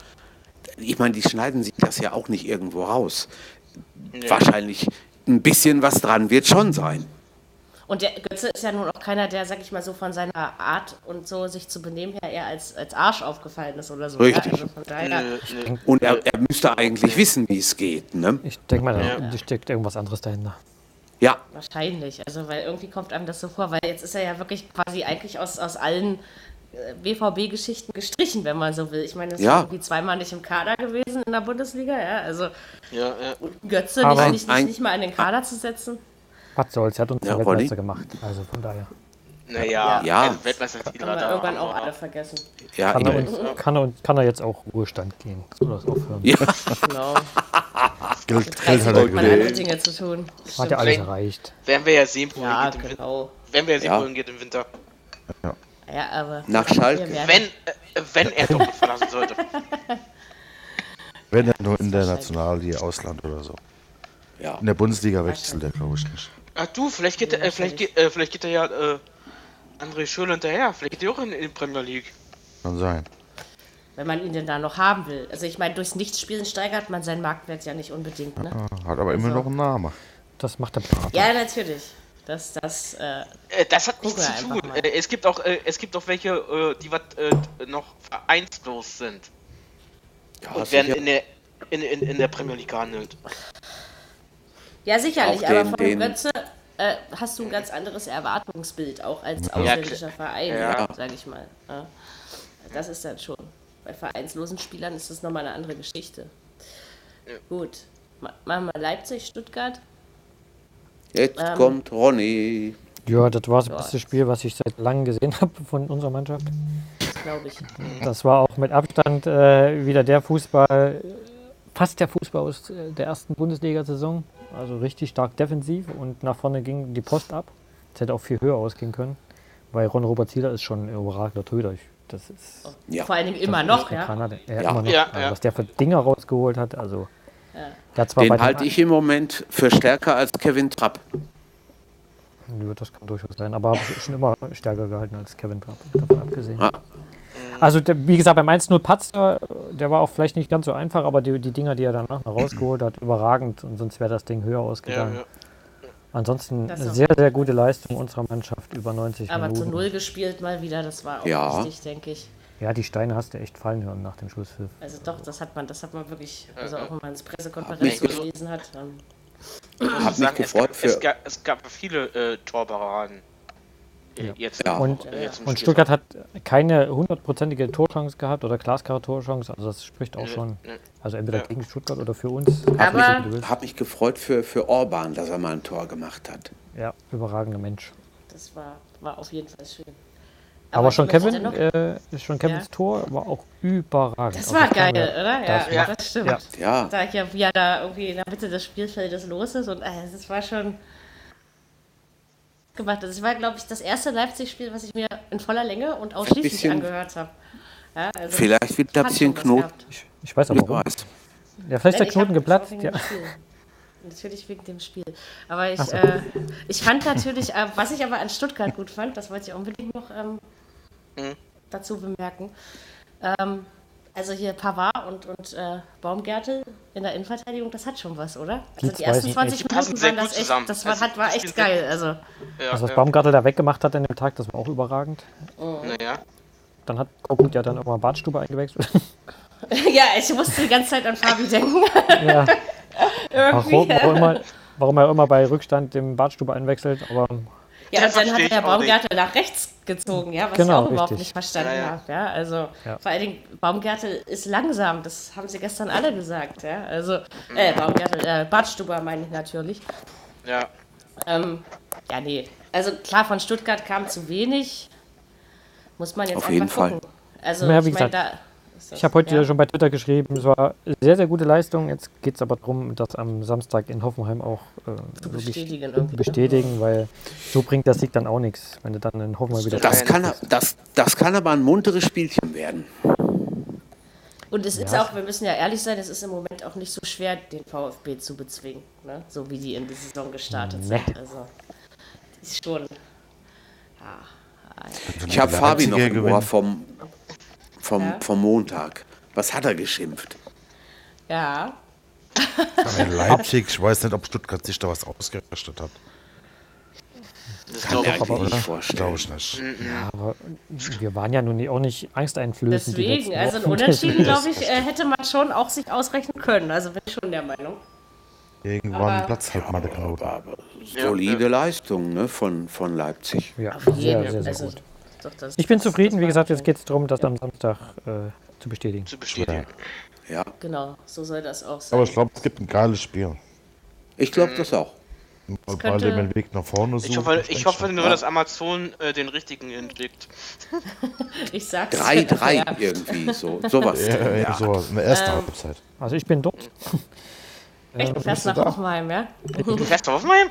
Speaker 3: Ich meine, die schneiden sich das ja auch nicht irgendwo raus. Wahrscheinlich ein bisschen was dran wird schon sein.
Speaker 2: Und der Götze ist ja nun auch keiner, der, sag ich mal, so von seiner Art und so sich zu benehmen her eher als, als Arsch aufgefallen ist oder so.
Speaker 3: Richtig.
Speaker 2: Ja, also von daher,
Speaker 5: Nö,
Speaker 3: Und er, er müsste eigentlich wissen, wie es geht. Ne?
Speaker 6: Ich denke mal, da steckt irgendwas anderes dahinter.
Speaker 3: Ja,
Speaker 2: Wahrscheinlich, also weil irgendwie kommt einem das so vor, weil jetzt ist er ja wirklich quasi eigentlich aus, aus allen äh, BVB-Geschichten gestrichen, wenn man so will. Ich meine, er ist
Speaker 3: Ja.
Speaker 2: irgendwie zweimal nicht im Kader gewesen in der Bundesliga, ja, also
Speaker 5: nö. Ja, ja.
Speaker 2: Götze
Speaker 6: Aber-
Speaker 2: nicht, nicht, nicht,
Speaker 3: Ein-
Speaker 2: nicht mal in den Kader zu setzen.
Speaker 6: Was soll's, er hat uns
Speaker 3: Ja,
Speaker 6: ja,
Speaker 3: Wolli?
Speaker 6: Weltmeister gemacht. Also von daher.
Speaker 5: Naja,
Speaker 3: Ja.
Speaker 5: ein Weltmeistertitel
Speaker 2: Haben
Speaker 5: hat
Speaker 2: wir
Speaker 5: er
Speaker 2: irgendwann
Speaker 5: aber-
Speaker 2: auch alle vergessen.
Speaker 3: ja,
Speaker 6: Kann er,
Speaker 3: eben.
Speaker 6: uns, kann, er, uns- kann er jetzt auch Ruhestand gehen? Soll das aufhören?
Speaker 3: Ja.
Speaker 2: Genau.
Speaker 4: Geld, Geld hat
Speaker 2: Dreißig
Speaker 4: er
Speaker 2: hat man
Speaker 4: gewählt.
Speaker 2: andere Dinge zu tun.
Speaker 6: Hat
Speaker 2: Stimmt.
Speaker 6: ja alles
Speaker 5: Wenn-
Speaker 6: erreicht.
Speaker 5: Werden wir ja sehen, wohin
Speaker 2: Ja,
Speaker 5: geht im Winter.
Speaker 2: genau.
Speaker 5: Werden wir ja sehen,
Speaker 3: Ja.
Speaker 5: wohin geht im Winter.
Speaker 2: Ja, aber
Speaker 3: Nach
Speaker 2: wir
Speaker 3: Schalke.
Speaker 2: werden-
Speaker 5: Wenn, äh, wenn er doch verlassen sollte.
Speaker 4: Wenn er nur in der Nationalliga, Ausland oder so.
Speaker 3: Ja.
Speaker 4: In der Bundesliga wechselt er, glaube ich, nicht.
Speaker 5: Ach du, vielleicht geht, er- äh, vielleicht geht, äh, vielleicht geht er ja äh, André Schürrle hinterher. Vielleicht geht er auch in die Premier League.
Speaker 4: Kann sein.
Speaker 2: wenn man ihn denn da noch haben will. Also ich meine, durchs Nichtspielen steigert man seinen Marktwert ja nicht unbedingt, ne?
Speaker 4: Hat aber immer noch einen Namen.
Speaker 6: Das macht der Berater.
Speaker 2: Ja, natürlich. Das, das, äh,
Speaker 5: Äh, das hat
Speaker 2: Gucken
Speaker 5: nichts
Speaker 2: wir
Speaker 5: zu
Speaker 2: einfach
Speaker 5: tun.
Speaker 2: mal.
Speaker 5: Äh, es, gibt auch, äh, es gibt auch welche, äh, die wat, äh, noch vereinslos sind. und werden
Speaker 3: sicher.
Speaker 5: in der, in, in, in der Premier League gehandelt.
Speaker 2: ja, sicherlich,
Speaker 3: Auch
Speaker 2: aber
Speaker 3: den-
Speaker 2: von
Speaker 3: den-
Speaker 2: Götze äh, hast du ein ganz anderes Erwartungsbild, auch als
Speaker 5: Ja,
Speaker 2: ausländischer Verein,
Speaker 5: Ja.
Speaker 2: sag ich mal. Ja. Das ist dann schon. Bei vereinslosen Spielern ist das nochmal eine andere Geschichte. Gut. Ma- Machen wir Leipzig, Stuttgart.
Speaker 3: Jetzt
Speaker 2: Ähm.
Speaker 3: kommt Ronny.
Speaker 6: Ja, das war das beste Spiel, was ich seit langem gesehen habe von unserer Mannschaft.
Speaker 2: glaube ich.
Speaker 6: Das war auch mit Abstand äh, wieder der Fußball, äh, fast der Fußball aus äh, der ersten Bundesliga-Saison. Also richtig stark defensiv und nach vorne ging die Post ab. Es hätte auch viel höher ausgehen können, weil Ron Robert Zieler ist schon ein überragender Töter. Ich, das ist
Speaker 3: Ja.
Speaker 2: Vor allen Dingen immer
Speaker 6: das
Speaker 2: noch,
Speaker 6: ist eine
Speaker 2: ja.
Speaker 6: Granate. ja.
Speaker 3: Ja.
Speaker 6: Immer noch.
Speaker 5: Ja,
Speaker 6: also,
Speaker 5: ja.
Speaker 6: Was der für Dinger rausgeholt hat, also der hat zwar bei
Speaker 3: Den
Speaker 6: den
Speaker 3: halte
Speaker 6: An-
Speaker 3: ich im Moment für stärker als Kevin Trapp.
Speaker 6: Nö, das kann durchaus sein, aber habe ich schon immer stärker gehalten als Kevin Trapp, davon abgesehen.
Speaker 3: Ja.
Speaker 6: Also, der, wie gesagt, beim 1-0 Patzer, der war auch vielleicht nicht ganz so einfach, aber die, die Dinger, die er danach noch rausgeholt hat, überragend und sonst wäre das Ding höher
Speaker 5: Ja,
Speaker 6: ausgegangen.
Speaker 5: ja.
Speaker 6: Ansonsten
Speaker 2: Das so.
Speaker 6: sehr, sehr gute Leistung unserer Mannschaft über 90
Speaker 2: Aber zu
Speaker 6: Minuten.
Speaker 2: null gespielt mal wieder, das war auch
Speaker 3: Ja.
Speaker 2: wichtig, denke ich.
Speaker 6: Ja, die Steine hast du echt fallen hören nach dem Schlusspfiff.
Speaker 2: Also doch, das hat man, das hat man wirklich, also auch wenn man es
Speaker 3: Mich
Speaker 2: Pressekonferenz
Speaker 3: ge-
Speaker 2: gelesen hat. ähm, Dann,
Speaker 5: Ich muss
Speaker 3: mich
Speaker 5: sagen,
Speaker 3: gefreut
Speaker 5: es, gab,
Speaker 3: für-
Speaker 5: es, gab, es gab viele äh, Torberaden. Ja. Jetzt,
Speaker 3: Ja.
Speaker 6: Und-
Speaker 5: äh, jetzt im
Speaker 6: Und
Speaker 5: Spieltag.
Speaker 6: Stuttgart hat keine hundertprozentige Torchance gehabt oder glasklare Torchance, also das spricht auch schon. Also entweder gegen Stuttgart oder für uns.
Speaker 2: aber
Speaker 3: Hab mich gefreut für, für Orban, dass er mal ein Tor gemacht hat.
Speaker 6: Ja, überragender Mensch.
Speaker 2: das war, war auf jeden Fall schön.
Speaker 6: Aber, schon
Speaker 2: was hat
Speaker 6: Kevin,
Speaker 2: er noch?
Speaker 6: äh, schon Kevins Tor war auch überragend.
Speaker 2: das
Speaker 6: Also
Speaker 2: war geil,
Speaker 6: kann man-
Speaker 2: oder? Ja,
Speaker 6: das
Speaker 2: das, ja, das stimmt.
Speaker 6: Ja.
Speaker 3: Ja,
Speaker 2: Da ich ja, wie er da irgendwie in der Mitte des Spielfeldes los ist und äh, das war schon gemacht. Das war, glaube ich, das erste Leipzig-Spiel, was ich mir in voller Länge und ausschließlich
Speaker 3: bisschen-
Speaker 2: angehört habe. Ja, also
Speaker 3: vielleicht wird da ein
Speaker 2: hat
Speaker 3: bisschen
Speaker 2: schon was
Speaker 3: Knoten.
Speaker 2: gehabt.
Speaker 6: Ich, ich weiß
Speaker 3: Wer
Speaker 6: aber warum.
Speaker 3: weiß.
Speaker 6: Ja, vielleicht
Speaker 2: Nein,
Speaker 6: der
Speaker 2: ich hab-
Speaker 6: Knoten geplatzt.
Speaker 2: das war
Speaker 6: Ja.
Speaker 2: wegen dem Spiel. Natürlich wegen dem Spiel. Aber ich, äh, ich fand natürlich, äh, was ich aber an Stuttgart gut fand, das wollte ich unbedingt noch ähm,
Speaker 5: Mhm.
Speaker 2: dazu bemerken. Ähm, also hier Pavard und, und äh, Baumgärtel in der Innenverteidigung, das hat schon was, oder?
Speaker 6: Die
Speaker 2: Also die
Speaker 6: zwei
Speaker 2: ersten
Speaker 6: sind
Speaker 2: 20
Speaker 6: echt-
Speaker 5: passen
Speaker 2: Minuten
Speaker 5: sehr
Speaker 2: waren
Speaker 5: gut
Speaker 2: das echt,
Speaker 5: zusammen.
Speaker 2: das war,
Speaker 5: Also,
Speaker 2: hat, war
Speaker 5: die
Speaker 2: echt
Speaker 5: spielen sehr
Speaker 2: geil. Also
Speaker 5: Ja,
Speaker 6: Also was
Speaker 5: ja.
Speaker 6: Baumgartel da weggemacht hat an dem Tag, das war auch überragend.
Speaker 5: Naja.
Speaker 6: Dann hat Korkut ja dann auch mal Bartstube eingewechselt.
Speaker 2: ja, ich musste die ganze Zeit an Fabi denken.
Speaker 6: ja.
Speaker 2: Irgendwie.
Speaker 6: warum, warum, immer, warum er immer bei Rückstand den Bartstube einwechselt, aber
Speaker 2: Ja, und
Speaker 5: Das
Speaker 2: dann hat
Speaker 5: verstehe
Speaker 2: der
Speaker 5: ich auch
Speaker 2: Baumgärtel nach rechts gezogen, ja, was ich
Speaker 6: Genau,
Speaker 2: auch überhaupt
Speaker 6: richtig.
Speaker 2: nicht verstanden
Speaker 5: Ja, ja.
Speaker 2: habe. Ja, also
Speaker 6: Ja.
Speaker 2: vor allen Dingen Baumgärtel ist langsam, das haben sie gestern alle gesagt, ja. Also äh, Baumgärtel, äh, Badstuber meine ich natürlich.
Speaker 5: Ja.
Speaker 2: Ähm, ja, nee. Also klar, von Stuttgart kam zu wenig. Muss man jetzt
Speaker 3: Auf
Speaker 2: einfach
Speaker 3: jeden Fall.
Speaker 2: gucken. Also
Speaker 6: Ja, wie
Speaker 2: ich meine,
Speaker 6: gesagt,
Speaker 2: da. ist das-
Speaker 6: Ich habe heute
Speaker 2: ja.
Speaker 6: schon bei Twitter geschrieben, es war sehr, sehr gute Leistung. Jetzt geht es aber darum, das am Samstag in Hoffenheim auch äh, wirklich
Speaker 2: bestätigen irgendwie. ne?
Speaker 6: bestätigen, weil so bringt der Sieg dann auch nichts, wenn du dann in Hoffenheim wieder
Speaker 3: Das kann, er- das, das kann aber ein munteres Spielchen werden.
Speaker 2: Und es ist
Speaker 6: Ja.
Speaker 2: auch, wir müssen ja ehrlich sein, es ist im Moment auch nicht so schwer, den VfB zu bezwingen, ne? so wie die in die Saison gestartet sind. Also, das ist schon.
Speaker 3: Ich habe Fabi noch im
Speaker 4: gewinnen.
Speaker 3: Ohr vom, vom,
Speaker 2: Ja?
Speaker 3: vom Montag. Was hat er geschimpft?
Speaker 2: Ja,
Speaker 4: In Leipzig, ich weiß nicht, ob Stuttgart sich da was ausgerichtet hat.
Speaker 5: Das glaube ich.
Speaker 3: Kann
Speaker 4: aber,
Speaker 3: ich
Speaker 4: oder?
Speaker 3: nicht vorstellen.
Speaker 4: Glaube ich nicht.
Speaker 6: Ja, aber wir waren ja nun nicht- auch nicht angsteinflößend. die
Speaker 2: Deswegen,
Speaker 6: letzten
Speaker 2: also ein
Speaker 6: Wochen.
Speaker 2: Unentschieden, glaube ich, äh, hätte man schon auch sich ausrechnen können. Also bin ich schon der Meinung.
Speaker 4: Irgendwann platzt halt mal der Knoten.
Speaker 3: Solide Leistung ne, von, von Leipzig.
Speaker 6: Ja, sehr, sehr, sehr
Speaker 2: also,
Speaker 6: gut.
Speaker 2: doch, das-
Speaker 6: Ich bin
Speaker 2: das-
Speaker 6: zufrieden. Wie
Speaker 2: das war
Speaker 6: gesagt, jetzt geht es darum, das am Samstag äh, zu bestätigen.
Speaker 5: Zu bestätigen.
Speaker 3: Ja,
Speaker 2: Genau, so soll das auch sein.
Speaker 4: Aber ich glaube, es gibt ein geiles Spiel.
Speaker 3: ich
Speaker 2: Mhm.
Speaker 3: glaube das auch.
Speaker 4: Weil
Speaker 2: könnte-
Speaker 4: dem den Weg nach vorne suchen.
Speaker 5: Ich hoffe, ich hoffe nur, dass Amazon äh, den richtigen entdeckt.
Speaker 2: ich sag's dir
Speaker 3: 3-3
Speaker 2: nachher.
Speaker 3: irgendwie, so, sowas.
Speaker 4: Ja, ja, ja. sowas. Eine erste Halbzeit.
Speaker 6: Also ich bin dort.
Speaker 2: Echt, du fährst nach Hoffenheim, ja?
Speaker 5: Du fährst auf meinem?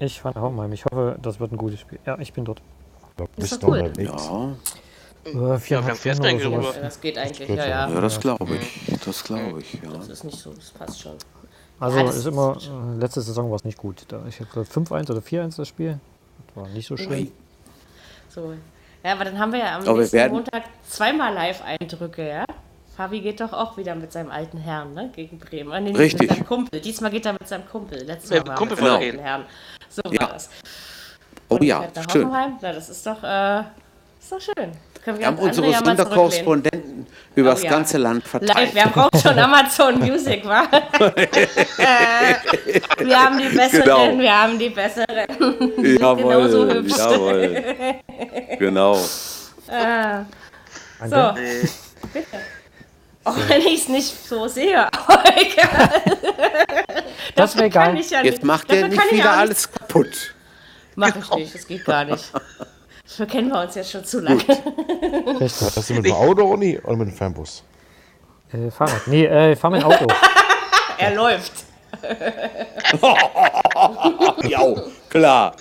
Speaker 6: Ich fahre nach Hoffenheim. Ich hoffe, das wird ein gutes Spiel. Ja, ich bin dort.
Speaker 4: Bist
Speaker 2: doch cool.
Speaker 4: unterwegs.
Speaker 3: Ja,
Speaker 6: Äh, vier
Speaker 5: Ja, dann fährst du eigentlich rüber.
Speaker 2: Ja, das geht eigentlich, ja, ja.
Speaker 3: ja das glaube ich. Das glaube ich, ja.
Speaker 2: Das ist nicht so, das passt schon.
Speaker 6: Also
Speaker 2: Ja, das
Speaker 6: ist
Speaker 2: ist
Speaker 6: immer, äh, letzte Saison war es nicht gut. Da ich glaube 5-1 oder 4-1 das Spiel. Das War nicht so schön.
Speaker 2: So. Ja, aber dann haben wir ja am
Speaker 3: Aber wir
Speaker 2: nächsten
Speaker 3: werden-
Speaker 2: Montag zweimal Live-Eindrücke, ja? Fabi geht doch auch wieder mit seinem alten Herrn, ne? Gegen Bremen. Ah, nee, nicht
Speaker 3: Richtig.
Speaker 2: Mit seinem Kumpel. Diesmal geht er mit seinem Kumpel. Letztes
Speaker 5: Äh,
Speaker 2: Mal war er
Speaker 5: Kumpel
Speaker 2: mit seinem
Speaker 5: von
Speaker 2: alten
Speaker 5: Reden.
Speaker 2: Herrn. So
Speaker 3: Ja.
Speaker 2: war das.
Speaker 3: Oh
Speaker 2: Und
Speaker 3: ja,
Speaker 2: fährt nach
Speaker 3: stimmt.
Speaker 2: Hoffenheim. Na, das ist doch, äh, ist doch schön. Können
Speaker 3: Wir haben
Speaker 2: uns
Speaker 3: unsere
Speaker 2: andere ja mal zurücklehnen.
Speaker 3: Sonderkorrespondenten über das
Speaker 2: Oh ja.
Speaker 3: ganze Land
Speaker 2: Live, wir
Speaker 3: verteilt.
Speaker 2: haben auch schon Amazon Music, wa? Äh, wir haben die besseren,
Speaker 3: Genau.
Speaker 2: wir haben die besseren. genauso
Speaker 3: Jawohl,
Speaker 2: hübsch.
Speaker 3: jawohl. Genau.
Speaker 2: So. Bitte. Auch wenn ich es nicht so sehe, aber egal.
Speaker 6: Das wäre
Speaker 2: Kann
Speaker 6: geil.
Speaker 2: ich ja
Speaker 3: Jetzt
Speaker 2: nicht.
Speaker 3: macht er
Speaker 2: Dafür
Speaker 3: nicht
Speaker 2: kann ich
Speaker 3: wieder
Speaker 2: auch
Speaker 3: alles kaputt.
Speaker 2: Mach ich nicht, das geht gar nicht. Dafür kennen wir uns jetzt schon zu lange.
Speaker 4: Fährst du mit dem Auto, Ronny, oder mit dem Fernbus?
Speaker 6: Äh, Fahrrad. Nee, äh, fahr mit dem Auto.
Speaker 2: Er läuft.
Speaker 3: Ja, oh, klar.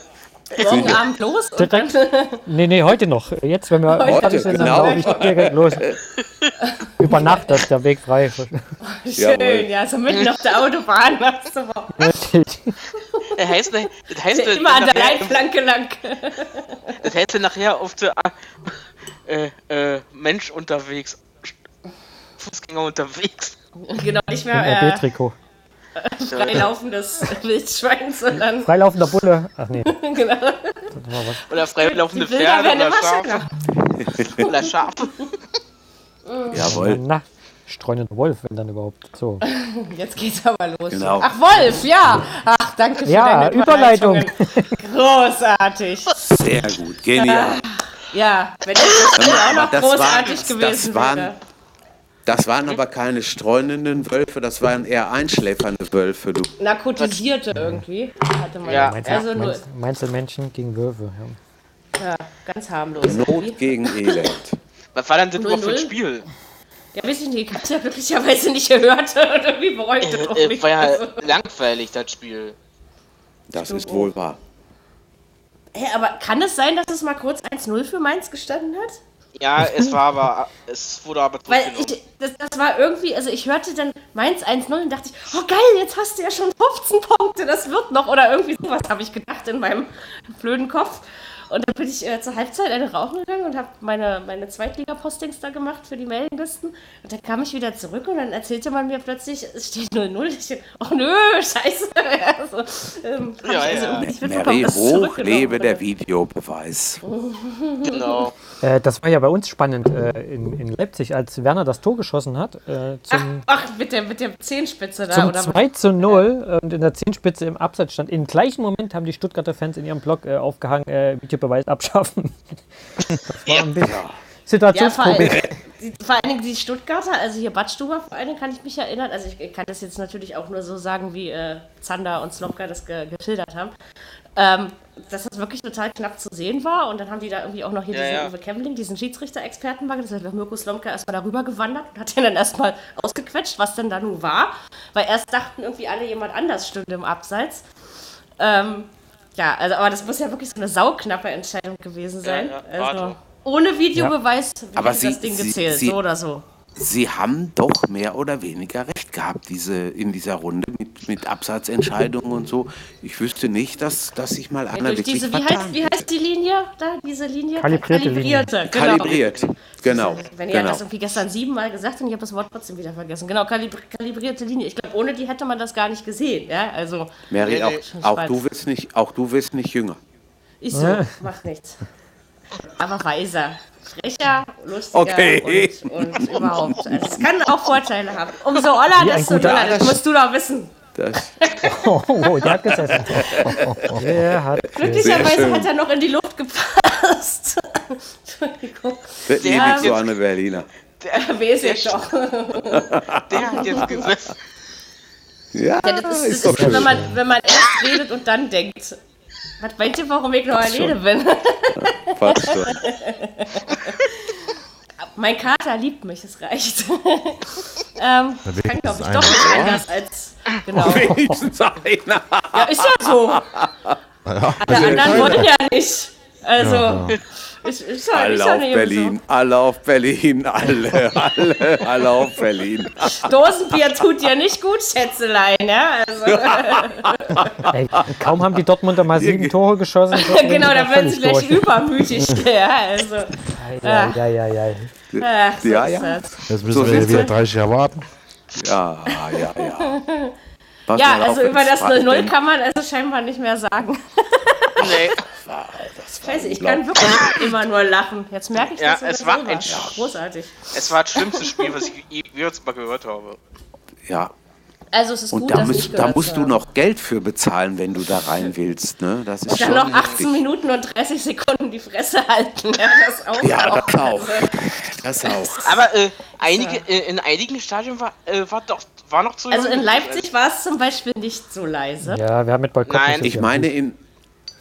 Speaker 2: Morgen Abend los und dann
Speaker 6: Direkt. Nee, nee, heute noch. Jetzt, wenn wir
Speaker 2: Heute,
Speaker 6: fertig sind, dann
Speaker 3: genau.
Speaker 6: laufe ich direkt los. Über Nacht, dass der Weg frei ist.
Speaker 2: schön,
Speaker 3: Jawohl.
Speaker 2: ja, so mitten auf der Autobahn machst du mal.
Speaker 5: Das heißt, das heißt,
Speaker 2: Immer an der
Speaker 5: nachher-
Speaker 2: Leitplanke lang.
Speaker 5: das heißt nachher auf der äh, äh, Mensch unterwegs. Fußgänger unterwegs.
Speaker 2: Genau, nicht mehr äh,
Speaker 6: RB-Trikot.
Speaker 2: freilaufendes Wildschwein, sondern
Speaker 6: Freilaufender Bulle. Ach nee.
Speaker 2: genau.
Speaker 5: Oder freilaufende
Speaker 2: Bilder werden
Speaker 5: Pferde oder
Speaker 2: immer
Speaker 5: Schafe.
Speaker 2: schöner.
Speaker 5: Oder Schafe.
Speaker 3: Jawohl.
Speaker 6: Na, streunender Wolf, wenn dann überhaupt. So.
Speaker 2: Jetzt geht's aber los.
Speaker 3: Genau.
Speaker 2: Ach, Wolf, ja. Ach, danke für
Speaker 6: Ja,
Speaker 2: deine
Speaker 6: Überleitung.
Speaker 2: Überleitungen. Großartig.
Speaker 3: Sehr gut. Genial.
Speaker 2: Ja, wenn das Spiel auch noch
Speaker 3: das
Speaker 2: großartig
Speaker 3: waren-
Speaker 2: gewesen
Speaker 3: das waren-
Speaker 2: wäre.
Speaker 3: Das waren aber keine streunenden Wölfe, das waren eher einschläfernde Wölfe, du.
Speaker 2: Narkotisierte irgendwie. Hatte man
Speaker 5: Ja.
Speaker 6: Meinst du,
Speaker 2: Also nur
Speaker 6: meinst, meinst du Menschen gegen Wölfe? Ja.
Speaker 2: ganz harmlos.
Speaker 3: Not
Speaker 2: irgendwie.
Speaker 3: gegen Elend.
Speaker 5: Was war denn das
Speaker 2: Null,
Speaker 5: überhaupt für ein
Speaker 2: null.
Speaker 5: Spiel?
Speaker 2: Ja, weiß ich nicht. Ich hab's ja glücklicherweise nicht gehört und irgendwie bereut es auch
Speaker 5: Äh,
Speaker 2: nicht.
Speaker 5: war ja
Speaker 2: Also,
Speaker 5: langweilig, das Spiel.
Speaker 3: Das ist wohl wahr.
Speaker 2: hä, aber kann es sein, dass es mal kurz 1-0 für Mainz gestanden hat?
Speaker 5: Ja, es war aber. Es wurde aber
Speaker 2: Weil
Speaker 5: zurückgenommen.
Speaker 2: ich, das, das war irgendwie, also ich hörte dann Mainz 1-0 und dachte ich, oh geil, jetzt hast du ja schon 15 Punkte, das wird noch. Oder irgendwie sowas habe ich gedacht in meinem blöden Kopf. Und dann bin ich äh, zur Halbzeit eine rauchen gegangen und habe meine, meine Zweitliga-Postings da gemacht für die Mailinglisten. Und dann kam ich wieder zurück und dann erzählte man mir plötzlich, es steht 0-0. Ich dachte, oh nö, scheiße. Also, ähm, hab
Speaker 5: Ja,
Speaker 2: ich also
Speaker 5: ja.
Speaker 2: irgendwie nicht mitbekommen,
Speaker 3: Mary,
Speaker 2: dass es
Speaker 3: hoch lebe
Speaker 2: zurückgenommen
Speaker 3: der
Speaker 2: wurde.
Speaker 3: Videobeweis.
Speaker 5: Genau.
Speaker 6: Äh, das war ja bei uns spannend äh, in, in Leipzig, als Werner das Tor geschossen hat.
Speaker 2: Ach,
Speaker 6: Äh, zum
Speaker 2: ach, mit der, mit der Zehenspitze da.
Speaker 6: zum
Speaker 2: oder
Speaker 6: 2 zu 0 äh, und in der Zehenspitze im Abseits stand. Im gleichen Moment haben die Stuttgarter Fans in ihrem Blog äh, aufgehangen, äh, Videobeweis abschaffen. das war ein bisschen
Speaker 2: Ja, vor, allen,
Speaker 6: Situationskomik.
Speaker 2: die, vor allen Dingen die Stuttgarter, also hier Badstuber vor allen Dingen kann ich mich erinnern. Also ich kann das jetzt natürlich auch nur so sagen, wie äh, Zander und Slomka das ge geschildert haben. Ähm, dass das wirklich total knapp zu sehen war und dann haben die da irgendwie auch noch hier
Speaker 5: Ja,
Speaker 2: diesen
Speaker 5: ja.
Speaker 2: Uwe Kemling, diesen Schiedsrichter-Experten war, das hat doch Mirko Slomka erstmal darüber gewandert und hat den dann erstmal ausgequetscht, was denn da nun war, weil erst dachten irgendwie alle, jemand anders stünde im Abseits. Ähm, ja, also aber das muss ja wirklich so eine sauknappe Entscheidung gewesen sein.
Speaker 5: ja,
Speaker 2: also,
Speaker 5: warte.
Speaker 2: ohne Videobeweis
Speaker 3: Aber
Speaker 2: aber
Speaker 3: sie-
Speaker 2: das Ding
Speaker 3: sie-
Speaker 2: gezählt,
Speaker 3: sie-
Speaker 2: so oder so.
Speaker 3: Sie haben doch mehr oder weniger recht gehabt diese, in dieser Runde mit, mit Absatzentscheidungen und so. Ich wüsste nicht, dass, dass sich mal einer
Speaker 2: Durch
Speaker 3: wirklich
Speaker 2: diese, wie
Speaker 3: vertan
Speaker 2: heißt, wie
Speaker 3: hätte.
Speaker 2: heißt die Linie da? Diese Linie? Kalibrierte,
Speaker 6: Kalibrierte
Speaker 2: genau.
Speaker 3: Kalibriert, genau.
Speaker 2: Wenn ihr
Speaker 3: genau.
Speaker 2: das irgendwie gestern siebenmal gesagt habt, und ich habe das Wort trotzdem wieder vergessen. Genau, kalibri kalibrierte Linie. Ich glaube, ohne die hätte man das gar nicht gesehen. Ja, also,
Speaker 3: Mary, auch,
Speaker 2: Schon
Speaker 3: auch,
Speaker 2: schwarz.
Speaker 3: du wirst nicht, auch du wirst nicht jünger.
Speaker 2: Ist so,
Speaker 6: Ja.
Speaker 2: macht nichts. Aber weiser, frecher, lustiger
Speaker 3: Okay.
Speaker 2: und, und überhaupt. Also, Es kann auch Vorteile haben. Umso oller,
Speaker 6: ein
Speaker 2: desto
Speaker 6: guter
Speaker 2: doller. Das musst du doch wissen.
Speaker 3: Das,
Speaker 6: Oh, oh, der hat gesessen. Der hat gesessen.
Speaker 2: Glücklicherweise
Speaker 3: schön.
Speaker 2: hat er noch in die Luft gepasst. Entschuldigung.
Speaker 3: das
Speaker 5: Sehr
Speaker 3: liebe ich eh so
Speaker 5: gut.
Speaker 3: an der Berliner.
Speaker 2: Wer ist jetzt doch?
Speaker 5: Der hat jetzt gesessen.
Speaker 3: Ja,
Speaker 2: Ja, das ist, das
Speaker 3: ist
Speaker 2: ist,
Speaker 3: doch schön.
Speaker 2: wenn, man, wenn man erst redet und dann denkt. Was meint ihr, warum ich noch alleine bin?
Speaker 3: Passt schon.
Speaker 2: Mein Kater liebt mich, es reicht. ähm, ich kann, glaube ich, doch nicht anders als. Genau.
Speaker 3: Wenigstens einer.
Speaker 2: Ja, ist ja so. Alle anderen wollen ja nicht. Also, ist, ist ja ist
Speaker 3: Alle
Speaker 2: ja
Speaker 3: auf
Speaker 2: nicht
Speaker 3: Berlin, alle auf Berlin, alle, alle, alle auf Berlin.
Speaker 2: So. Dosenbier tut dir nicht gut, Schätzelein. Ja? Also,
Speaker 6: Ey, kaum haben die Dortmunder mal sieben Tore geschossen.
Speaker 2: genau, da werden sie gleich übermütig. Ja, also,
Speaker 6: Ja, ja, ja, ja.
Speaker 2: ach, so
Speaker 3: Ja,
Speaker 2: ist
Speaker 3: ja.
Speaker 2: das.
Speaker 4: Jetzt
Speaker 3: So
Speaker 4: müssen wir
Speaker 3: sieht's
Speaker 4: wieder
Speaker 3: aus.
Speaker 4: 30 Jahre warten.
Speaker 3: Ja, ja, ja. Pass
Speaker 2: Ja,
Speaker 3: mal auf,
Speaker 2: also
Speaker 3: wenn
Speaker 2: über
Speaker 3: es
Speaker 2: das
Speaker 3: frei-
Speaker 2: 0-0
Speaker 3: wenn-
Speaker 2: kann man also scheinbar nicht mehr sagen.
Speaker 5: Nee.
Speaker 2: Scheiße, ich kann wirklich immer nur lachen. Jetzt merke ich
Speaker 5: Ja,
Speaker 2: das. sogar
Speaker 5: es war
Speaker 2: selber.
Speaker 5: ein Sch-
Speaker 2: Großartig.
Speaker 5: Es war das schlimmste Spiel, was ich je- jetzt mal gehört habe.
Speaker 3: Ja,
Speaker 2: Also es ist
Speaker 3: und
Speaker 2: gut,
Speaker 3: da,
Speaker 2: dass
Speaker 3: musst,
Speaker 2: ich
Speaker 3: da musst du noch Geld für bezahlen, wenn du da rein willst. Ne? Das ist
Speaker 2: Dann
Speaker 3: schon
Speaker 2: noch 18
Speaker 3: heftig.
Speaker 2: Minuten und 30 Sekunden die Fresse halten. Ja, das auch.
Speaker 3: Ja, das auch. Das auch.
Speaker 5: Aber äh, einige, äh, in einigen Stadien war, äh, war doch war noch zu
Speaker 2: Also
Speaker 5: jung.
Speaker 2: in Leipzig war es zum Beispiel nicht so leise.
Speaker 6: Ja, wir haben mit Boykott
Speaker 5: Nein,
Speaker 6: nicht so
Speaker 5: ich
Speaker 3: Ich
Speaker 6: viel.
Speaker 3: meine, in,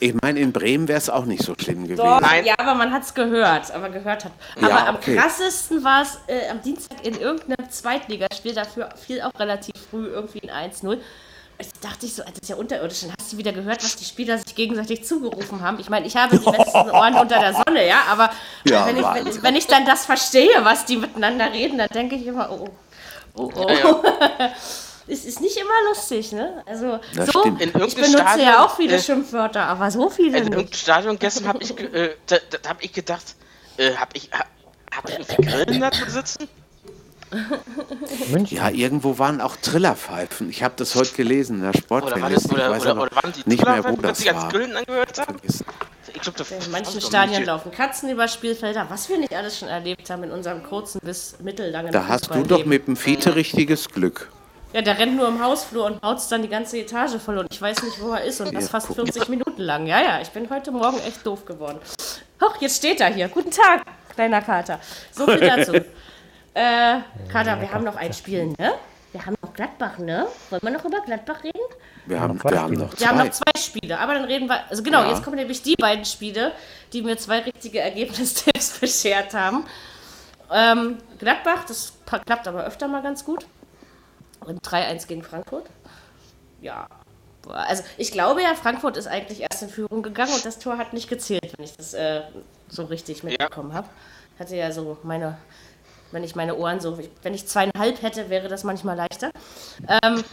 Speaker 3: ich meine, in Bremen wäre es auch nicht so schlimm gewesen.
Speaker 2: Doch,
Speaker 5: Nein.
Speaker 2: ja, aber man hat es gehört, aber gehört hat.
Speaker 3: Ja,
Speaker 2: Aber am
Speaker 3: okay.
Speaker 2: krassesten war es äh, am Dienstag in irgendeinem Zweitligaspiel, dafür fiel auch relativ früh irgendwie ein 1-0. Ich dachte ich so, das ist ja unterirdisch. Dann hast du wieder gehört, was die Spieler sich gegenseitig zugerufen haben. Ich meine, ich habe die besten Ohren unter der Sonne, ja, aber
Speaker 3: Ja,
Speaker 2: wenn, ich,
Speaker 3: Wahnsinn.
Speaker 2: wenn, wenn ich dann das verstehe, was die miteinander reden, dann denke ich immer, oh, oh, oh. oh. Es ist nicht immer lustig, ne? Also,
Speaker 3: Das
Speaker 2: so,
Speaker 3: stimmt.
Speaker 5: In
Speaker 2: ich
Speaker 5: irgendeinem
Speaker 2: benutze
Speaker 5: Stadion,
Speaker 2: ja auch viele
Speaker 5: äh,
Speaker 2: Schimpfwörter, aber so viele nicht.
Speaker 5: in irgendeinem Also, Stadion gestern habe ich, ge- äh, da, da hab ich gedacht, äh, habe ich, ha- hab ich irgendwie Grillen da drin sitzen?
Speaker 6: München.
Speaker 3: Ja, irgendwo waren auch Trillerpfeifen. Ich habe das heute gelesen in der
Speaker 5: Oder, war
Speaker 3: Sportwelt.
Speaker 5: das,
Speaker 3: Ich
Speaker 5: oder,
Speaker 3: weiß
Speaker 5: oder,
Speaker 3: aber
Speaker 5: oder waren die
Speaker 3: nicht mehr, wo
Speaker 5: Zulaufwelt, dass
Speaker 3: das
Speaker 5: die ganz
Speaker 3: war.
Speaker 5: Grillen angehört haben?
Speaker 3: Vergiss.
Speaker 5: Ich glaube, da
Speaker 2: In manchen Äh, Stadien laufen Katzen über Spielfelder, was wir nicht alles schon erlebt haben in unserem kurzen bis mittellangen
Speaker 3: Da hast du
Speaker 2: Fußballleben.
Speaker 3: doch mit dem Fiete richtiges Glück.
Speaker 2: Ja, der rennt nur im Hausflur und haut dann die ganze Etage voll und ich weiß nicht, wo er ist und das
Speaker 3: Ja,
Speaker 2: fast
Speaker 3: guck.
Speaker 2: 40 Minuten lang. Ja, ja, ich bin heute Morgen echt doof geworden. Hoch, jetzt steht er hier. Guten Tag, kleiner Kater. So viel dazu. äh, Kater, wir haben noch ein Spiel, ne? Wir haben noch Gladbach, ne? Wollen wir noch über Gladbach reden?
Speaker 3: Wir haben, wir haben noch
Speaker 2: Wir haben
Speaker 3: zwei.
Speaker 2: noch zwei Spiele, aber dann reden wir. Also genau, jetzt kommen nämlich die beiden Spiele, die mir zwei richtige Ergebnistipps beschert haben. Ähm, Gladbach, das pa- klappt aber öfter mal ganz gut. Und 3-1 gegen Frankfurt. Ja. Also ich glaube ja, Frankfurt ist eigentlich erst in Führung gegangen und das Tor hat nicht gezählt, wenn ich das äh, so richtig mitbekommen habe. Hatte ja so meine, wenn ich meine Ohren so, wenn ich zweieinhalb hätte, wäre das manchmal leichter. Ähm,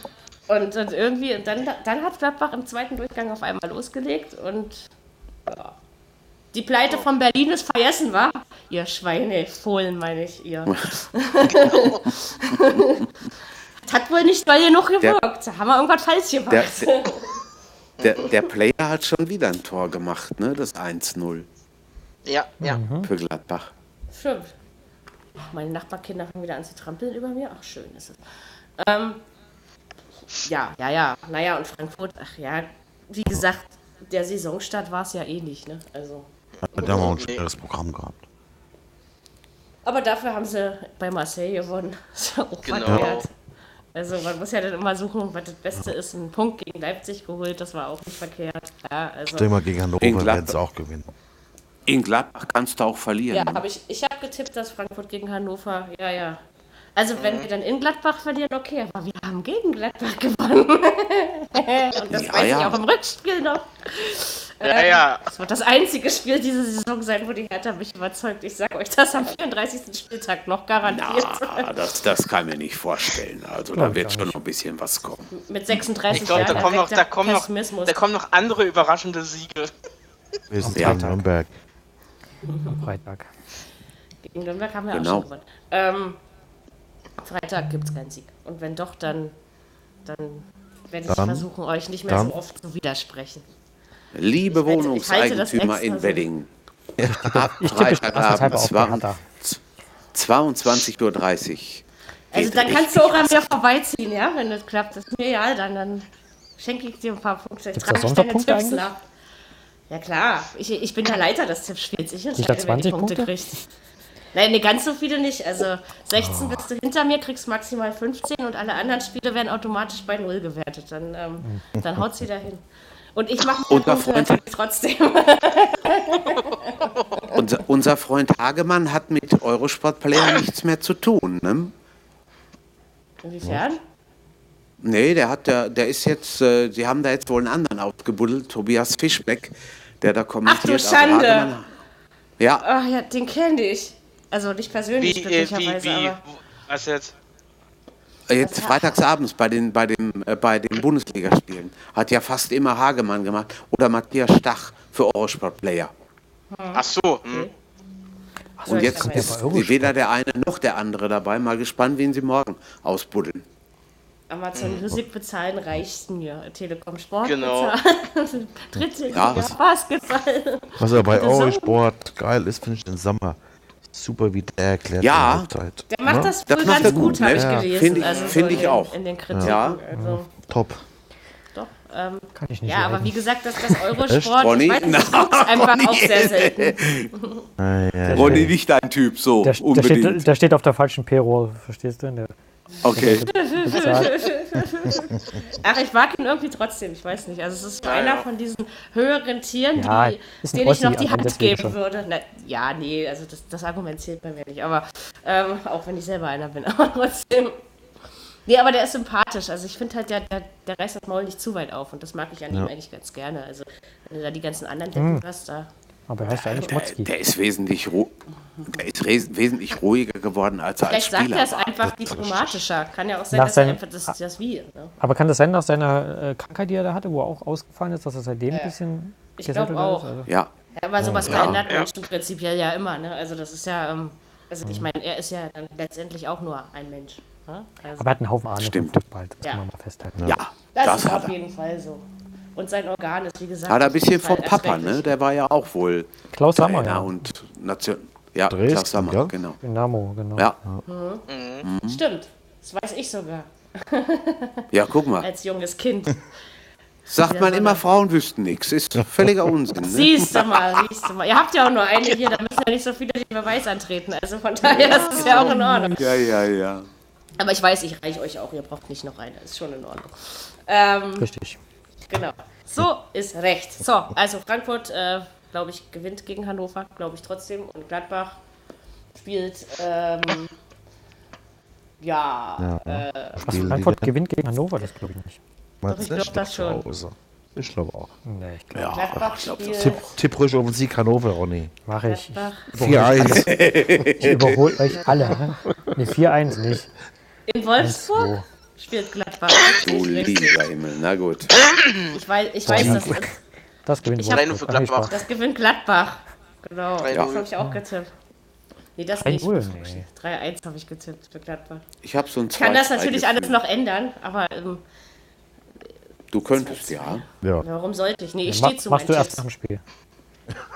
Speaker 2: und, und irgendwie, und dann, dann hat Gladbach im zweiten Durchgang auf einmal losgelegt und ja. die Pleite von Berlin ist vergessen, war. Ihr Schweine, Fohlen meine ich, ihr. hat wohl nicht mal genug gewirkt. Da haben wir irgendwas falsch gemacht.
Speaker 3: Der, der, der, der Player hat schon wieder ein Tor gemacht, ne? Das 1-0
Speaker 5: Ja, ja.
Speaker 3: für Gladbach.
Speaker 2: Stimmt. Meine Nachbarkinder fangen wieder an zu trampeln über mir. Ach, schön ist es. Ähm, ja, ja, ja. Naja, und Frankfurt, ach ja, wie gesagt, der Saisonstart war es ja eh nicht, ne? Also.
Speaker 7: Da haben wir auch ein schweres Programm gehabt.
Speaker 2: Aber dafür haben sie bei Marseille gewonnen. So,
Speaker 5: Genau.
Speaker 2: verkehrt. Also man muss ja dann immer suchen, was das Beste ist. Einen Punkt gegen Leipzig geholt, das war auch nicht verkehrt. Ja, also,
Speaker 7: Stell mal gegen
Speaker 3: In
Speaker 7: Hannover,
Speaker 3: Gladbach.
Speaker 7: werden sie auch gewinnen.
Speaker 3: In Gladbach kannst du auch verlieren.
Speaker 2: ja
Speaker 5: Ähm,
Speaker 3: ne?
Speaker 2: hab ich, ich habe getippt, dass Frankfurt gegen Hannover, ja, ja. Also
Speaker 5: Mhm.
Speaker 2: wenn wir dann in Gladbach verlieren, okay, aber wir haben gegen Gladbach gewonnen. Und das
Speaker 3: Ja,
Speaker 2: weiß ich
Speaker 3: ja.
Speaker 2: auch im Rückspiel noch.
Speaker 5: Ja, ja.
Speaker 2: Das wird das einzige Spiel diese Saison sein, wo die Hertha mich überzeugt. Ich sage euch das am 34. Spieltag noch garantiert.
Speaker 3: Na, das, das kann mir nicht vorstellen. Also da wird schon noch ein bisschen was kommen.
Speaker 2: Mit 36
Speaker 5: Ich glaube, da
Speaker 2: Jahren
Speaker 5: kommen noch, da
Speaker 2: erweckter
Speaker 5: kommen noch,
Speaker 2: Pessimismus.
Speaker 5: da kommen noch andere überraschende Siege.
Speaker 7: Wir sind
Speaker 3: Ja.
Speaker 7: gegen Nürnberg.
Speaker 6: Freitag.
Speaker 2: Gegen Nürnberg haben wir
Speaker 3: Genau.
Speaker 2: auch schon gewonnen. Ähm, Freitag gibt es keinen Sieg. Und wenn doch, dann, dann werde ich
Speaker 7: Dann-
Speaker 2: versuchen, euch nicht mehr
Speaker 7: dann-
Speaker 2: so oft zu widersprechen.
Speaker 3: Liebe
Speaker 2: halte- ich halte das
Speaker 3: Wohnungseigentümer
Speaker 2: extra
Speaker 3: in
Speaker 2: so.
Speaker 3: Wedding. Ab
Speaker 6: Ich tippe spaßeshalber auf
Speaker 3: Freitagabend
Speaker 6: Berater.
Speaker 3: 22.30 Uhr.
Speaker 2: Also dann kannst du auch an mir vorbeiziehen, ja? Wenn das klappt, ist mir egal. Dann, dann schenke ich dir ein paar Punkte.
Speaker 6: Gibt's da
Speaker 2: Drei
Speaker 6: Sonderpunkte
Speaker 2: Sterne Tipps
Speaker 6: eigentlich?
Speaker 2: nach. Ja klar, ich, ich bin der Leiter des Tippspiels. Ich entscheide, wer
Speaker 6: 20
Speaker 2: die Punkte,
Speaker 6: Punkte?
Speaker 2: kriegt. Nein, ne, ganz so viele nicht. Also 16 bist du hinter mir, kriegst maximal 15 und alle anderen Spiele werden automatisch bei null gewertet. Dann, ähm, dann haut's wieder hin. Und ich mache
Speaker 3: Unter Freunden.
Speaker 2: trotzdem.
Speaker 3: Unser, unser Freund Hagemann hat mit Eurosport
Speaker 2: Ah.
Speaker 3: Player nichts mehr zu tun. Ne?
Speaker 2: Inwiefern?
Speaker 3: Nee, der hat der, der ist jetzt, äh, die haben da jetzt wohl einen anderen aufgebuddelt, Tobias Fischbeck, der da kommentiert. aber
Speaker 2: Schande.
Speaker 3: Hagemann- Ja,
Speaker 2: Ach Ah, ja, den kenne ich. Also nicht persönlich,
Speaker 5: Wie, äh, wie,
Speaker 2: glücklicherweise,
Speaker 5: wie,
Speaker 2: aber. Mhm.
Speaker 5: was jetzt?
Speaker 2: Äh,
Speaker 3: jetzt freitagsabends bei den bei dem äh, bei den Bundesligaspielen hat ja fast immer Hagemann gemacht oder Matthias Stach für Eurosport Player.
Speaker 5: Ach so, hm.
Speaker 3: Und
Speaker 2: ich
Speaker 3: jetzt
Speaker 2: dabei.
Speaker 3: ist weder der eine noch der andere dabei. Mal gespannt, wen sie morgen ausbuddeln.
Speaker 2: Amazon
Speaker 3: Hm.
Speaker 2: Music bezahlen reicht mir. Telekom Sport
Speaker 5: Genau.
Speaker 2: bezahlen. Dritte
Speaker 3: Ja,
Speaker 2: Liga
Speaker 3: was-
Speaker 2: Basketball.
Speaker 4: Was aber bei
Speaker 2: Das ist so-
Speaker 4: Eurosport geil ist, finde ich den Sommer super, wie der erklärt.
Speaker 3: Ja.
Speaker 4: in der Halbzeit.
Speaker 2: Der macht
Speaker 4: Ne?
Speaker 2: das
Speaker 3: Das
Speaker 2: wohl
Speaker 3: macht
Speaker 2: ganz
Speaker 3: er
Speaker 2: gut,
Speaker 3: gut,
Speaker 2: habe
Speaker 3: ne?
Speaker 2: ich
Speaker 3: Ja.
Speaker 2: gelesen.
Speaker 3: Find ich-
Speaker 2: also
Speaker 3: find
Speaker 2: so
Speaker 3: ich
Speaker 2: in,
Speaker 3: auch.
Speaker 2: In den Kritiken.
Speaker 3: Ja. Mhm.
Speaker 2: Also,
Speaker 4: Top.
Speaker 2: doch, ähm,
Speaker 6: Kann ich nicht
Speaker 2: ja, aber
Speaker 6: leiden.
Speaker 2: wie gesagt, dass das Eurosport
Speaker 3: Ronny?
Speaker 2: ich weiß, nicht, ich guck's einfach auch sehr selten.
Speaker 3: Ronny, nicht dein Typ, so
Speaker 6: der, der, steht, der steht auf der falschen Payroll, verstehst du? Der
Speaker 3: okay.
Speaker 6: bezahlt.
Speaker 2: Ach, ich mag ihn irgendwie trotzdem, ich weiß nicht. Also es ist so einer von diesen höheren Tieren,
Speaker 6: Ja,
Speaker 2: die,
Speaker 6: ist ein
Speaker 2: denen ich noch
Speaker 6: Ossi,
Speaker 2: die
Speaker 6: aber
Speaker 2: Hand
Speaker 6: deswegen
Speaker 2: geben
Speaker 6: schon.
Speaker 2: würde. Na, ja, nee, also das, das Argument zählt bei mir nicht. Aber ähm, auch wenn ich selber einer bin, aber trotzdem. Nee, aber der ist sympathisch. Also ich finde halt, der, der, der reißt das Maul nicht zu weit auf und das mag ich an ihm eigentlich ganz gerne. Also wenn du da die ganzen anderen Deppen
Speaker 6: Hm.
Speaker 2: hast, da.
Speaker 6: aber er heißt ja eigentlich
Speaker 3: Äh, Der,
Speaker 6: Motzki.
Speaker 3: der ist wesentlich ru der ist res- wesentlich ruhiger geworden als er als
Speaker 2: Vielleicht sagt
Speaker 3: Spieler.
Speaker 2: er es
Speaker 3: war.
Speaker 2: einfach diplomatischer. Kann ja auch sein,
Speaker 6: Nach
Speaker 2: dass er
Speaker 6: seinem-
Speaker 2: einfach das, das wie. Ne?
Speaker 6: Aber kann das sein, nach seiner äh, Krankheit, die er da hatte, wo er auch ausgefallen ist, dass er seitdem ein bisschen
Speaker 2: Ich
Speaker 6: gesettelt
Speaker 2: glaub
Speaker 6: ist?
Speaker 2: auch.
Speaker 6: Also,
Speaker 3: Ja,
Speaker 2: Ja, aber sowas verändert Menschen prinzipiell ja immer, ne? Also das ist ja, ähm, also
Speaker 3: Mhm.
Speaker 2: ich meine, er ist ja dann letztendlich auch nur ein Mensch. Ne? Also,
Speaker 6: aber er hat einen Haufen Ahnung
Speaker 3: Stimmt.
Speaker 6: vom Fußball, das
Speaker 2: Ja.
Speaker 6: kann man mal festhalten.
Speaker 3: ja,
Speaker 2: das,
Speaker 3: das,
Speaker 2: ist
Speaker 3: hat
Speaker 2: auf
Speaker 3: er.
Speaker 2: jeden Fall so. Und sein Organ ist, wie gesagt,
Speaker 3: Hat er ein bisschen
Speaker 2: total
Speaker 3: vom Papa, ne?
Speaker 2: erträglich.
Speaker 3: Der war ja auch wohl
Speaker 6: Klaus Sammer,
Speaker 3: Trainer
Speaker 6: ja.
Speaker 3: und Nation. Ja,
Speaker 4: Dresden,
Speaker 3: Klaus Sammer,
Speaker 4: ja?
Speaker 3: genau.
Speaker 6: Dynamo, genau.
Speaker 3: Ja. ne?
Speaker 2: Stimmt, das weiß ich sogar,
Speaker 3: ja, guck mal.
Speaker 2: als junges Kind.
Speaker 3: Sagt man immer, Frauen wüssten nichts. Ist völliger Unsinn. Ne?
Speaker 2: siehst du mal, siehst du mal. Ihr habt ja auch nur eine hier, da müssen ja nicht so viele den Beweis antreten. Also von daher das ist es ja auch in Ordnung.
Speaker 3: Ja, ja, ja.
Speaker 2: Aber ich weiß, ich reiche euch auch, ihr braucht nicht noch eine, ist schon in Ordnung. Ähm,
Speaker 6: Richtig.
Speaker 2: Genau. So ist recht. So, also Frankfurt, äh, glaube ich, gewinnt gegen Hannover, glaube ich trotzdem. Und Gladbach spielt, ähm, ja,
Speaker 6: Was, Frankfurt gewinnt gegen Hannover, das glaube ich nicht.
Speaker 4: Meinst
Speaker 2: ich
Speaker 4: du?
Speaker 2: glaub das schon.
Speaker 4: Hause. Ich glaube auch.
Speaker 6: Nee, ich glaube,
Speaker 2: Gladbach spielt,
Speaker 4: Tipp, tipp ruhig auf den Sieg Hannover, Ronny.
Speaker 6: mache ich.
Speaker 2: Gladbach
Speaker 4: 4-1.
Speaker 6: Ich überhole euch alle. Ne, 4-1 nicht.
Speaker 2: in Wolfsburg spielt Gladbach.
Speaker 3: Du lieber Himmel, na gut.
Speaker 2: Ich weiß, ich weiß das,
Speaker 6: Das gewinnt
Speaker 2: Ich hab-
Speaker 6: Wolfsburg.
Speaker 5: Alleine für
Speaker 6: Ach, nee,
Speaker 5: Gladbach.
Speaker 6: Spaß.
Speaker 2: das gewinnt Gladbach. Genau,
Speaker 5: Ja.
Speaker 2: das habe ich auch getippt. Nee, das
Speaker 6: Ein
Speaker 2: nicht.
Speaker 6: Null, nee.
Speaker 2: 3-1 habe ich getippt für Gladbach.
Speaker 3: Ich habe so ein
Speaker 2: Ich kann das
Speaker 3: 2-2
Speaker 2: natürlich alles
Speaker 3: Gefühl.
Speaker 2: noch ändern, aber ähm,
Speaker 3: Du könntest, ja.
Speaker 4: Ja.
Speaker 2: warum sollte ich? Nee, ich
Speaker 6: Ma
Speaker 2: stehe zu meinen
Speaker 6: machst du erst
Speaker 2: Tipps.
Speaker 6: nach dem Spiel.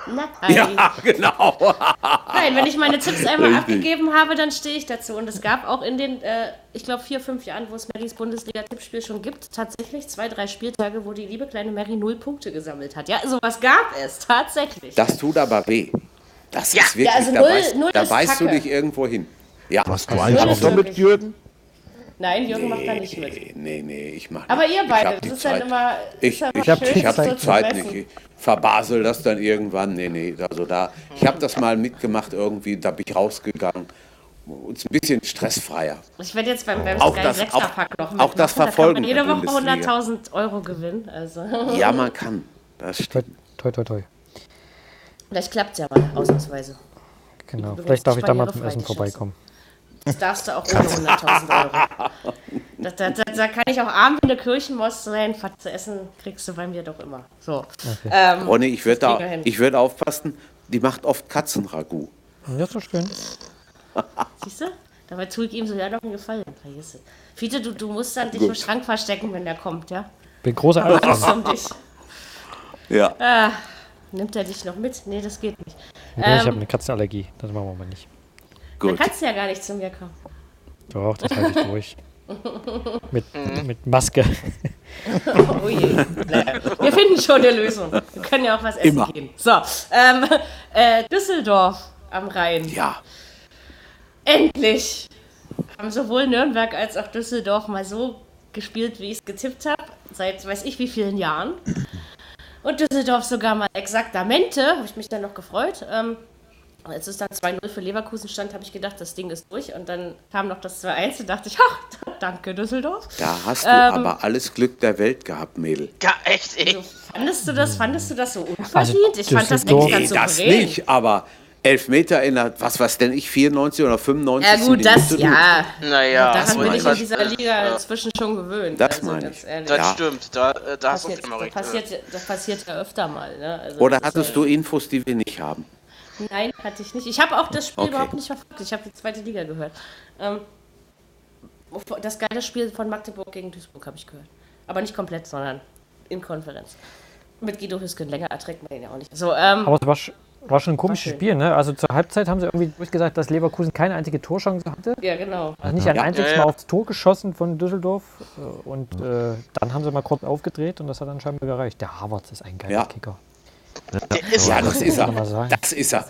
Speaker 2: Nein.
Speaker 3: Ja, genau.
Speaker 2: Nein, wenn ich meine Tipps einmal
Speaker 3: Richtig.
Speaker 2: abgegeben habe, dann stehe ich dazu. Und es gab auch in den, äh, ich glaube, vier, fünf Jahren, wo es Marys Bundesliga-Tippspiel schon gibt, tatsächlich zwei, drei Spieltage, wo die liebe kleine Mary null Punkte gesammelt hat. Ja, sowas gab es tatsächlich.
Speaker 3: Das tut aber weh. Das ist wirklich,
Speaker 2: Ja, also
Speaker 3: da,
Speaker 2: null-
Speaker 3: weißt,
Speaker 2: null
Speaker 3: da
Speaker 2: ist
Speaker 3: weißt du
Speaker 2: Kacke.
Speaker 3: dich irgendwo hin. Ja,
Speaker 7: Warst du eigentlich
Speaker 2: das
Speaker 7: auch
Speaker 2: ist
Speaker 7: damit,
Speaker 2: wirklich-
Speaker 7: Jürgen?
Speaker 2: Nein, Jürgen macht da nicht mit.
Speaker 3: nee, nee, ich mache
Speaker 2: Aber ihr beide,
Speaker 3: hab die
Speaker 2: das ist dann
Speaker 3: Zeit.
Speaker 2: immer,
Speaker 3: Ich,
Speaker 2: ist immer
Speaker 3: ich,
Speaker 6: hab-
Speaker 2: schön,
Speaker 3: ich habe
Speaker 2: so
Speaker 3: die
Speaker 2: zu
Speaker 3: Zeit
Speaker 2: messen.
Speaker 3: nicht. Ich verbasel das dann irgendwann. Nee, nee, also da. Ich habe das mal mitgemacht irgendwie, da bin ich rausgegangen. Ist ein bisschen stressfreier.
Speaker 2: Ich werde jetzt beim, beim
Speaker 3: Auch
Speaker 2: Sky
Speaker 3: das-
Speaker 2: 6
Speaker 3: auch-
Speaker 2: pack noch
Speaker 3: auch
Speaker 2: mitmachen.
Speaker 3: das
Speaker 2: Da
Speaker 3: Verfolgen
Speaker 2: kann
Speaker 3: der
Speaker 2: man jede Woche
Speaker 3: Bundesliga.
Speaker 2: 100.000 Euro gewinnen. Also,
Speaker 3: Ja, man kann. Das
Speaker 6: Toi,
Speaker 3: stimmt.
Speaker 6: toi, toi. toi.
Speaker 2: vielleicht klappt es ja mal, ausnahmsweise.
Speaker 6: Genau.
Speaker 2: Übrigens
Speaker 6: Vielleicht darf ich da mal
Speaker 2: barrierefrei,
Speaker 6: zum Essen
Speaker 2: die Chips.
Speaker 6: vorbeikommen.
Speaker 2: Das darfst du auch ohne 100.000 Euro. Da, da, da, da kann ich auch arm wie eine Kirchenmaus sein. Was zu essen kriegst du bei mir doch immer. So. Ähm,
Speaker 3: Ronny, ich würde
Speaker 2: kriegen wir
Speaker 3: da,
Speaker 2: hin.
Speaker 3: ich würde aufpassen. Die macht oft Katzenragout.
Speaker 6: Ja, so schön.
Speaker 2: siehst du? Dabei tue ich ihm so ja noch einen Gefallen. Vergiss es. Fiete, du, du musst dann dich im Schrank verstecken, wenn der kommt, ja?
Speaker 6: Bin großer
Speaker 2: Angst
Speaker 6: Alpha.
Speaker 2: um dich.
Speaker 3: Ja.
Speaker 2: Nimmt er dich noch mit? Nee, das geht nicht.
Speaker 6: Nee, ich
Speaker 2: Ähm.
Speaker 6: habe eine Katzenallergie. Das machen wir mal nicht.
Speaker 2: Dann
Speaker 3: Gut.
Speaker 2: kannst du ja gar nicht zu mir kommen.
Speaker 6: Doch, das halte ich durch. Mit, mit Maske.
Speaker 2: Oh je. Naja, Wir finden schon eine Lösung. Wir können ja auch was essen
Speaker 3: Immer.
Speaker 2: gehen. So, ähm, äh, Düsseldorf am Rhein.
Speaker 3: Ja.
Speaker 2: Endlich haben sowohl Nürnberg als auch Düsseldorf mal so gespielt, wie ich es getippt habe, seit weiß ich wie vielen Jahren. Und Düsseldorf sogar mal exaktamente, habe ich mich dann noch gefreut. Ähm, als es dann 2-0 für Leverkusen stand, habe ich gedacht, das Ding ist durch. Und dann kam noch das 2-1 und dachte ich, ach, danke Düsseldorf.
Speaker 3: Da hast du
Speaker 2: Ähm.
Speaker 3: aber alles Glück der Welt gehabt, Mädel.
Speaker 5: Ja, echt, ey.
Speaker 2: Fandest du das, fandest du das so unverdient? Ich fand das
Speaker 6: Düsseldorf-
Speaker 2: extra
Speaker 3: Nee, das
Speaker 2: souverän.
Speaker 3: nicht, aber Elfmeter in der, was weiß denn ich, 94 oder 95.
Speaker 2: Ja gut, das,
Speaker 3: Minute,
Speaker 2: ja.
Speaker 5: Naja,
Speaker 2: Daran bin
Speaker 3: meine
Speaker 2: ich in
Speaker 3: ich.
Speaker 2: dieser Liga inzwischen schon gewöhnt. also
Speaker 3: Das meine
Speaker 2: ganz
Speaker 3: ich.
Speaker 2: ehrlich.
Speaker 5: Das
Speaker 3: Ja.
Speaker 5: stimmt, da, äh, da hast du
Speaker 2: passiert,
Speaker 5: immer
Speaker 2: das,
Speaker 5: recht.
Speaker 2: passiert, das passiert ja öfter mal. Ne? Also
Speaker 3: Oder
Speaker 2: das ist
Speaker 3: hattest du Infos, die wir nicht haben?
Speaker 2: ja- Nein, hatte ich nicht. Ich habe auch das Spiel
Speaker 3: Okay.
Speaker 2: überhaupt nicht verfolgt. Ich habe die zweite Liga gehört. Ähm, das geile Spiel von Magdeburg gegen Duisburg habe ich gehört. Aber nicht komplett, sondern in Konferenz. Mit Guido Hüsken länger erträgt man den ja auch nicht. So, ähm,
Speaker 6: Aber es war, sch- war schon ein komisches
Speaker 2: schön.
Speaker 6: Spiel, ne? Also zur Halbzeit haben sie irgendwie durchgesagt, dass Leverkusen keine einzige Torchance hatte.
Speaker 2: ja, genau.
Speaker 6: Also nicht ein
Speaker 5: Ja.
Speaker 6: einziges
Speaker 5: Ja, ja.
Speaker 6: Mal aufs Tor geschossen von Düsseldorf. äh, Und äh, dann haben sie mal kurz aufgedreht und das hat dann scheinbar gereicht. Der Harvard ist ein geiler
Speaker 3: Ja.
Speaker 6: Kicker.
Speaker 5: Der ist
Speaker 3: Ja, das ist
Speaker 6: Kann man
Speaker 3: er.
Speaker 6: sagen.
Speaker 3: Das ist er.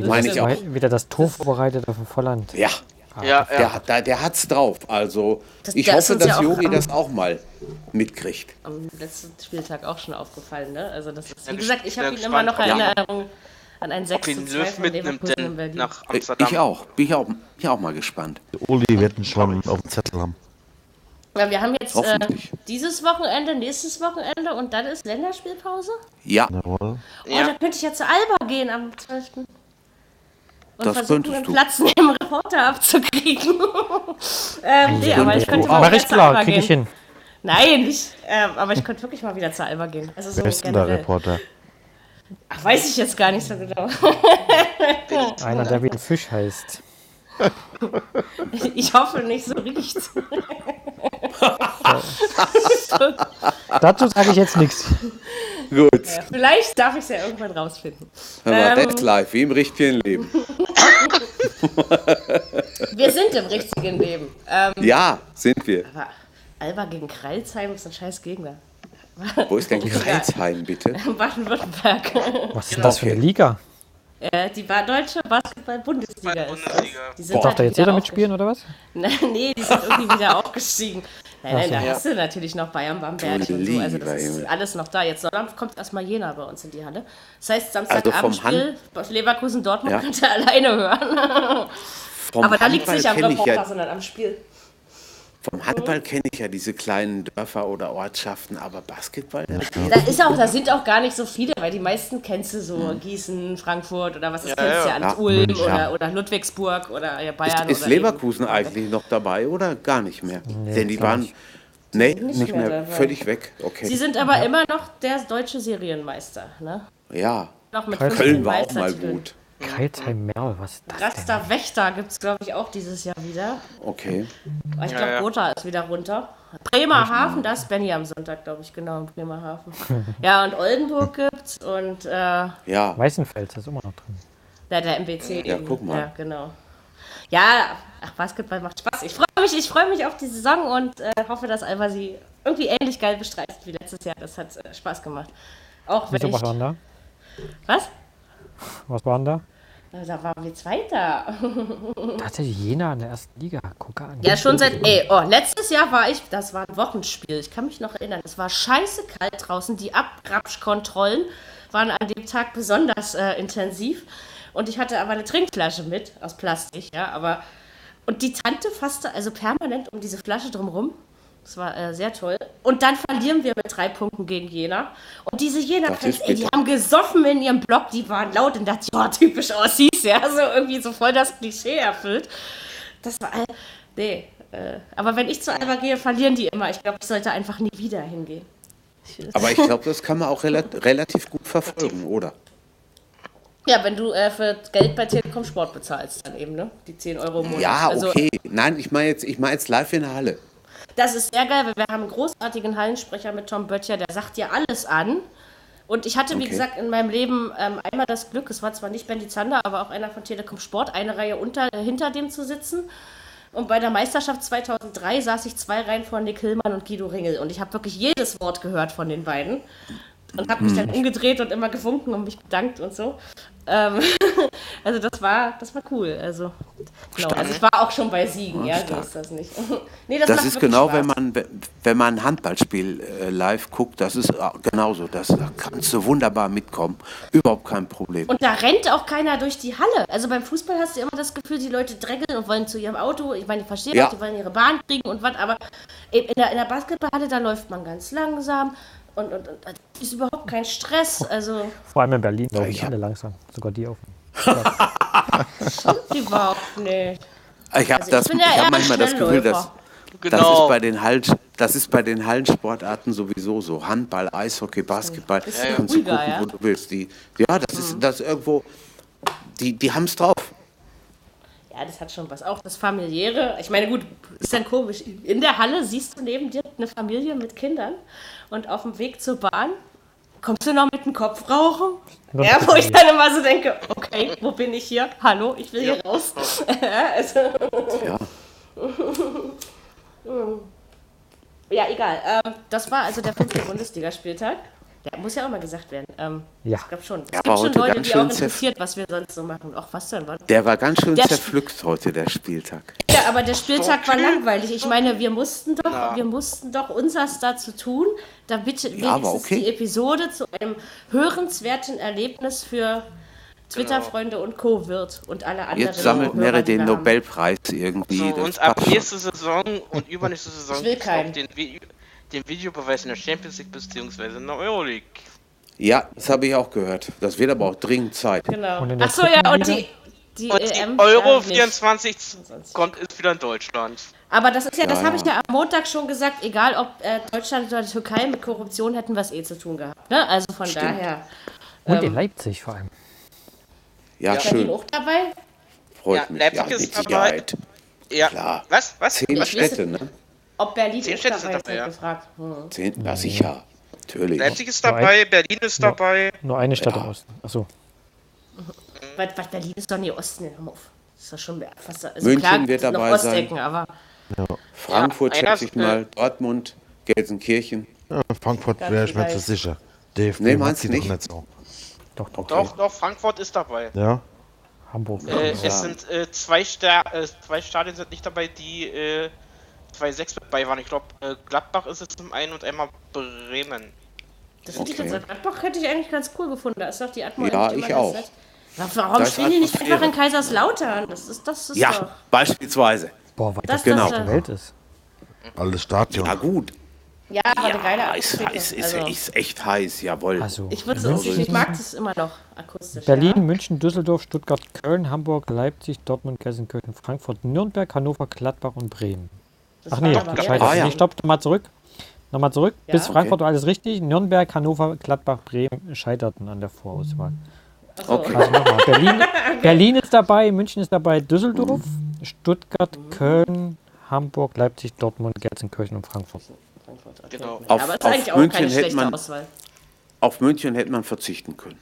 Speaker 3: Meine ich auch.
Speaker 6: Weil Wieder das Tor vorbereitet auf dem Volland.
Speaker 3: Ja,
Speaker 5: ja,
Speaker 3: der,
Speaker 5: ja.
Speaker 3: hat- der, der hat's drauf. Also,
Speaker 2: Das-
Speaker 3: ich
Speaker 2: der ist
Speaker 3: hoffe,
Speaker 2: uns ja
Speaker 3: dass
Speaker 2: auch
Speaker 3: Jogi
Speaker 2: am-
Speaker 3: das auch mal mitkriegt.
Speaker 2: am letzten Spieltag auch schon aufgefallen. Ne? Also das ist,
Speaker 5: bin
Speaker 2: wie
Speaker 5: ges-
Speaker 2: gesagt, ich
Speaker 5: bin
Speaker 2: habe ihn immer
Speaker 5: gespannt,
Speaker 2: noch
Speaker 5: ob-
Speaker 2: in
Speaker 5: Ja.
Speaker 2: Erinnerung an einen 6
Speaker 5: Ob ihn
Speaker 2: zu 2
Speaker 5: Löw
Speaker 2: von
Speaker 5: mitnimmt
Speaker 2: Leverkusen in
Speaker 5: denn
Speaker 2: Berlin.
Speaker 5: nach
Speaker 3: Äh, Ich
Speaker 5: Amsterdam.
Speaker 3: auch. Bin ich auch, bin ich auch mal gespannt.
Speaker 7: Uli wird ihn schon auf dem Zettel haben.
Speaker 2: Ja, wir haben jetzt äh,
Speaker 3: Hoffentlich.
Speaker 2: dieses Wochenende, nächstes Wochenende und dann ist Länderspielpause.
Speaker 3: Ja,
Speaker 7: Jawohl.
Speaker 2: Oh, da
Speaker 5: Ja.
Speaker 2: könnte ich ja zu Alba gehen am 12. Und
Speaker 3: Das
Speaker 2: versuchen,
Speaker 3: könntest
Speaker 2: den
Speaker 3: du.
Speaker 2: Platz neben Reporter abzukriegen.
Speaker 3: Also
Speaker 2: ähm, nee, aber ich könnte mal
Speaker 6: Mach
Speaker 2: wieder
Speaker 6: ich
Speaker 2: zu Alba
Speaker 6: Oh, klar, krieg
Speaker 2: gehen.
Speaker 6: ich hin.
Speaker 2: Nein, nicht, ähm, aber ich könnte wirklich mal wieder zu Alba gehen. Also so
Speaker 7: Wer ist denn da
Speaker 2: generell.
Speaker 7: Reporter?
Speaker 2: Ach, weiß ich jetzt gar nicht so genau.
Speaker 6: Einer, der wie ein Fisch heißt.
Speaker 2: Ich hoffe nicht so riecht's.
Speaker 6: Dazu sage ich jetzt nichts.
Speaker 3: gut.
Speaker 2: Vielleicht darf ich es ja irgendwann rausfinden.
Speaker 3: Aber
Speaker 2: Ähm.
Speaker 3: That's life, wie im richtigen Leben.
Speaker 2: Wir sind im richtigen Leben. Ähm,
Speaker 3: Ja, sind wir.
Speaker 2: aber Alba gegen Kreilsheim ist ein scheiß Gegner.
Speaker 3: Wo ist denn Kreuzheim, bitte?
Speaker 2: Baden-Württemberg.
Speaker 6: Was ist denn das für eine
Speaker 3: Okay.
Speaker 6: Liga?
Speaker 2: äh, die war deutsche Basketball-Bundesliga. ist das.
Speaker 5: Bundesliga.
Speaker 2: Die sind
Speaker 6: Darf da
Speaker 2: halt
Speaker 6: jetzt jeder
Speaker 2: wieder
Speaker 6: mitspielen oder was?
Speaker 2: Mhm. aufgestiegen. nee, die sind irgendwie wieder aufgestiegen. Nein, nein, da
Speaker 6: so.
Speaker 2: hast du natürlich noch Bayern, Bamberg
Speaker 3: Du
Speaker 2: und so. Also das
Speaker 3: lieber
Speaker 2: ist
Speaker 3: Himmel.
Speaker 2: alles noch da. Jetzt Sonntag kommt erstmal Jena bei uns in die Halle. Das heißt,
Speaker 3: Also vom
Speaker 2: Samstagabendspiel Leverkusen-Dortmund
Speaker 3: Ja.
Speaker 2: könnt ihr alleine hören.
Speaker 3: Vom
Speaker 2: Aber da liegt es nicht am
Speaker 3: kenn ich
Speaker 2: Reporter,
Speaker 3: ja,
Speaker 2: sondern am Spiel.
Speaker 3: Vom Handball kenne ich ja diese kleinen Dörfer oder Ortschaften, aber Basketball?
Speaker 2: Da, ist auch, da sind auch gar nicht so viele, weil die meisten kennst du so, Gießen, Frankfurt oder was ist, kennst du ja, alles,
Speaker 3: Ja,
Speaker 2: Ulm
Speaker 7: München.
Speaker 2: oder, oder Ludwigsburg oder ja,
Speaker 3: Ist,
Speaker 2: Bayern.
Speaker 3: ist
Speaker 2: oder eben-
Speaker 3: Leverkusen eigentlich noch dabei oder gar nicht mehr? Denn die
Speaker 6: gar
Speaker 3: waren. Nee, nicht,
Speaker 2: mehr
Speaker 3: mehr,
Speaker 2: dabei.
Speaker 3: völlig weg. Okay.
Speaker 2: Sie sind aber immer noch der deutsche Serienmeister. Ne?
Speaker 3: ja,
Speaker 2: Noch mit
Speaker 3: Köln
Speaker 2: 15
Speaker 3: war auch mal
Speaker 2: Meistertiteln.
Speaker 3: gut.
Speaker 6: Kreilsheim Merl, was ist das?
Speaker 2: Raster Wächter gibt es, glaube ich, auch dieses Jahr wieder.
Speaker 3: Okay.
Speaker 2: Aber Ich glaube,
Speaker 5: ja.
Speaker 2: Gotha ist wieder runter. Bremerhaven, da ist Benny am Sonntag, glaube ich, genau, in Bremerhaven. ja, und Oldenburg gibt's und äh,
Speaker 3: Ja,
Speaker 6: Weißenfels ist immer noch drin.
Speaker 2: Na, der MBC.
Speaker 3: Ja,
Speaker 2: eben.
Speaker 3: guck mal.
Speaker 2: Ja, genau. Ja, ach, Basketball macht Spaß. Ich freue mich, ich freue mich auf die Saison und äh, hoffe, dass Alba sie irgendwie ähnlich geil bestreitet wie letztes Jahr. Das hat äh, Spaß gemacht. Auch wenn
Speaker 6: Wieso,
Speaker 2: ich.
Speaker 6: was war denn da?
Speaker 2: Was?
Speaker 6: Was war denn da?
Speaker 2: Da waren wir Zweiter.
Speaker 6: Da hatte Jena in der ersten Liga. Guck an.
Speaker 2: Ja, schon seit. Ey, oh, letztes Jahr war ich. Das war ein Wochenspiel. Ich kann mich noch erinnern. Es war scheiße kalt draußen. Die Abrapschkontrollen waren an dem Tag besonders äh, intensiv. Und ich hatte aber eine Trinkflasche mit aus Plastik, ja, aber. Und die Tante fasste also permanent um diese Flasche drumherum. Das war äh, sehr toll. Und dann verlieren wir mit drei Punkten gegen Jena. Und diese Jena-Fans,
Speaker 3: ist
Speaker 2: ey, die
Speaker 3: bitter.
Speaker 2: haben gesoffen in ihrem Block, die waren laut und dachte, ich, oh, typisch Aussies, ja, so irgendwie so voll das Klischee erfüllt. Das war, all- nee. Äh, aber wenn ich zu Alba gehe, verlieren die immer. Ich glaube, ich sollte einfach nie wieder hingehen.
Speaker 3: aber ich glaube, das kann man auch rela relativ gut verfolgen, oder?
Speaker 2: Ja, wenn du äh, für Geld bei Telekom Sport bezahlst, dann eben, ne? Die 10 Euro im Monat.
Speaker 3: Ja,
Speaker 2: Also,
Speaker 3: okay. Nein, ich meine jetzt, ich meine jetzt live in der Halle.
Speaker 2: Das ist sehr geil, weil wir haben einen großartigen Hallensprecher mit Tom Böttcher, der sagt dir alles an, Und ich hatte, wie
Speaker 3: Okay.
Speaker 2: gesagt, in meinem Leben ähm, einmal das Glück, es war zwar nicht Bendy Zander, aber auch einer von Telekom Sport, eine Reihe unter, äh, hinter dem zu sitzen. Und bei der Meisterschaft 2003 saß ich zwei Reihen vor Nick Hillmann und Guido Ringel. Und ich habe wirklich jedes Wort gehört von den beiden. Und habe mich
Speaker 3: Hm.
Speaker 2: dann umgedreht und immer gewunken und mich bedankt und so. Ähm, also das war, das war cool. Also, genau. also ich war auch schon bei Siegen, ja, so
Speaker 3: stark.
Speaker 2: ist das nicht. nee, das
Speaker 3: Das
Speaker 2: macht
Speaker 3: ist
Speaker 2: wirklich
Speaker 3: genau,
Speaker 2: Spaß.
Speaker 3: wenn man, wenn man ein Handballspiel äh, live guckt, das ist auch genauso. Das, da kannst du wunderbar mitkommen. Überhaupt kein Problem.
Speaker 2: Und da rennt auch keiner durch die Halle. Also beim Fußball hast du immer das Gefühl, die Leute drängeln und wollen zu ihrem Auto. Ich meine, ich verstehe
Speaker 3: Ja.
Speaker 2: das, die wollen ihre Bahn kriegen und was, aber in der, in der Basketballhalle, da läuft man ganz langsam und, und, und es ist überhaupt kein Stress. Also
Speaker 6: Vor allem in Berlin laufen
Speaker 3: ich
Speaker 6: die
Speaker 3: hab-
Speaker 6: alle langsam. Sogar die auf.
Speaker 2: überhaupt nicht.
Speaker 3: Ich habe
Speaker 2: Also ich
Speaker 3: das,
Speaker 2: bin
Speaker 3: ich
Speaker 2: ja eher
Speaker 3: hab
Speaker 2: ein
Speaker 3: manchmal das Gefühl, dass,
Speaker 2: Schnellläufer.
Speaker 3: das,
Speaker 5: Genau.
Speaker 3: ist bei den Hallen, das ist bei den Hallensportarten sowieso so. Handball, Eishockey, Basketball.
Speaker 2: Bisschen
Speaker 3: kannst
Speaker 2: ruhiger,
Speaker 3: du gucken,
Speaker 2: ja. Mhm.
Speaker 3: wo du willst. Die, ja, das ist das irgendwo. Die, die haben es drauf.
Speaker 2: Ja, das hat schon was. Auch das Familiäre. Ich meine, gut, ist dann komisch. In der Halle siehst du neben dir eine Familie mit Kindern und auf dem Weg zur Bahn kommst du noch mit dem Kopf rauchen. Ja, wo ich dann immer so denke, okay, wo bin ich hier? Hallo, ich will hier raus. also,
Speaker 3: Ja.
Speaker 2: ja, egal. Ähm, das war also der fünfte Bundesligaspieltag. Der muss ja auch mal gesagt werden. Ähm,
Speaker 6: Ja.
Speaker 2: Ich glaube schon. Es
Speaker 3: Ja,
Speaker 2: gibt
Speaker 3: aber
Speaker 2: schon
Speaker 3: heute
Speaker 2: Leute,
Speaker 3: ganz
Speaker 2: die auch
Speaker 3: schön zerf-
Speaker 2: interessiert, was wir sonst so machen. Ach, was denn? Was?
Speaker 3: Der war ganz schön
Speaker 2: Der Sch-
Speaker 3: zerpflückt heute, der Spieltag.
Speaker 2: Ja, aber der Spieltag war langweilig. Ich meine, wir mussten doch, wir mussten doch unseres dazu tun, damit
Speaker 3: aber
Speaker 2: wenigstens
Speaker 3: okay.
Speaker 2: die Episode zu einem hörenswerten Erlebnis für Twitter-Freunde und Co. wird und alle anderen.
Speaker 3: Jetzt sammelt
Speaker 2: Hörer,
Speaker 3: Mary
Speaker 2: die wir
Speaker 3: den
Speaker 2: haben.
Speaker 3: Nobelpreis irgendwie.
Speaker 5: So,
Speaker 3: Das
Speaker 5: und ab
Speaker 3: passt schon.
Speaker 5: nächste Saison und übernächste Saison
Speaker 2: Ich will
Speaker 5: gibt's auch
Speaker 2: keinen.
Speaker 5: den, Vi den Videobeweis in der Champions League beziehungsweise in der Euroleague.
Speaker 2: Äh,
Speaker 3: Ja, das habe ich auch gehört. Das wird aber auch dringend Zeit.
Speaker 2: Genau.
Speaker 6: Und in der
Speaker 2: Achso, ja, und die, die
Speaker 5: Und
Speaker 2: EM
Speaker 5: die Euro
Speaker 2: ja, nicht.
Speaker 5: 24 kommt ist wieder in Deutschland.
Speaker 2: Aber das ist ja, das
Speaker 3: Ja,
Speaker 2: habe
Speaker 3: ja.
Speaker 2: ich ja am Montag schon gesagt, egal ob äh, Deutschland oder die Türkei mit Korruption hätten was eh zu tun gehabt. Ne? Also von daher. ähm,
Speaker 6: Und in Leipzig vor allem.
Speaker 3: Ja,
Speaker 2: Berlin
Speaker 3: schön.
Speaker 2: auch dabei?
Speaker 3: Freut
Speaker 5: Ja,
Speaker 3: mich.
Speaker 5: Leipzig
Speaker 3: Ja,
Speaker 5: ist
Speaker 3: mit
Speaker 5: dabei.
Speaker 3: Sicherheit.
Speaker 5: Ja.
Speaker 3: Klar.
Speaker 5: Was? Was?
Speaker 3: Zehn
Speaker 5: was?
Speaker 2: Ich weiß-
Speaker 3: Städte, ne?
Speaker 2: Ob Berlin
Speaker 5: Zehn
Speaker 2: auch
Speaker 5: Städte sind
Speaker 2: dabei ist,
Speaker 5: dabei,
Speaker 2: ja.
Speaker 5: ja.
Speaker 2: gefragt. Hm.
Speaker 3: Zehn? Na sicher. Natürlich.
Speaker 5: Leipzig ist dabei, Berlin ist dabei.
Speaker 6: Nur eine Stadt im Osten. Achso.
Speaker 2: Weil, weil Berlin ist doch nie Osten, hör mal auf. Ist doch schon mehr- fast, also
Speaker 3: München
Speaker 2: klar,
Speaker 3: wird
Speaker 2: sind noch
Speaker 3: dabei sein.
Speaker 2: Ostecken, aber
Speaker 3: Frankfurt
Speaker 5: Ja, einer-
Speaker 3: schätze ich mal. Dortmund, Gelsenkirchen.
Speaker 7: Ja, Frankfurt
Speaker 2: Ganz
Speaker 7: wäre ich mir
Speaker 2: vielleicht.
Speaker 7: zu sicher. DFB
Speaker 3: Nee,
Speaker 7: macht
Speaker 3: meinst
Speaker 7: die
Speaker 3: du
Speaker 7: doch
Speaker 3: nicht?
Speaker 7: so.
Speaker 3: Okay.
Speaker 5: Doch, doch, Frankfurt ist dabei.
Speaker 7: Ja,
Speaker 6: Hamburg.
Speaker 5: Äh, es sind äh, zwei, Sta äh, zwei Stadien sind nicht dabei, die äh, 2-6 mit bei waren. Ich glaube, äh, Gladbach ist es zum einen und einmal Bremen.
Speaker 2: das okay.
Speaker 3: Okay.
Speaker 2: Gladbach hätte ich eigentlich ganz cool gefunden. Da ist doch die Atmo
Speaker 3: Ja,
Speaker 2: eigentlich
Speaker 3: ich
Speaker 2: immer
Speaker 3: auch.
Speaker 2: ganz nett. Na, Warum
Speaker 3: Da ist
Speaker 2: spielen die nicht
Speaker 3: Atmosphäre.
Speaker 2: einfach in Kaiserslautern? Das ist, das ist doch.
Speaker 3: Ja, beispielsweise.
Speaker 6: Boah, weil
Speaker 2: Das, das,
Speaker 6: das
Speaker 3: Genau.
Speaker 2: das,
Speaker 6: die Welt ist.
Speaker 7: alles Stadion.
Speaker 3: Na gut.
Speaker 2: ja, aber eine geile
Speaker 3: Ja, ist,
Speaker 2: Atmosphäre.
Speaker 3: heiß, ist,
Speaker 2: also,
Speaker 3: ist echt heiß, jawohl.
Speaker 6: Also,
Speaker 2: Ich würde es
Speaker 6: München,
Speaker 2: ich mag es immer noch akustisch.
Speaker 6: Berlin,
Speaker 2: Ja.
Speaker 6: München, Düsseldorf, Stuttgart, Köln, Hamburg, Leipzig, Dortmund, Gelsenkirchen, Frankfurt, Nürnberg, Hannover, Gladbach und Bremen.
Speaker 2: Das
Speaker 6: Ach nee,
Speaker 2: war aber-
Speaker 6: scheiße.
Speaker 3: Ah, ja.
Speaker 6: Nee, stopp, nochmal zurück. Nochmal zurück.
Speaker 2: Ja.
Speaker 6: Bis Frankfurt war alles richtig. Nürnberg, Hannover, Gladbach, Bremen scheiterten an der Vorauswahl.
Speaker 3: okay.
Speaker 6: Also nochmal. Berlin, Berlin ist dabei, München ist dabei, Düsseldorf, Stuttgart, Köln, Hamburg, Leipzig, Dortmund, Gelsenkirchen und Frankfurt.
Speaker 2: Frankfurt, okay.
Speaker 5: Genau.
Speaker 2: Ja,
Speaker 3: Auf-
Speaker 2: aber es ist
Speaker 3: auf
Speaker 2: eigentlich auch
Speaker 3: München
Speaker 2: keine
Speaker 3: hätte
Speaker 2: schlechte
Speaker 3: man-
Speaker 2: Auswahl.
Speaker 3: Auf München hätte man verzichten können.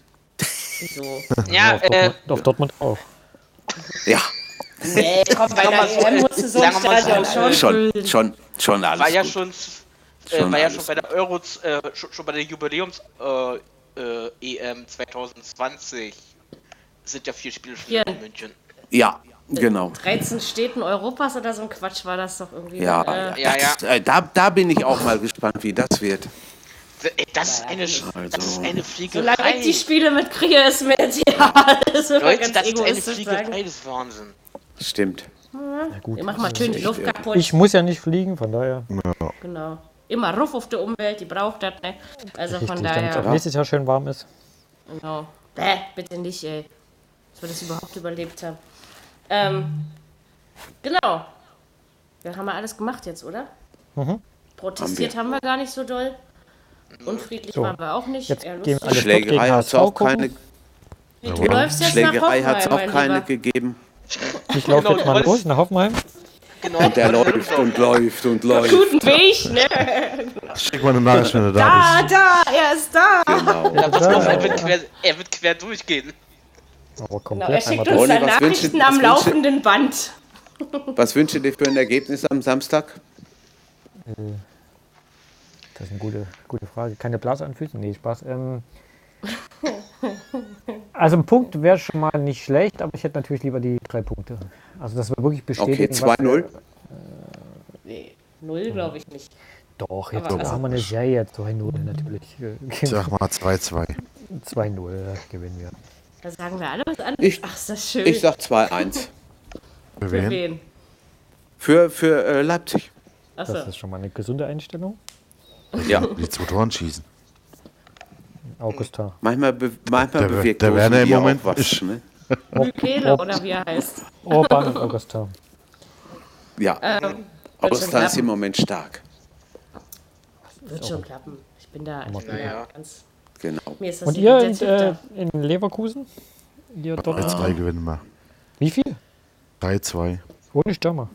Speaker 2: Wieso?
Speaker 5: Ja, äh,
Speaker 6: Und auf Dortmund auch.
Speaker 3: Ja,
Speaker 2: Nee, komm, bei
Speaker 5: Sagen wir mal so,
Speaker 2: der EM musst du so ein
Speaker 5: sagen wir mal so,
Speaker 2: Stadion schon
Speaker 3: schon,
Speaker 2: füllen.
Speaker 3: schon, schon alles.
Speaker 5: war ja
Speaker 3: gut.
Speaker 5: schon, äh,
Speaker 3: Schon
Speaker 5: war ja
Speaker 3: alles
Speaker 5: schon bei der Euro, äh, schon, schon bei der Jubiläums äh, äh, EM 2020 sind ja vier Spiele schon
Speaker 2: Ja.
Speaker 5: in München.
Speaker 3: Ja, genau.
Speaker 2: 13 Städten Europas oder so ein Quatsch war das doch irgendwie.
Speaker 3: Ja,
Speaker 2: äh,
Speaker 5: ja,
Speaker 3: das, äh, da, da bin ich auch mal gespannt, wie das wird.
Speaker 5: Ey, das ist eine, Sch- das
Speaker 3: Also.
Speaker 5: ist eine Fliegerei.
Speaker 2: Solange ich die Spiele mitkriege, ist mir jetzt ja alles wird man
Speaker 5: Leute,
Speaker 2: ganz
Speaker 5: das ist eine
Speaker 2: egoistisch sagen.
Speaker 5: Fliegerei, das ist Wahnsinn.
Speaker 3: Stimmt.
Speaker 2: Wir machen mal schön die Luft kaputt.
Speaker 6: Ich muss ja nicht fliegen, von daher.
Speaker 2: genau. Immer Ruf auf die Umwelt, die braucht das, ne? Also von
Speaker 6: Richtig, damit es auch
Speaker 2: daher,
Speaker 6: nächstes Jahr schön warm ist.
Speaker 2: genau. Bäh, bitte nicht, ey. Dass wir das überhaupt überlebt haben. Ähm, genau. Wir haben ja alles gemacht jetzt, oder?
Speaker 6: Mhm.
Speaker 2: Protestiert haben wir. gar nicht so doll. Unfriedlich waren wir auch nicht.
Speaker 6: Jetzt
Speaker 2: Eher
Speaker 6: gehen
Speaker 2: lustig.
Speaker 6: alle flott gegen
Speaker 3: Schlägerei hat es
Speaker 6: HSV
Speaker 3: auch
Speaker 6: gucken.
Speaker 3: keine,
Speaker 2: Du läufst jetzt nach
Speaker 3: Schlägerei hat's
Speaker 2: Hoffenheim,
Speaker 3: auch
Speaker 2: mein
Speaker 3: keine
Speaker 2: Lieber.
Speaker 3: gegeben.
Speaker 6: Ich laufe
Speaker 5: Genau,
Speaker 6: jetzt mal
Speaker 5: alles-
Speaker 6: los nach Hoffenheim.
Speaker 5: Genau.
Speaker 3: Der läuft und läuft und läuft.
Speaker 2: Guten Weg, ne?
Speaker 7: Schick mal eine Nachricht, wenn du da
Speaker 2: Ah, da, er ist da.
Speaker 3: Genau.
Speaker 5: Pass auf, er wird quer, er wird quer durchgehen.
Speaker 6: Aber
Speaker 2: Genau, er
Speaker 6: komplett
Speaker 2: schickt uns
Speaker 6: einmal
Speaker 3: Ronny,
Speaker 2: seine
Speaker 3: was
Speaker 2: Nachrichten
Speaker 3: wünschen- was
Speaker 2: am
Speaker 3: wünschen-
Speaker 2: laufenden Band.
Speaker 3: Was wünscht ihr dir für ein Ergebnis am Samstag?
Speaker 6: durch. Äh, Das ist eine gute, gute Frage. Keine Blase an Füßen? Nee, Spaß. Ähm, also ein Punkt wäre schon mal nicht schlecht, aber ich hätte natürlich lieber die drei Punkte. Also dass wir wirklich
Speaker 3: Okay,
Speaker 6: bestätigen. was wir-
Speaker 3: 2-0.
Speaker 2: Nee, null glaube ich nicht.
Speaker 6: Doch, jetzt
Speaker 2: Aber- also
Speaker 6: da haben wir eine Serie. 2-0 natürlich. Äh,
Speaker 7: bist. Sag mal 2-2.
Speaker 6: 2-0 äh, gewinnen wir.
Speaker 2: Da sagen wir alle was anderes.
Speaker 3: Ich-
Speaker 2: Ach, ist das schön.
Speaker 3: Ich sag 2-1.
Speaker 7: Für
Speaker 2: Für
Speaker 7: wen?
Speaker 2: wen?
Speaker 3: Für, für äh, Leipzig.
Speaker 2: Achso.
Speaker 6: Das ist schon mal eine gesunde Einstellung.
Speaker 3: Ja,
Speaker 7: Die zwei Toren schießen.
Speaker 6: Augusta.
Speaker 3: manchmal, be manchmal
Speaker 7: Der- der
Speaker 3: bewirkt
Speaker 7: Werner
Speaker 3: Dosenbier
Speaker 7: im Moment
Speaker 3: auch was.
Speaker 7: ist-
Speaker 3: Ne?
Speaker 6: Oh.
Speaker 2: Mukele oder wie er heißt.
Speaker 6: Orban und Augusta.
Speaker 3: Ja,
Speaker 2: Ähm, schon
Speaker 3: Augusta ist
Speaker 2: klappen.
Speaker 3: im Moment stark.
Speaker 2: Wird schon klappen. Ich bin da ich bin da
Speaker 5: Naja.
Speaker 2: ganz.
Speaker 3: Genau.
Speaker 2: Mir ist das
Speaker 6: Und
Speaker 2: hier
Speaker 6: ihr
Speaker 2: der
Speaker 6: in,
Speaker 2: Typ
Speaker 6: äh,
Speaker 2: da.
Speaker 6: in Leverkusen? Ihr dort?
Speaker 7: 3-2 gewinnen wir.
Speaker 6: Wie viel?
Speaker 7: 3-2.
Speaker 6: Ohne Stürmer.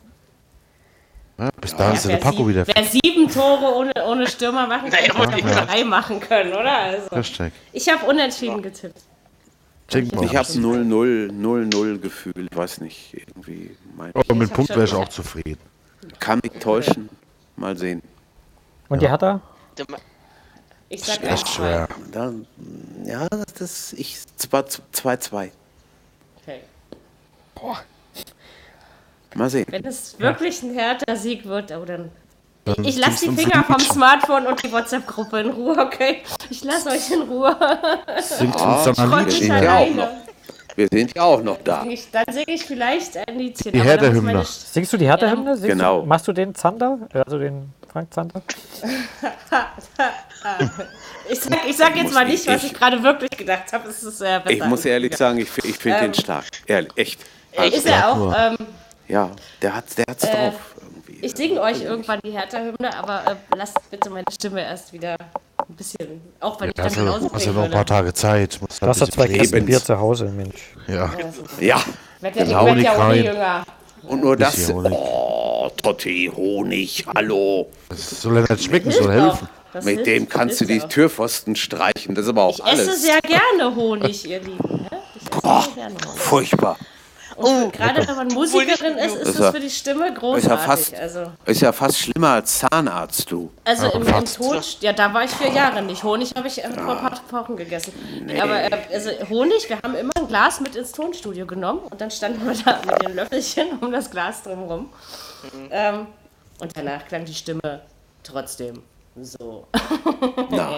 Speaker 7: Ja, bis dahin ist
Speaker 2: wer,
Speaker 7: der Paco
Speaker 2: sie-
Speaker 7: wieder
Speaker 2: wer sieben Tore ohne, ohne Stürmer machen kann,
Speaker 5: Naja,
Speaker 2: hätte
Speaker 5: und
Speaker 2: ich auch
Speaker 5: ja.
Speaker 2: drei machen können, oder? Also,
Speaker 7: Hashtag.
Speaker 2: ich habe unentschieden getippt.
Speaker 7: Check mal.
Speaker 3: Ich habe 0-0, 0-0 Gefühl. Ich weiß nicht, irgendwie. Mein,
Speaker 7: Aber mit
Speaker 2: Ich hab
Speaker 7: Punkt
Speaker 2: schon-
Speaker 7: wäre ich auch zufrieden.
Speaker 3: kann mich täuschen. Mal sehen.
Speaker 6: Und die hat er?
Speaker 5: Der Ma-
Speaker 2: Ich sag
Speaker 7: Das ist schwer.
Speaker 3: Dann, ja, das, das ich zwar 2-2.
Speaker 2: Okay.
Speaker 3: Mal sehen.
Speaker 2: Wenn es wirklich ein härter Sieg wird, oh, dann.
Speaker 7: Dann
Speaker 2: Ich lasse die
Speaker 7: singst du
Speaker 2: Finger vom
Speaker 7: uns-
Speaker 2: Smartphone und die WhatsApp-Gruppe in Ruhe, okay? Ich lasse euch in Ruhe.
Speaker 7: Singst du uns dann ein
Speaker 2: Gott,
Speaker 7: Lied,
Speaker 2: ich
Speaker 3: steht
Speaker 7: Ina?
Speaker 3: ja auch
Speaker 2: Ah, alleine.
Speaker 3: noch. Wir sind ja auch noch da.
Speaker 2: Ich, dann singe ich vielleicht ein Liedchen.
Speaker 7: Die
Speaker 2: aber dann
Speaker 7: Herder-Hymne.
Speaker 2: muss meine
Speaker 6: Singst du die Hertha-Hymne? Singst
Speaker 3: Genau.
Speaker 6: Du, machst du den Zander? Äh, Also den Frank Zander?
Speaker 2: St- Ich sag, ich sag jetzt
Speaker 3: Muss
Speaker 2: mal
Speaker 3: ich-
Speaker 2: nicht, was
Speaker 3: ich-
Speaker 2: ich gerade wirklich gedacht habe. Es ist äh, besser.
Speaker 3: Ich muss ehrlich sagen, ich, fi- ich finde den stark. Ehrlich, echt.
Speaker 2: Ähm. Ist er Äh, auch. Ähm,
Speaker 3: Ja, der hat der hat's drauf. Irgendwie.
Speaker 2: ich singe euch irgendwann die Hertha-Hymne, aber äh, lasst bitte meine Stimme erst wieder ein bisschen. Auch wenn ich
Speaker 7: Ja,
Speaker 2: dann
Speaker 7: hast du
Speaker 2: genauso
Speaker 7: hast ja
Speaker 2: singen
Speaker 7: noch ein paar
Speaker 2: würde.
Speaker 7: Tage Zeit. Musst
Speaker 6: Du hast ja
Speaker 7: ein
Speaker 6: zwei
Speaker 7: bisschen
Speaker 6: Kästen
Speaker 3: Lebens-
Speaker 6: Bier zu Hause, Mensch.
Speaker 7: leben. Ja,
Speaker 3: Ja,
Speaker 2: Werd ja- Ich
Speaker 7: Genau,
Speaker 2: werde ja
Speaker 7: die
Speaker 2: ohne
Speaker 7: Karin.
Speaker 2: jünger.
Speaker 3: und nur
Speaker 7: bisschen
Speaker 3: das.
Speaker 7: Honig.
Speaker 3: Oh, Totti, Honig, hallo.
Speaker 7: das soll er nicht schmecken, soll
Speaker 2: Doch,
Speaker 7: helfen.
Speaker 2: das
Speaker 3: Mit
Speaker 2: hilft,
Speaker 3: dem
Speaker 2: das
Speaker 3: kannst du die
Speaker 2: hilft auch.
Speaker 3: Türpfosten streichen. Das ist aber auch
Speaker 2: Ich
Speaker 3: alles.
Speaker 2: esse sehr gerne Honig, ihr Lieben. Ne? Ich esse sehr gerne Honig.
Speaker 3: Furchtbar.
Speaker 2: Und gerade wenn man Musikerin ist,
Speaker 3: Das
Speaker 2: ist
Speaker 3: Oh. ist ja-
Speaker 2: es für die Stimme
Speaker 3: Ist ja
Speaker 2: großartig.
Speaker 3: fast,
Speaker 2: also
Speaker 3: ist ja fast schlimmer als Zahnarzt, du.
Speaker 2: also im, im
Speaker 7: fast.
Speaker 2: Tod, ja, da war ich vier Jahre nicht. Honig habe ich äh, vor ein paar Wochen gegessen. Aber äh, also Honig, wir haben immer ein Glas mit ins Tonstudio genommen und dann standen wir da mit dem Löffelchen um das Glas drumherum. Ähm, und danach klang die Stimme trotzdem so
Speaker 3: Na.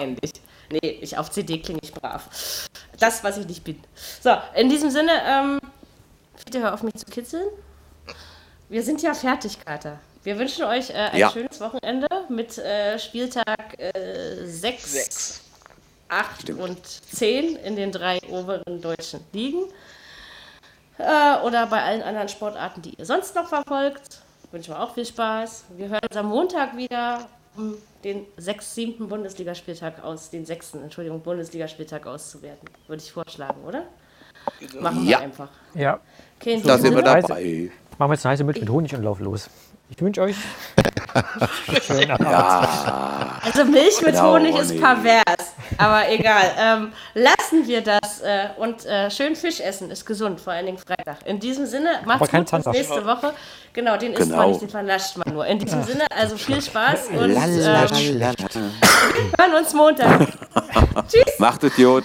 Speaker 2: ähnlich. Nee, ich auf CD klinge ich brav. Das, was ich nicht bin. So, in diesem Sinne, ähm, bitte hör auf mich zu kitzeln. Wir sind ja fertig, Kater. Wir wünschen euch äh, ein
Speaker 3: Ja.
Speaker 2: schönes Wochenende mit äh, Spieltag äh, 6,
Speaker 5: Sechs.
Speaker 2: 8 und 10 in den drei oberen deutschen Ligen. Äh, oder bei allen anderen Sportarten, die ihr sonst noch verfolgt. Wünschen wir auch viel Spaß. Wir hören uns am Montag wieder um den 6. 7. Bundesligaspieltag aus, den 6. Entschuldigung, Bundesligaspieltag auszuwerten. Würde ich vorschlagen, oder? Machen wir
Speaker 3: Ja.
Speaker 2: einfach.
Speaker 6: Ja.
Speaker 2: Okay, in
Speaker 3: Da
Speaker 2: diesem
Speaker 3: sind wir
Speaker 2: Sinne,
Speaker 3: dabei.
Speaker 6: Machen wir jetzt eine heiße Milch mit Honig und lauf los. Ich wünsche euch
Speaker 2: Also Milch mit
Speaker 3: Genau,
Speaker 2: Honig ist
Speaker 3: Ronny.
Speaker 2: pervers, aber egal. Ähm, lassen wir das äh, und äh, schön Fisch essen ist gesund, vor allen Dingen Freitag. In diesem Sinne, macht's
Speaker 6: kein
Speaker 2: gut bis
Speaker 6: Zander.
Speaker 2: nächste Woche. Genau, den isst man
Speaker 3: Genau. Ah.
Speaker 2: nicht, den vernascht man nur. In diesem Sinne, also viel Spaß und äh,
Speaker 3: Lalalala.
Speaker 2: hören uns Montag.
Speaker 3: Macht es gut.